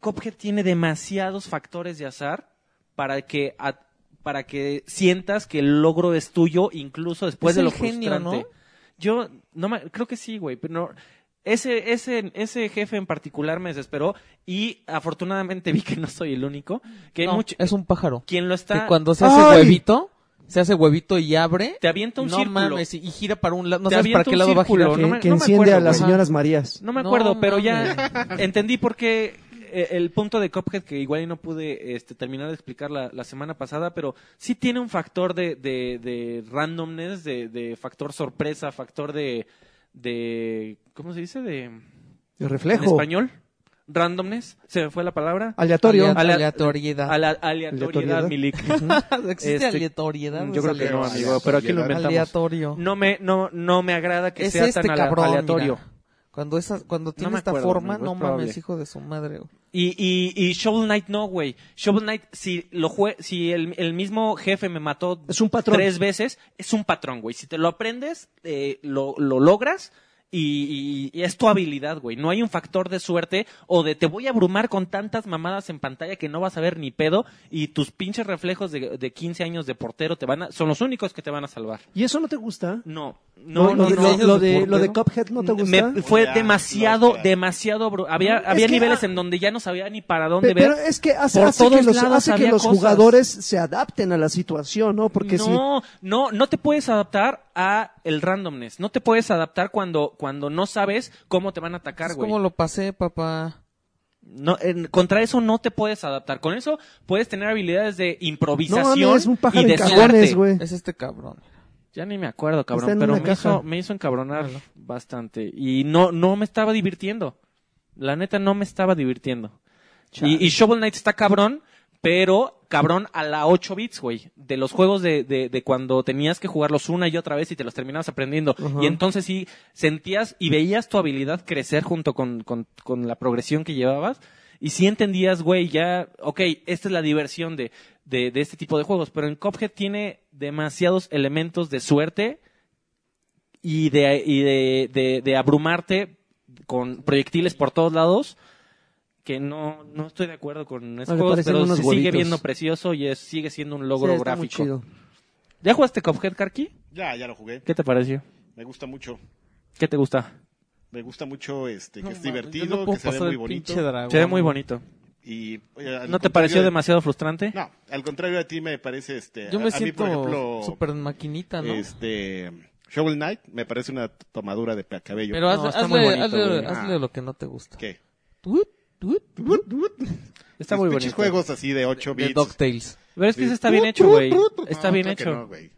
D: Cophead tiene demasiados factores de azar para que a- para que sientas que el logro es tuyo incluso después
C: Es
D: de
C: el
D: lo
C: genio,
D: frustrante.
C: ¿no?
D: Yo no ma- creo que sí, güey, pero no- ese ese ese jefe en particular me desesperó y afortunadamente vi que no soy el único, que hay
C: No,
D: mucho
C: Es un pájaro.
D: quien lo está
C: Que cuando se hace
A: ¡Ay!
C: huevito, se hace huevito y abre.
D: te avienta un
C: no
D: círculo.
C: mames, y y gira para un lado. No
D: Te
C: sabes para
D: avienta
C: qué
D: un
C: lado va a
D: círculo,
C: girar.
D: Pero
A: que
D: no me-
A: que
D: no me
A: enciende
D: acuerdo,
A: a las
C: güey.
A: señoras Marías.
D: No me
C: No
D: acuerdo, pero ya
C: mames.
D: entendí por qué eh, el punto de Cuphead, que igual y no pude este, terminar de explicar la, la semana pasada, pero sí tiene un factor de, de, de randomness, de, de factor sorpresa, factor de, de... ¿Cómo se dice? De, ¿En
A: El reflejo.
D: español? Randomness, se me fue la palabra.
A: Aleatorio.
C: Alea-
D: Ale-
C: Aleatoriedad.
D: A la aleatoriedad,
A: Aleatoriedad.
D: Milik.
C: ¿Existe
D: Este,
C: aleatoriedad?
D: Yo creo que no, amigo, pero aquí lo
C: Aleatorio.
D: inventamos.
C: Aleatorio.
D: No me, no, no me agrada que
C: es
D: sea
C: este
D: tan ale-
C: cabrón,
D: aleatorio.
C: mira. Cuando, esa, cuando tiene
D: me
C: esta
D: acuerdo,
C: forma,
D: amigo,
C: no
D: es
C: mames,
D: probable.
C: hijo de su madre. güey.
D: Y, y, y Shovel Knight no, güey. Shovel Knight, si lo jue si el, el mismo jefe me mató
A: Es un patrón.
D: tres veces, es un patrón, güey. Si te lo aprendes, eh, lo, lo logras y, y- y es tu habilidad, güey. No hay un factor de suerte o de te voy a abrumar con tantas mamadas en pantalla que no vas a ver ni pedo y tus pinches reflejos de, de 15 años de portero te van a, son los únicos que te van a salvar.
A: ¿Y eso no te gusta?
D: No, no,
A: lo,
D: no,
A: de-
D: no. Oh,
A: lo- lo de,
C: ¿Por
A: lo
C: qué
A: de
C: no?
A: Cuphead no te gusta.
D: Me- fue
B: Ya,
D: demasiado,
B: no, ya.
D: demasiado abru- Había,
A: No, es
D: había
A: que-
D: niveles en donde ya no sabía ni para
A: Pe-
D: dónde ver.
A: Pero es que hace,
D: Por
A: hace que
D: todos
A: los,
D: lados
A: hace que
D: había
A: los
D: cosas.
A: jugadores se adapten a la situación, ¿no? Porque si
D: no, no, no te puedes adaptar a el randomness. No te puedes adaptar cuando, cuando no sabes cómo te van a atacar,
C: Es
D: güey.
C: como lo pasé, papá.
D: No, en- contra eso no te puedes adaptar. Con eso puedes tener habilidades de improvisación
A: mames, un pájaro
D: y de
A: en cajones,
D: suerte.
A: güey.
C: Es este cabrón.
D: Ya ni me acuerdo,
A: Está
D: cabrón,
A: en
D: pero
A: una
D: me
A: caja.
D: hizo, me hizo encabronar bastante. Y no, no me estaba divirtiendo. La neta no me estaba divirtiendo. Y, y Shovel Knight está cabrón, pero cabrón a la 8 bits, güey. De los juegos de, de, de cuando tenías que jugarlos una y otra vez y te los terminabas aprendiendo.
A: Ajá.
D: Y entonces sí sentías y veías tu habilidad crecer junto con, con, con la progresión que llevabas. Y sí entendías, güey, ya, ok, esta es la diversión de, de, de este tipo de juegos. Pero en Cuphead tiene demasiados elementos de suerte y de, y de, de, de abrumarte con proyectiles por todos lados que no, no estoy de acuerdo con esos
A: Ah, me
D: juegos,
A: parecen
D: pero
A: unos
D: se sigue
A: huevitos.
D: viendo precioso y es, sigue siendo un logro
A: Sí, está muy
D: gráfico.
A: chido.
D: ¿Ya jugaste Cuphead, Karki?
B: Ya, ya lo jugué.
D: ¿Qué te pareció?
B: Me gusta mucho.
D: ¿Qué te gusta?
B: Me gusta mucho este, que
C: No
B: es
C: mames,
B: divertido,
C: yo no puedo
B: que se ve
C: pasar
B: muy
C: el
B: bonito.
C: pinche dragón.
D: Se ve muy bonito.
B: Y, oye, al
D: ¿No te pareció
B: Ah, contrario
D: demasiado frustrante?
B: de- No, al contrario a ti me parece, este,
C: Yo
B: a-
C: me
B: a mí, por
C: siento
B: ejemplo,
C: súper maquinita, ¿no?
B: este, Shovel Knight me parece una tomadura de pe- cabello.
C: Pero haz-
D: No, está
C: hazle,
D: muy bonito,
C: hazle-
D: güey.
C: hazle
B: Ah.
C: lo que no te gusta.
B: ¿Qué?
C: Tuit, tuit, tuit.
D: Está
B: Los
D: muy
B: pinches
D: bonito.
B: juegos así de 8
C: De
B: bits.
C: DuckTales.
D: Pero es que
B: Sí.
D: ese está bien hecho, güey. Está
B: No,
D: bien
B: creo que no,
D: hecho.
B: güey.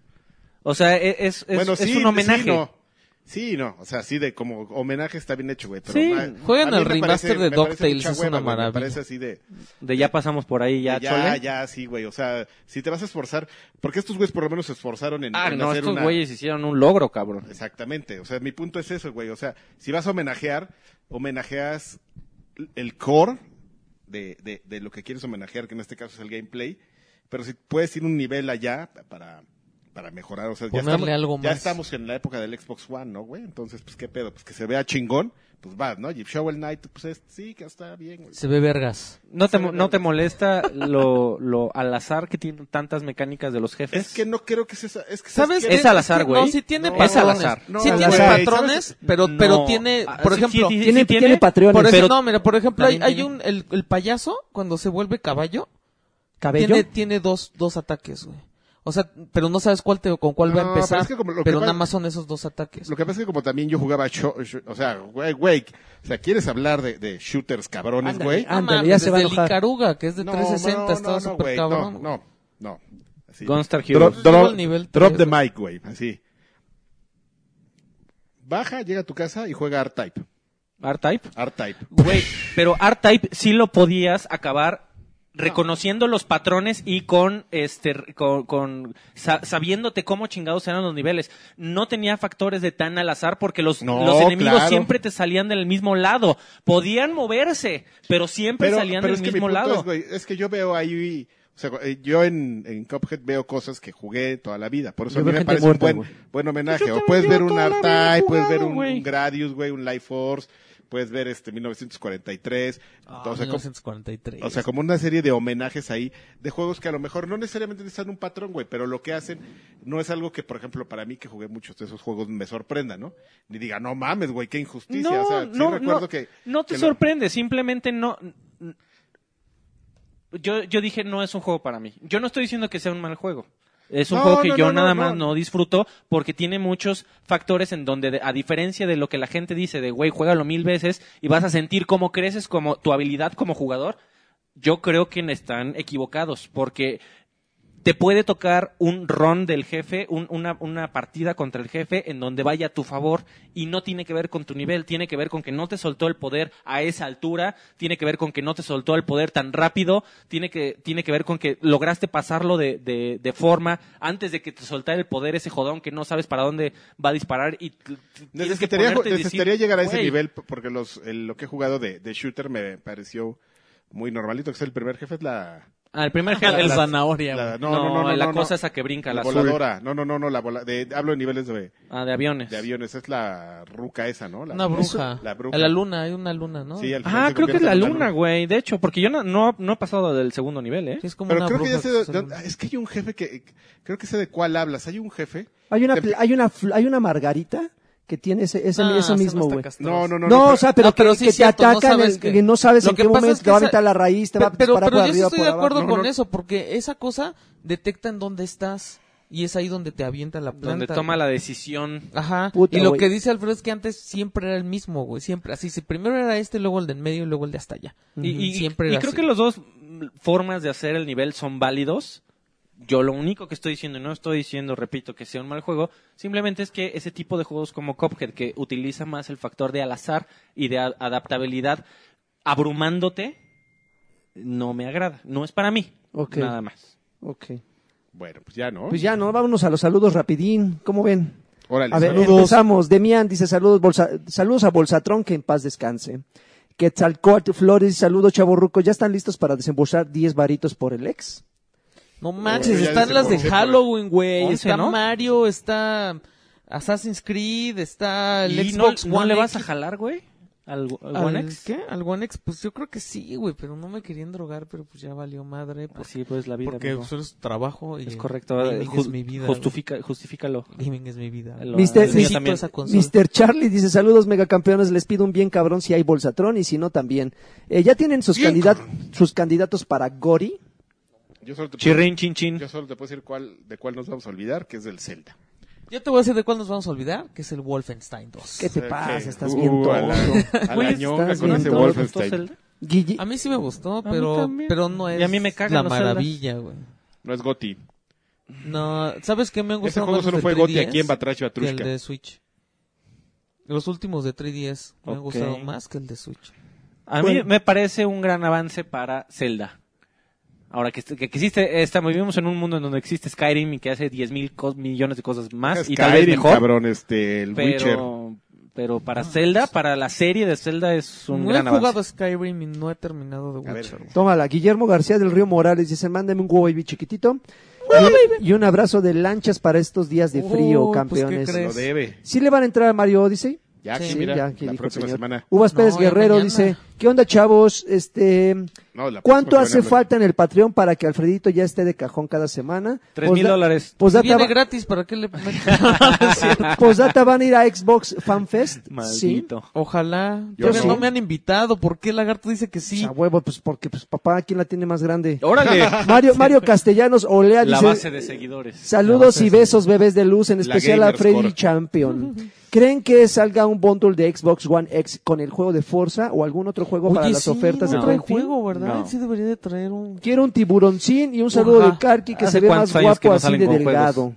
D: O sea, e- es, es,
B: bueno,
D: es
B: sí,
D: un homenaje.
B: Sí, no. Sí, no, o sea, sí, de como homenaje está bien hecho, güey. pero
D: Sí,
B: ma-
C: juegan
B: a mí
C: al
B: me
C: remaster
B: parece-
C: de
B: me parece
C: DuckTales,
B: mucha
C: es una
B: hueva, güey,
C: maravilla.
B: Me parece así de,
D: De ya pasamos por ahí, ya,
B: ya, ya,
D: chole.
B: sí, güey, o sea, si te vas a esforzar, porque estos güeyes por lo menos se esforzaron en,
D: Ah,
B: en
D: no,
B: hacer
D: estos
B: una...
D: güeyes hicieron un logro, cabrón.
B: Exactamente, o sea, mi punto es eso, güey, o sea, si vas a homenajear, homenajeas el core de, de, de lo que quieres homenajear, que en este caso es el gameplay, pero si puedes ir un nivel allá para, para mejorar, o sea, ya
C: Ponerle
B: estamos,
C: algo
B: ya
C: más.
B: estamos en la época del Xbox One, ¿no, güey? Entonces, pues, ¿qué pedo? Pues que se vea chingón, pues va, ¿no? Y Shovel Knight, pues es- sí, que está bien, güey.
C: Se ve vergas.
D: ¿No te,
B: Sale
D: mo- no te
B: vergas.
D: molesta lo, lo al azar que tienen tantas mecánicas de los jefes?
B: Es que no creo que sea, esa- es que
C: ¿Sabes?
B: qué?
D: Es al azar,
C: que-
D: güey.
C: No, sí tiene
B: No,
D: es al
C: patrones.
D: azar.
B: No,
C: sí
B: güey,
C: tiene
B: ¿sabes?
C: patrones, pero, pero
D: No.
C: tiene,
D: Ah,
C: por
D: sí,
C: ejemplo,
D: sí, sí,
A: Tiene,
D: sí
A: tiene Patreones.
C: por eso,
D: pero-
C: no, mira, por ejemplo, hay,
D: También
C: hay
D: tiene-
C: un, el, el payaso, cuando se vuelve caballo,
A: Cabello.
C: tiene, tiene dos, dos ataques, güey. O sea, pero no sabes cuál te, con cuál va
B: No,
C: a
B: pero
C: empezar,
B: es que
C: pero,
B: como lo que pasa-
C: nada más son esos dos ataques.
B: Lo que pasa es que como también yo jugaba, sho- sho- o sea, güey, güey, o sea, ¿quieres hablar de, de shooters cabrones,
A: Ándale,
B: güey?
A: ah, ándale, ya se va a
C: desde el
A: enojar.
C: Icaruga, que es de 360,
B: no, no,
C: estaba
B: no,
C: súper
B: güey,
C: cabrón.
B: No,
C: güey.
B: no, no. Así.
D: Gunstar
B: Drop,
D: Heroes.
C: Subo
B: drop-
C: al nivel
B: drop the
C: tres,
B: mic, güey, así. Baja, llega a tu casa y juega R-Type.
D: R-Type.
B: R-Type.
D: Güey, pero R-Type sí lo podías acabar reconociendo los patrones y con este r- con, con- sa- sabiéndote cómo chingados eran los niveles. No tenía factores de tan al azar porque los,
B: No,
D: los enemigos
B: claro.
D: siempre te salían del mismo lado. Podían moverse, pero siempre salían
B: pero es
D: del
B: que mi
D: mismo
B: punto
D: lado.
B: Es, güey, es que yo veo ahí, o sea, eh, yo en, en Cuphead veo cosas que jugué toda la vida. Por eso
A: Yo
B: a mí
A: veo
B: me
A: gente
B: parece
A: muerta,
B: un
A: güey.
B: buen, buen homenaje. O
D: Yo también
B: puedes
D: llevo
B: ver un
D: toda la vida
B: Artai, puedes ver
D: jugando,
B: un,
D: güey.
B: un Gradius, güey, un Life Force, puedes ver este 1943.
C: Ah,
B: o, sea, como,
C: 1943.
B: o sea, como una serie de homenajes ahí de juegos que a lo mejor no necesariamente necesitan un patrón, güey, pero lo que hacen no es algo que, por ejemplo, para mí que jugué muchos de esos juegos me sorprenda, ¿no? Ni diga, no mames, güey, qué injusticia. o sea, sí recuerdo que.
D: no te
B: que lo-
D: sorprende, simplemente no. n- Yo, yo dije, no es un juego para mí. Yo no estoy diciendo que sea un mal juego. Es un
B: No,
D: juego que
B: no,
D: yo
B: no, no,
D: nada
B: no.
D: más no disfruto porque tiene muchos factores en donde, de- a diferencia de lo que la gente dice de, güey, juégalo mil veces y vas a sentir cómo creces, como tu habilidad como jugador, yo creo que están equivocados porque te puede tocar un ron del jefe, un- una, una partida contra el jefe en donde vaya a tu favor y no tiene que ver con tu nivel, tiene que ver con que no te soltó el poder a esa altura, tiene que ver con que no te soltó el poder tan rápido, tiene que, tiene que ver con que lograste pasarlo de, de- de forma antes de que te soltara el poder ese jodón que no sabes para dónde va a disparar y t- t- tienes que
B: Necesitaría,
D: ponerte y decir,
B: necesitaría llegar a ese
D: "Güey,
B: nivel p- porque los, el- lo que he jugado de, de shooter me pareció muy normalito. Que es el primer jefe, es la.
D: Al
C: La,
D: primer jefe, el-
C: zanahoria,
B: la-
C: güey.
B: no, no, no, no,
D: la
B: no,
D: cosa
B: no.
D: esa que brinca,
B: la
D: la, azul.
B: voladora. No, no, no, no. La vola- de, hablo de niveles de,
D: Ah, de aviones.
B: de aviones. Es la ruca esa, ¿no? La,
C: Una bruja.
B: La bruja.
C: A la luna, hay una luna, ¿no?
B: Sí, al final
D: Ah,
B: se
D: creo que es
B: convierte
D: la
B: en una
D: luna,
B: bruja.
D: güey. De hecho, porque yo no, no, no he pasado del segundo nivel, ¿eh?
C: Sí, es como
B: Pero
C: una
B: creo que ya
C: bruja
B: sé.
C: que
B: de-
C: se-
B: de- es que hay un jefe que. Creo que sé de cuál hablas. Hay un jefe.
A: Hay una,
B: Te-
A: pl- hay una, fl- hay una margarita que tiene ese, ese-
C: Ah,
A: eso
C: se me
A: mismo,
C: está
A: güey.
C: castrando.
B: No, no, no.
A: No,
B: no,
A: o sea, pero,
C: Ah, pero
A: que,
C: sí
A: que
C: es
A: te
C: cierto, no
A: atacan,
C: sabes
A: el-
C: que-
A: que no sabes
C: Lo
A: en
C: que
A: qué
C: pasa
A: momento
C: es que
A: te va a
C: esa-
A: aventar la raíz, te Este va a
C: Pe- pero,
A: disparar
C: pero yo
A: por
C: sí
A: arriba,
C: estoy
A: por
C: de acuerdo
A: abajo.
B: No,
C: con
B: no.
C: eso, porque esa cosa detecta en dónde estás. y es ahí donde te avienta la planta.
D: Donde toma la decisión.
C: Ajá.
A: Puta,
C: y lo
A: güey.
C: que dice Alfredo es que antes siempre era el mismo, güey. Siempre así. si primero era este, luego el de en medio y luego el de hasta allá.
D: Y, y-
C: siempre
D: y
C: era
D: creo
C: así.
D: que las dos mm, formas de hacer el nivel son válidos. Yo lo único que estoy diciendo, y no estoy diciendo, repito, que sea un mal juego, simplemente es que ese tipo de juegos como Cuphead, que utiliza más el factor de al azar y de a- adaptabilidad, abrumándote, no me agrada. No es para mí.
A: Ok.
D: Nada más.
A: Ok.
B: Bueno, pues ya, ¿no?
A: Pues ya, ¿no? Vámonos a los saludos rapidín. ¿Cómo ven?
B: Órale,
A: A ver,
B: saludos.
A: empezamos. Demian dice saludos, Bolsa- saludos a Bolsatrón, que en paz descanse. Quetzalcóatl Flores, saludos chavorruco. ¿Ya están listos para desembolsar 10 varitos por el ex?
C: No manches,
B: Ya
C: están
B: dice
C: las de
B: once,
C: Halloween, güey.
D: once,
C: Está
D: ¿no?
C: Mario, está Assassin's Creed, está el
D: ¿Y no-
C: Xbox
D: no,
C: One
D: le vas a
C: X.
D: jalar, güey? ¿Al, al
C: ¿Al
D: One X?
C: ¿Qué? ¿Al One X? Pues yo creo que sí, güey, pero no me querían drogar, pero pues ya valió madre. Pues,
D: Así pues la vida,
C: porque
D: amigo.
C: pues, es trabajo y
D: Es correcto. eh,
C: gaming
D: ju-
C: es mi vida. güey.
D: justifica, justifícalo.
C: Gaming es mi vida.
D: Lo-
A: Mister-
D: el mío
A: Mister-
C: Necesito
D: también.
C: esa consola.
A: Mr. Charlie dice saludos megacampeones, les pido un bien cabrón si hay Bolsatrón y si no también. Eh, ¿Ya tienen sus,
B: Bien
A: candidat- sus candidatos para Gori?
B: Yo solo, te puedo,
D: Chirrin, chin, chin.
B: yo solo te puedo decir cuál, de cuál nos vamos a olvidar, que es del Zelda.
C: Yo te voy a decir de cuál nos vamos a olvidar, que es el Wolfenstein 2.
A: ¿Qué te
B: Ok.
A: pasa? Estás
B: Uh,
A: bien
B: a la-
A: tonto.
B: A
D: Güey,
B: la ñonga
A: estás
B: con
A: bien
B: ese
A: tonto.
B: Wolfenstein.
A: Guille-
C: A mí sí me gustó,
D: mí
C: pero,
D: también.
C: pero no es
D: Y a mí me cagan
C: la
D: los
C: maravilla, güey.
B: No es Goti.
C: No, ¿sabes qué me han
B: Ese
C: gustado
B: juego
C: más
B: solo
C: los
B: fue
C: de
B: Goti
C: 3DS
B: aquí en Batrash
C: que el
B: Batrushka.
C: de Switch. Los últimos de 3DS me han
D: Ok.
C: gustado más que el de Switch.
D: A mí me parece un gran avance para Zelda. Ahora que, este- que existe, estamos, vivimos en un mundo en donde existe Skyrim y que hace 10 mil cos- millones de cosas
B: Ah,
D: más y tal vez
B: Skyrim,
D: mejor.
B: cabrón, este, el Witcher.
D: pero, pero para Zelda, para la serie de Zelda es un
C: no
D: gran
C: he jugado
D: avance.
C: Skyrim y no he terminado de
B: A
C: Witcher.
B: ver.
C: güey.
A: Tómala, Guillermo García del Río Morales dice, mándame un huevo baby chiquitito. Y, y un abrazo de lanchas para estos días de frío,
C: Oh, pues, ¿qué
A: campeones.
C: crees?
B: Lo debe.
A: ¿Sí le van a entrar a Mario Odyssey?
B: Ya aquí,
A: Sí,
B: mira,
A: ya aquí
B: la
A: dijo el
B: próxima
A: señor.
B: semana.
A: Uvas
C: No,
A: Pérez
C: ya
A: Guerrero
C: mañana.
A: dice, ¿qué onda chavos? Este,
B: No, la
A: ¿Cuánto
B: próxima
A: hace
B: semana.
A: falta en el Patreon para que Alfredito ya esté de cajón cada semana?
D: 3 mil
A: Posda-
D: dólares.
C: Si
A: Posdata,
C: viene
A: va-
C: gratis, ¿para qué le meto?
A: posdata van a ir a Xbox Fan Fest. Sí.
D: Maldito.
C: Ojalá.
B: Yo
C: Todavía
B: sí.
C: no me han invitado. ¿Por qué Lagarto dice que
A: Pues,
C: sí?
A: A huevo, pues porque pues, papá, ¿quién la tiene más grande?
B: Oh,
D: Órale.
A: Mario, Mario Castellanos Olea
D: la
A: dice,
D: base de seguidores.
A: Saludos y besos, bebés de luz, en especial a
B: Gamers
A: Freddy
B: Core.
A: Champion. ¿Creen que salga un bundle de Xbox One X con el juego de Forza o algún otro juego para
C: Oye,
A: las
C: sí,
A: ofertas
C: no
A: del
C: trae
A: Buen Fin?
C: juego, ¿verdad?
D: No.
C: Sí debería de traer un...
A: Quiero un tiburoncín y un saludo
C: Ajá.
A: de Karki que
D: ¿Hace
A: se ve más
D: cuántos años que
A: guapo
D: no
A: así
D: salen
A: de
D: con juegos?
A: delgado.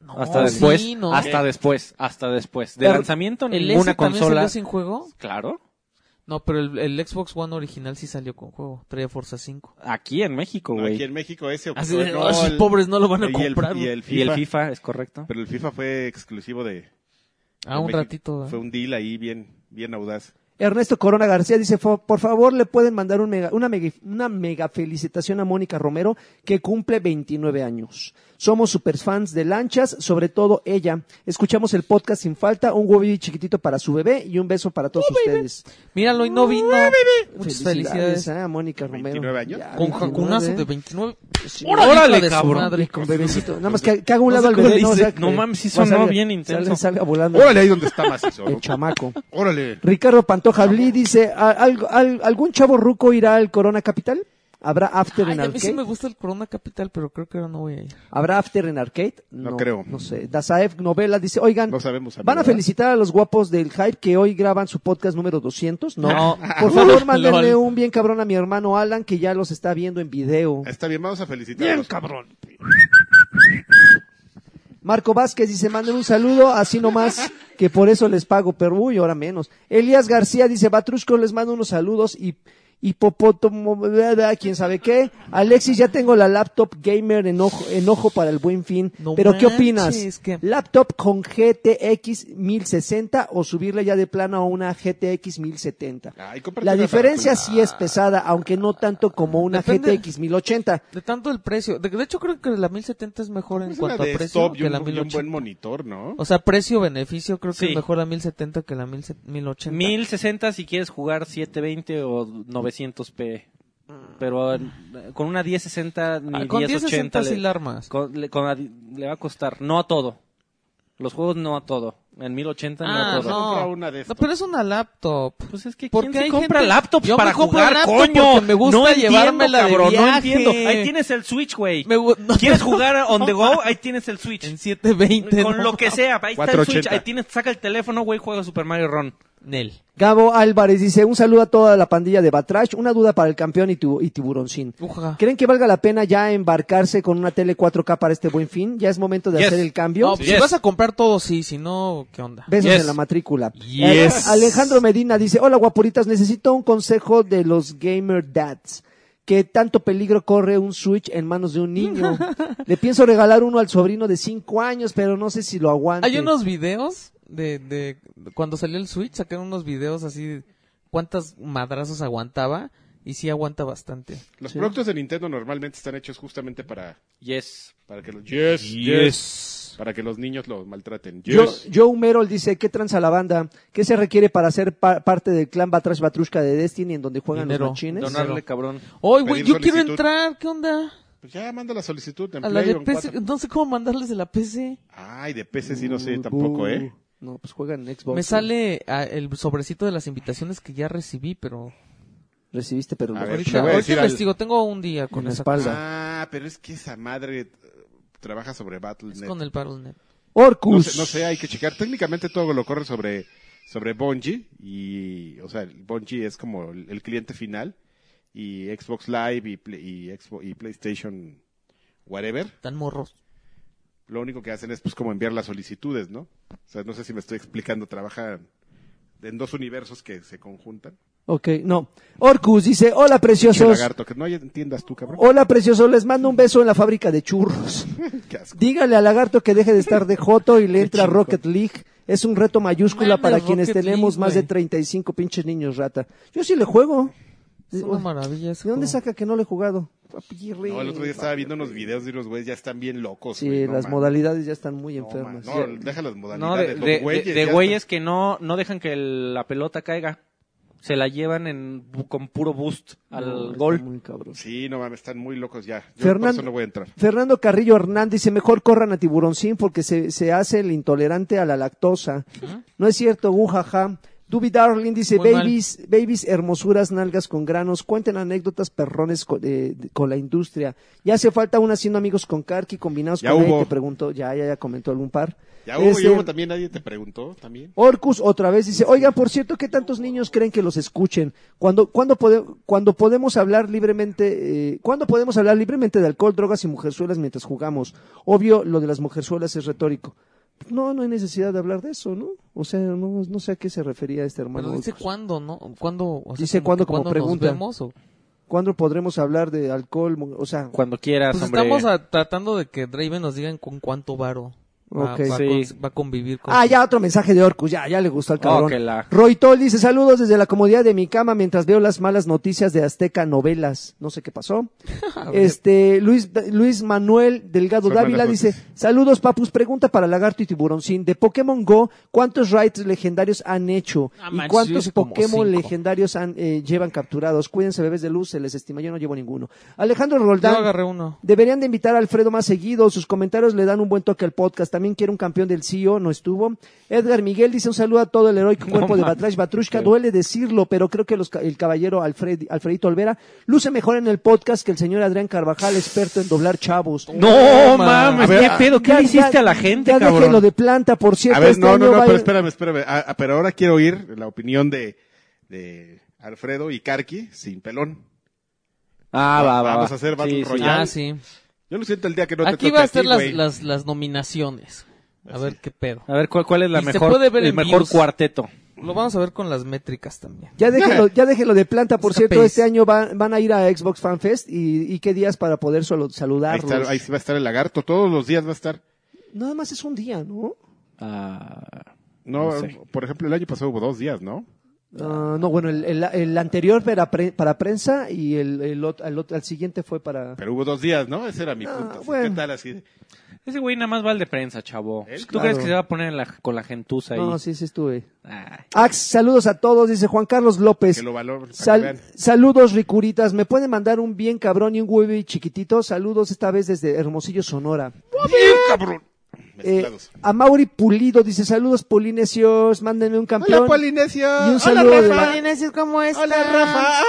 C: No,
D: hasta
C: sí,
D: después,
C: no.
D: hasta después, hasta después. De
A: Pero,
D: lanzamiento
C: ¿El
D: ninguna
C: S también salió
D: consola.
C: sin juego?
D: Claro.
C: No, pero el, el Xbox One original sí salió con juego. Traía Forza 5.
D: Aquí en México,
B: No,
D: güey.
B: aquí en México ese.
C: Así
B: no,
C: de, "Oh, esos
B: el-
C: pobres no lo van a
B: y el-
C: comprar.
B: y el
D: Y el
B: FIFA.
D: FIFA es correcto.
B: Pero el FIFA fue exclusivo de.
C: ah,
B: de
C: un
B: México.
C: ratito. ¿verdad?
B: Fue un deal ahí bien, bien audaz.
A: Ernesto Corona García dice, "Fo- por favor le pueden mandar un mega- una, mega, una mega felicitación a Mónica Romero que cumple 29 años. Somos superfans de lanchas, sobre todo ella. Escuchamos el podcast sin falta, un huevo chiquitito para su bebé y un beso para todos
D: Oh,
A: ustedes.
C: Míralo y no vino. Muchas felicidades.
A: a Mónica Romero.
B: 29 años.
A: Ya,
C: Con
A: 29.
C: jacunazo de 29.
D: ¡Órale,
C: hija de su
D: cabrón!
C: madre.
A: Y con bebecito. Nada más que, que haga un
D: No
A: lado
D: sé
A: al
D: cómo
A: bebé.
D: le
A: No,
D: hice.
A: O sea, que
D: No mames, sí
A: va a
D: sonó
A: salir-
D: bien intenso.
A: sale- salga volando
B: Órale, ahí donde está macizo.
A: el chamaco.
B: Órale.
A: Ricardo Pantoja Blí dice, "¿Al- al- al- ¿algún chavo ruco irá al Corona Capital? ¿Habrá after
C: Ay,
A: en
C: a mí sí
A: arcade?
C: me gusta el Corona Capital, pero creo que ahora no voy a ir.
A: ¿Habrá after en arcade?
B: No creo.
A: No sé. Dazaev Novela dice, oigan,
B: No sabemos. amigo,
A: ¿van a
B: ¿verdad?
A: felicitar a los guapos del Hype que hoy graban su podcast número 200? No.
D: No.
A: Por favor, mándenle
C: Lol.
A: un bien cabrón a mi hermano Alan que ya los está viendo en video.
B: Está bien, vamos a felicitar.
A: Bien, cabrón. Marco Vázquez dice, manden un saludo, así nomás, que por eso les pago, pero uy, ahora menos. Elías García dice, Batrusco, les mando unos saludos y hipopótamo, bla, bla, quién sabe qué. Alexis, ya tengo la laptop gamer enojo, enojo para el buen fin.
C: No
A: pero ¿qué
C: manches,
A: opinas?
C: ¿qué?
A: ¿Laptop con GTX 1060 o subirle ya de plano a una GTX 1070?
B: Ay, cómprate
A: La
B: una
A: diferencia
B: para tu-
A: sí es pesada, aunque no tanto como una
C: Depende.
A: GTX 1080.
C: De tanto el precio. De, de hecho, creo que la 1070 es mejor en
B: Es una
C: cuanto a
B: de
C: precio
B: stop y
C: que la
B: un, y un
C: 1080.
B: buen monitor, ¿no?
C: O sea, precio-beneficio creo que
D: Sí.
C: es mejor la 1070 que la 1080.
D: 1060 si quieres jugar 720 o 900p.
C: Mm.
D: Pero eh, con una 1060 ni
C: Ah, con
D: 1080
C: 1060 sí
D: le,
C: la armas.
D: con- le- con la di- le va a costar. No a todo. Los juegos no a todo. En 1080 no
C: Ah,
D: la corre.
C: no.
B: Compra una de
C: No,
B: estas.
C: pero es una laptop.
D: Pues es que
C: ¿Por
D: ¿quién
C: qué
D: se
C: hay
D: compra
C: gente-
D: laptops
C: Yo me
D: para
C: compro
D: jugar,
C: laptop
D: coño?
C: porque me gusta
D: no entiendo,
C: llevármela de
D: cabrón, no
C: viaje.
D: entiendo. Ahí tienes el Switch, güey.
C: Me gu- no,
D: ¿Quieres jugar on the go? Ahí tienes el
C: En
D: Switch.
C: 720.
D: Con
C: no.
D: lo que sea, ahí está el
B: 480.
D: Switch. Ahí tienes, saca el teléfono, güey, juega Super Mario Run.
C: Nel.
A: Gabo Álvarez dice, un saludo a toda la pandilla de Batrash, una duda para el campeón y, tu, y tiburoncín.
C: Ujaja.
A: ¿Creen que valga la pena ya embarcarse con una tele 4K para este buen fin? ¿Ya es momento de
D: Yes.
A: hacer el cambio?
C: No, pues
D: Yes.
C: si vas a comprar todo, sí, si no, ¿qué onda?
A: Besos
D: Yes.
A: en la matrícula.
D: Yes.
A: Eh, Alejandro Medina dice, hola guapuritas, necesito un consejo de los gamer dads. ¿Qué tanto peligro corre un Switch en manos de un niño? Le pienso regalar uno al sobrino de 5 años, pero no sé si lo
D: Ah,
A: aguante.
C: Hay unos videos de, de cuando salió el Switch, sacaron unos videos así de cuántas madrazos aguantaba y sí aguanta bastante.
B: Los productos de Nintendo normalmente están hechos justamente para,
D: Yes.
B: para que los yes, yes, para que los niños los maltraten.
A: Yo-
B: Yes.
A: Joe Merol dice, ¿qué tranza la banda? ¿Qué se requiere para ser pa- parte del clan Batrash Batrushka de Destiny en donde juegan
C: Dinero.
A: los machines?
D: Donarle, cabrón.
C: Oye, güey,
B: Pedir
C: yo quiero
B: solicitud.
C: entrar, ¿qué onda?
B: Pues ya manda la solicitud en
C: A la
B: Play
C: de
B: o en
C: PC,
B: cuatro.
C: no sé cómo mandarles de la PC.
B: Ay, de PC sí no sé tampoco,
A: Uh,
B: ¿eh?
A: No, pues juegan en Xbox.
C: Me sale ah, el sobrecito de las invitaciones que ya recibí, pero
A: Recibiste, pero
B: A
A: lo-
B: ver,
C: ahorita,
B: Eh, te voy a
C: ahorita
B: decir al-
C: investigo, tengo un día con
A: En la
C: esa
A: espalda.
C: cosa.
B: Ah, pero es que esa madre eh, trabaja sobre Battle.net.
C: Es con el Battle.net.
A: Orcus.
B: No sé, no sé, hay que checar. Técnicamente todo lo corre sobre, sobre Bungie y, o sea, el Bungie es como el, el cliente final y Xbox Live y, Play- y, Xbox, y PlayStation whatever.
C: Tan morros.
B: Lo único que hacen es pues como enviar las solicitudes, ¿no? O sea, no sé si me estoy explicando. Trabajan en dos universos que se conjuntan.
A: Ok, no. Orcus dice, hola
B: Pinche
A: preciosos.
B: lagarto, que no entiendas tú, cabrón.
A: Hola preciosos, les mando un beso en la fábrica de churros.
B: Qué asco.
A: Dígale al lagarto que deje de estar de joto y le entra
B: chingón.
A: Rocket League. Es un reto mayúscula
C: Mames,
A: para quienes
C: Rocket
A: tenemos
C: League,
A: más de
C: güey.
A: 35 pinches niños rata. Yo sí le juego.
C: Es una maravilla ese
A: ¿De dónde
C: juego.
A: saca que no le he jugado? Ah, pues, Papi, rey.
B: No, el otro día estaba viendo unos videos de unos güeyes ya están bien locos.
A: Sí,
B: güey, no
A: las
B: mames.
A: modalidades ya están muy
B: No,
A: enfermas.
B: mames. No, deja las modalidades.
D: No, de,
B: los
D: de-
B: güeyes
D: de- de
B: ya están-
D: güeyes que no, no dejan que el- la pelota caiga. Se la llevan en, bu- con puro boost al
A: No, está
D: gol.
A: muy cabrón.
B: Sí, no mames, están muy locos ya. Yo
A: Fernando-
B: por eso no voy a entrar.
A: Fernando Carrillo Hernández dice, mejor corran a tiburoncín porque se, se hace el intolerante a la lactosa. No es cierto, uh, ujaja. Duby Darling dice,
C: Muy mal.
A: babies, babies, hermosuras, nalgas con granos, cuenten anécdotas perrones co- eh, de- con, la industria. Ya hace falta una haciendo amigos con Karki combinados
B: Ya
A: con él,
B: hubo.
A: que preguntó, ya, ya, ya comentó algún par.
B: Ya hubo,
A: Este,
B: ya hubo también, nadie te preguntó también.
A: Orcus otra vez dice, oigan, por cierto, ¿qué tantos niños creen que los escuchen? Cuando, cuando, pode- cuando podemos hablar libremente, eh, ¿cuándo podemos hablar libremente de alcohol, drogas y mujerzuelas mientras jugamos? Obvio, lo de las mujerzuelas es retórico. No, no hay necesidad de hablar de eso, ¿no? O sea, no, no sé a qué se refería este hermano.
C: Pero dice
A: Orcus.
C: cuándo, ¿no? ¿Cuándo? o sea,
A: Dice
C: que
A: cuándo como
C: nos
A: pregunta.
C: vemos o-
A: ¿Cuándo podremos hablar de alcohol? mu- O sea,
D: Cuando quieras,
C: Pues
D: hombre.
C: estamos a- tratando de que Draven nos digan con cuánto varo va,
A: Ok.
C: va a
D: Sí.
C: cons- va a convivir con.
A: Ah, ya otro mensaje de Orcus, ya, ya le gustó al
C: Ah,
A: cabrón.
D: Oh, que la-
A: Roy Toll dice saludos desde la comodidad de mi cama mientras veo las malas noticias de Azteca Novelas. No sé qué pasó. este Luis, Luis Manuel Delgado
B: Son
A: Dávila
B: malas
A: dice saludos papus, pregunta para Lagarto y Tiburoncín. De Pokémon Go, ¿cuántos raids legendarios han hecho?
C: Ah,
A: ¿Y
C: manches, yo
A: cuántos
C: hice como
A: Pokémon
C: cinco.
A: legendarios han, eh, llevan capturados? Cuídense bebés de luz, se les estima, yo no llevo ninguno. Alejandro
C: Yo
A: Roldán.
C: agarré uno.
A: Deberían de invitar a Alfredo más seguido. Sus comentarios le dan un buen toque al podcast. También quiere un campeón del CEO, no estuvo. Edgar Miguel dice un saludo a todo el heroico cuerpo de Batrash Batrushka. Duele decirlo, pero creo que los ca- el caballero Alfred, Alfredito Olvera luce mejor en el podcast que el señor Adrián Carvajal, experto en doblar chavos.
D: No
C: Ma.
D: mames,
B: A ver,
D: qué pedo, ¿qué
A: Ya-
D: le hiciste
A: ya-
D: a la gente,
A: ya
D: cabrón?
A: déjenlo de planta, por cierto.
B: A ver,
A: este
B: no, no,
A: año
B: no,
A: va-
B: pero espérame, espérame. Ah, ah, pero ahora quiero oír la opinión de, de Alfredo y Karki sin pelón.
D: Ah, va, va.
B: Vamos
D: va.
B: a hacer Battle
D: Sí, sí,
B: Royale.
C: Ah,
B: ya.
C: sí.
B: Yo lo siento el día que no te
C: Aquí
B: toque
C: va a estar
B: ti,
C: las,
B: güey.
C: las, las nominaciones. A ver qué pedo.
D: A ver, ¿cuál, cuál es la
C: Y se
D: mejor,
C: puede ver
D: el
C: en
D: mejor
C: views.
D: cuarteto?
C: Lo vamos a ver con las métricas también.
A: Ya déjenlo, ya déjenlo de planta, por
C: Escape.
A: cierto. Este año van, van a ir a Xbox Fan Fest y, y qué días para poder solo
B: Ahí,
A: saludarlos.
B: está, ahí va a estar el lagarto, todos los días va a estar.
A: Nada más es un día, ¿no?
D: Ah,
B: No,
D: No sé.
B: por ejemplo, el año pasado hubo dos días, ¿no?
A: Ah, no, bueno, el, el- el anterior era pre- para prensa y el, el, ot- al, ot- al siguiente fue para...
B: Pero hubo dos días, ¿no? Ese era mi
A: Ah,
B: punto. Así,
A: bueno.
B: ¿Qué tal así? de-
D: ese güey nada más va al de prensa, chavo.
B: Él,
D: ¿Tú
A: claro.
D: crees que se va a poner en la- con la gentuza ahí? Ah.
A: No, sí, sí estuve.
D: Ay.
A: Ax, saludos a todos, dice Juan Carlos López.
B: Que lo valor. para
A: Sal- Eh,
B: que vean.
A: saludos, ricuritas. ¿Me pueden mandar un bien cabrón y un huevo chiquitito? Saludos esta vez desde Hermosillo, Sonora.
B: Bien, cabrón.
A: Eh,
B: Mezclados.
A: a Mauri Pulido dice, saludos polinesios, mándenme un campeón.
B: Hola, Polinesia.
A: Y un
B: Hola,
A: saludo de
B: Rafa.
A: la-
C: ¿Cómo es?
B: Hola, Rafa.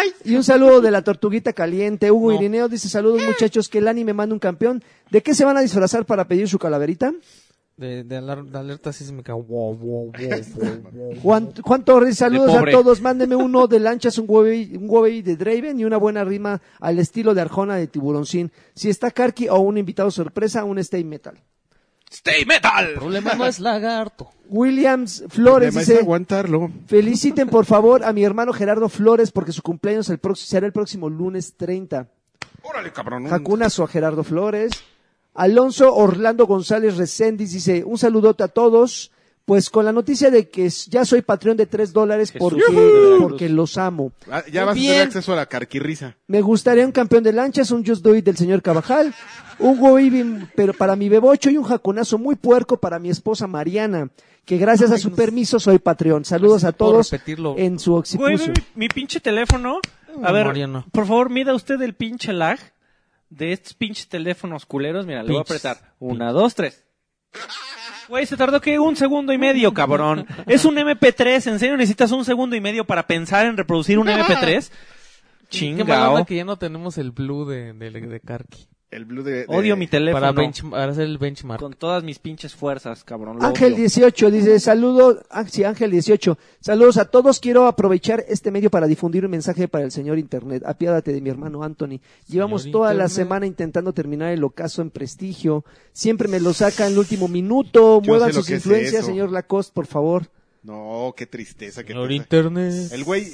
B: Ay.
A: Y un saludo de la tortuguita caliente. Hugo
C: No.
A: Irineo dice, saludos muchachos, que el anime manda un campeón. ¿De qué se van a disfrazar para pedir su calaverita?
C: De, de alar- de alerta sísmica. Wow, wow, wow, wow, wow.
A: Juan, Juan Torres, saludos a
D: pobre.
A: todos. Mándenme uno de lanchas, un huevey, un huevey de Draven y una buena rima al estilo de Arjona de Tiburoncín. Si está Karki o un invitado sorpresa, un stay metal.
D: ¡Stay Metal!
C: El problema no es lagarto.
A: Williams Flores
B: Además, es
A: dice,
B: aguantarlo.
A: feliciten por favor a mi hermano Gerardo Flores porque su cumpleaños el próximo- será el próximo lunes 30.
B: Órale, cabrón. un-
A: Jacunazo a Gerardo Flores. Alonso Orlando González Reséndiz dice, un saludote a todos. Pues con la noticia de que s- ya soy patrón de tres dólares porque, porque los amo.
B: Ah, ya vas a
C: Bien.
B: tener acceso a la carquirrisa.
A: Me gustaría un campeón de lanchas, un Just Do It del señor Cabajal, un Go Even, pero para mi bebocho y un jaconazo muy puerco para mi esposa Mariana, que gracias a
C: Ay,
A: su
C: no sé.
A: permiso soy Patreon. Saludos
C: Así
A: a
C: puedo
A: todos
C: repetirlo.
A: en su
D: Güey,
A: occipucio.
D: ve mi, mi pinche teléfono. A ver,
C: Mariano.
D: por favor, mida usted el pinche lag de estos pinches teléfonos culeros. Mira, le voy a
C: Pinches.
D: apretar. Una, dos, tres. Güey, se tardó que un segundo y medio, cabrón. Es un MP3. ¿En serio necesitas un segundo y medio para pensar en reproducir un MP3?
C: Qué mala onda
D: Chingao.
C: que ya no tenemos el blue de, de, de Karki.
B: El blue de. de-
D: Odio mi teléfono.
C: Para, bench- para hacer el benchmark.
D: Con todas mis pinches fuerzas, cabrón. lo
A: Ángel
D: odio.
A: 18 dice, saludos, ah, sí, Ángel 18, saludos a todos, quiero aprovechar este medio para difundir un mensaje para el señor Internet, apiádate de mi hermano Anthony, llevamos
C: Señor
A: toda la
C: Internet.
A: semana intentando terminar el ocaso en prestigio, siempre me lo saca en el último minuto,
B: sé
A: muevan
B: lo
A: sus
B: que es
A: influencias,
B: eso.
A: señor Lacoste, por favor.
B: No, qué tristeza. Qué
C: Señor
B: tristeza.
C: internet.
B: El güey.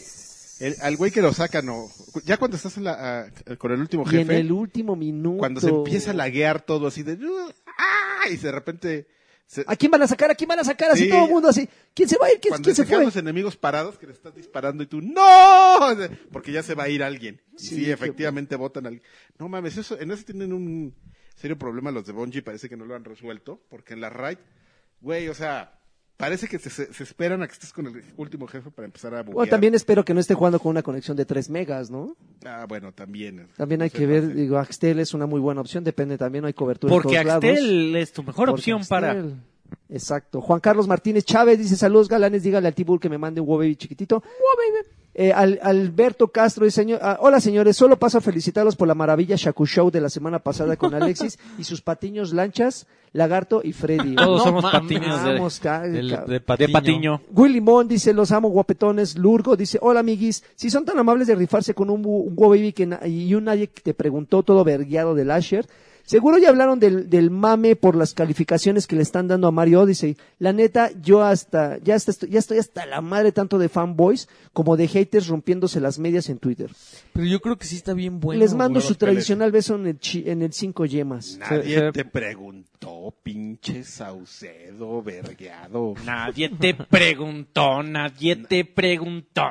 B: el- al güey que lo saca, no. Ya cuando estás en la, ah, con el último
A: Y en
B: jefe.
A: el último minuto.
B: cuando se empieza a laguear todo así de. ¡Ah! Y de repente. se-
A: ¿A quién van a sacar? ¿A quién van a sacar? Así
B: Sí.
A: todo el mundo así. ¿Quién se va a ir? ¿Quién,
B: cuando
A: quién se
B: se quedan
A: fue?
B: los enemigos parados que le estás disparando y tú ¡No! Porque ya se va a ir alguien. Y
A: Sí,
B: Sí,
A: qué-
B: efectivamente votan al. No mames, eso, en eso tienen un serio problema los de Bungie. Parece que no lo han resuelto. Porque en la raid, güey, o sea, parece que se, se- se esperan a que estés con el último jefe para empezar a buguear.
A: Bueno, también espero que no esté jugando con una conexión de 3 megas, ¿no?
B: Ah, bueno, también.
A: También
B: No
A: hay
B: sé,
A: que ver, eh,
B: parece-
A: digo, Axtel es una muy buena opción, depende también, no hay cobertura
D: Porque
A: en todos lados.
D: Axtel es tu mejor
A: Porque
D: opción
A: Axtel.
D: para.
A: Exacto. Juan Carlos Martínez Chávez dice, saludos galanes, dígale al Tibur que me mande un wow baby chiquitito. Eh, al- Alberto Castro dice, "Señor- ah, hola señores, solo paso a felicitarlos por la maravilla Shaku Show de la semana pasada con Alexis y sus patiños lanchas, Lagarto y Freddy.
D: Todos
C: No
D: somos
C: mames.
D: patiños de,
A: Vamos, ca-
C: Del-
A: ca-
C: de
D: de patiño.
A: Willy Mon dice, los amo guapetones. Lurgo dice, hola amiguis, si son tan amables de rifarse con un, bu- un Wo baby que na- y un nadie que te preguntó todo vergueado del Asher. Seguro ya hablaron del, del mame por las calificaciones que le están dando a Mario Odyssey. La neta, yo hasta, ya hasta estoy, ya estoy hasta la madre tanto de fanboys como de haters rompiéndose las medias en Twitter.
C: Pero yo creo que sí está bien bueno.
A: Les
B: bueno,
A: mando su
B: los peles.
A: tradicional beso en el, chi- en el cinco yemas.
B: Nadie
D: Se- se-
B: te preguntó, pinche Saucedo, vergueado.
D: Nadie te preguntó, nadie te preguntó.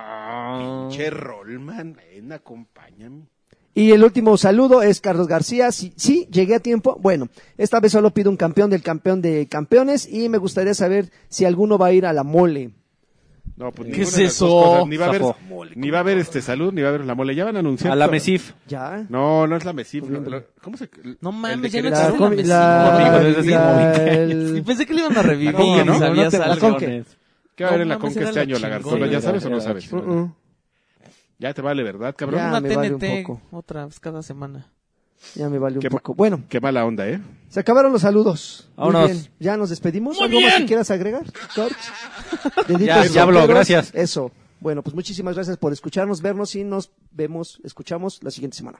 B: Pinche Rollman, ven, acompáñame.
A: Y el último saludo es Carlos García. Sí, sí, llegué a tiempo. Bueno, esta vez solo pido un campeón del campeón de campeones y me gustaría saber si alguno va a ir a la mole.
B: No, pues
D: ¿Qué
B: ninguna
D: es
B: de las
D: eso?
B: dos cosas. Ni va a haber,
D: Zafó.
B: ni va a haber este salud, ni va a haber la mole. Ya van a anunciar.
D: A la
B: todo.
D: Mesif.
A: ¿Ya?
B: No, no es la mesif. lo- lo- ¿Cómo se?
C: No
B: el
C: mames,
B: de
C: ya no
B: Querétaro.
C: existe.
A: La, com- la,
D: Amigo, desde hace
A: la-
D: como
A: el-
C: Y pensé que le iban a revivir.
B: La conca, ¿no?
C: y sabías
A: La
C: algo.
A: conca.
B: ¿Qué va a haber
C: No
B: en la
C: mames,
B: conca
C: era
B: este
C: la
B: año, lagartona?
C: chingona.
B: ¿Ya sabes o no
D: Era la
B: sabes?
A: Uh-uh.
B: Ya te vale, ¿verdad,
A: Ya.
B: cabrón?
C: Una
A: me vale un
C: TNT
A: poco.
C: otra vez cada semana.
A: Ya me vale un
B: Qué ma-
A: poco. Bueno,
B: Qué mala onda, ¿eh?
A: se acabaron los saludos. Muy
D: Vámonos.
A: bien. ¿Ya nos despedimos?
D: Muy
A: ¿Algo más que
D: bien.
A: quieras agregar, George? Deditos
D: Ya, ya habló,
A: solteros.
D: gracias.
A: Eso. Bueno, pues muchísimas gracias por escucharnos, vernos y nos vemos, escuchamos la siguiente semana.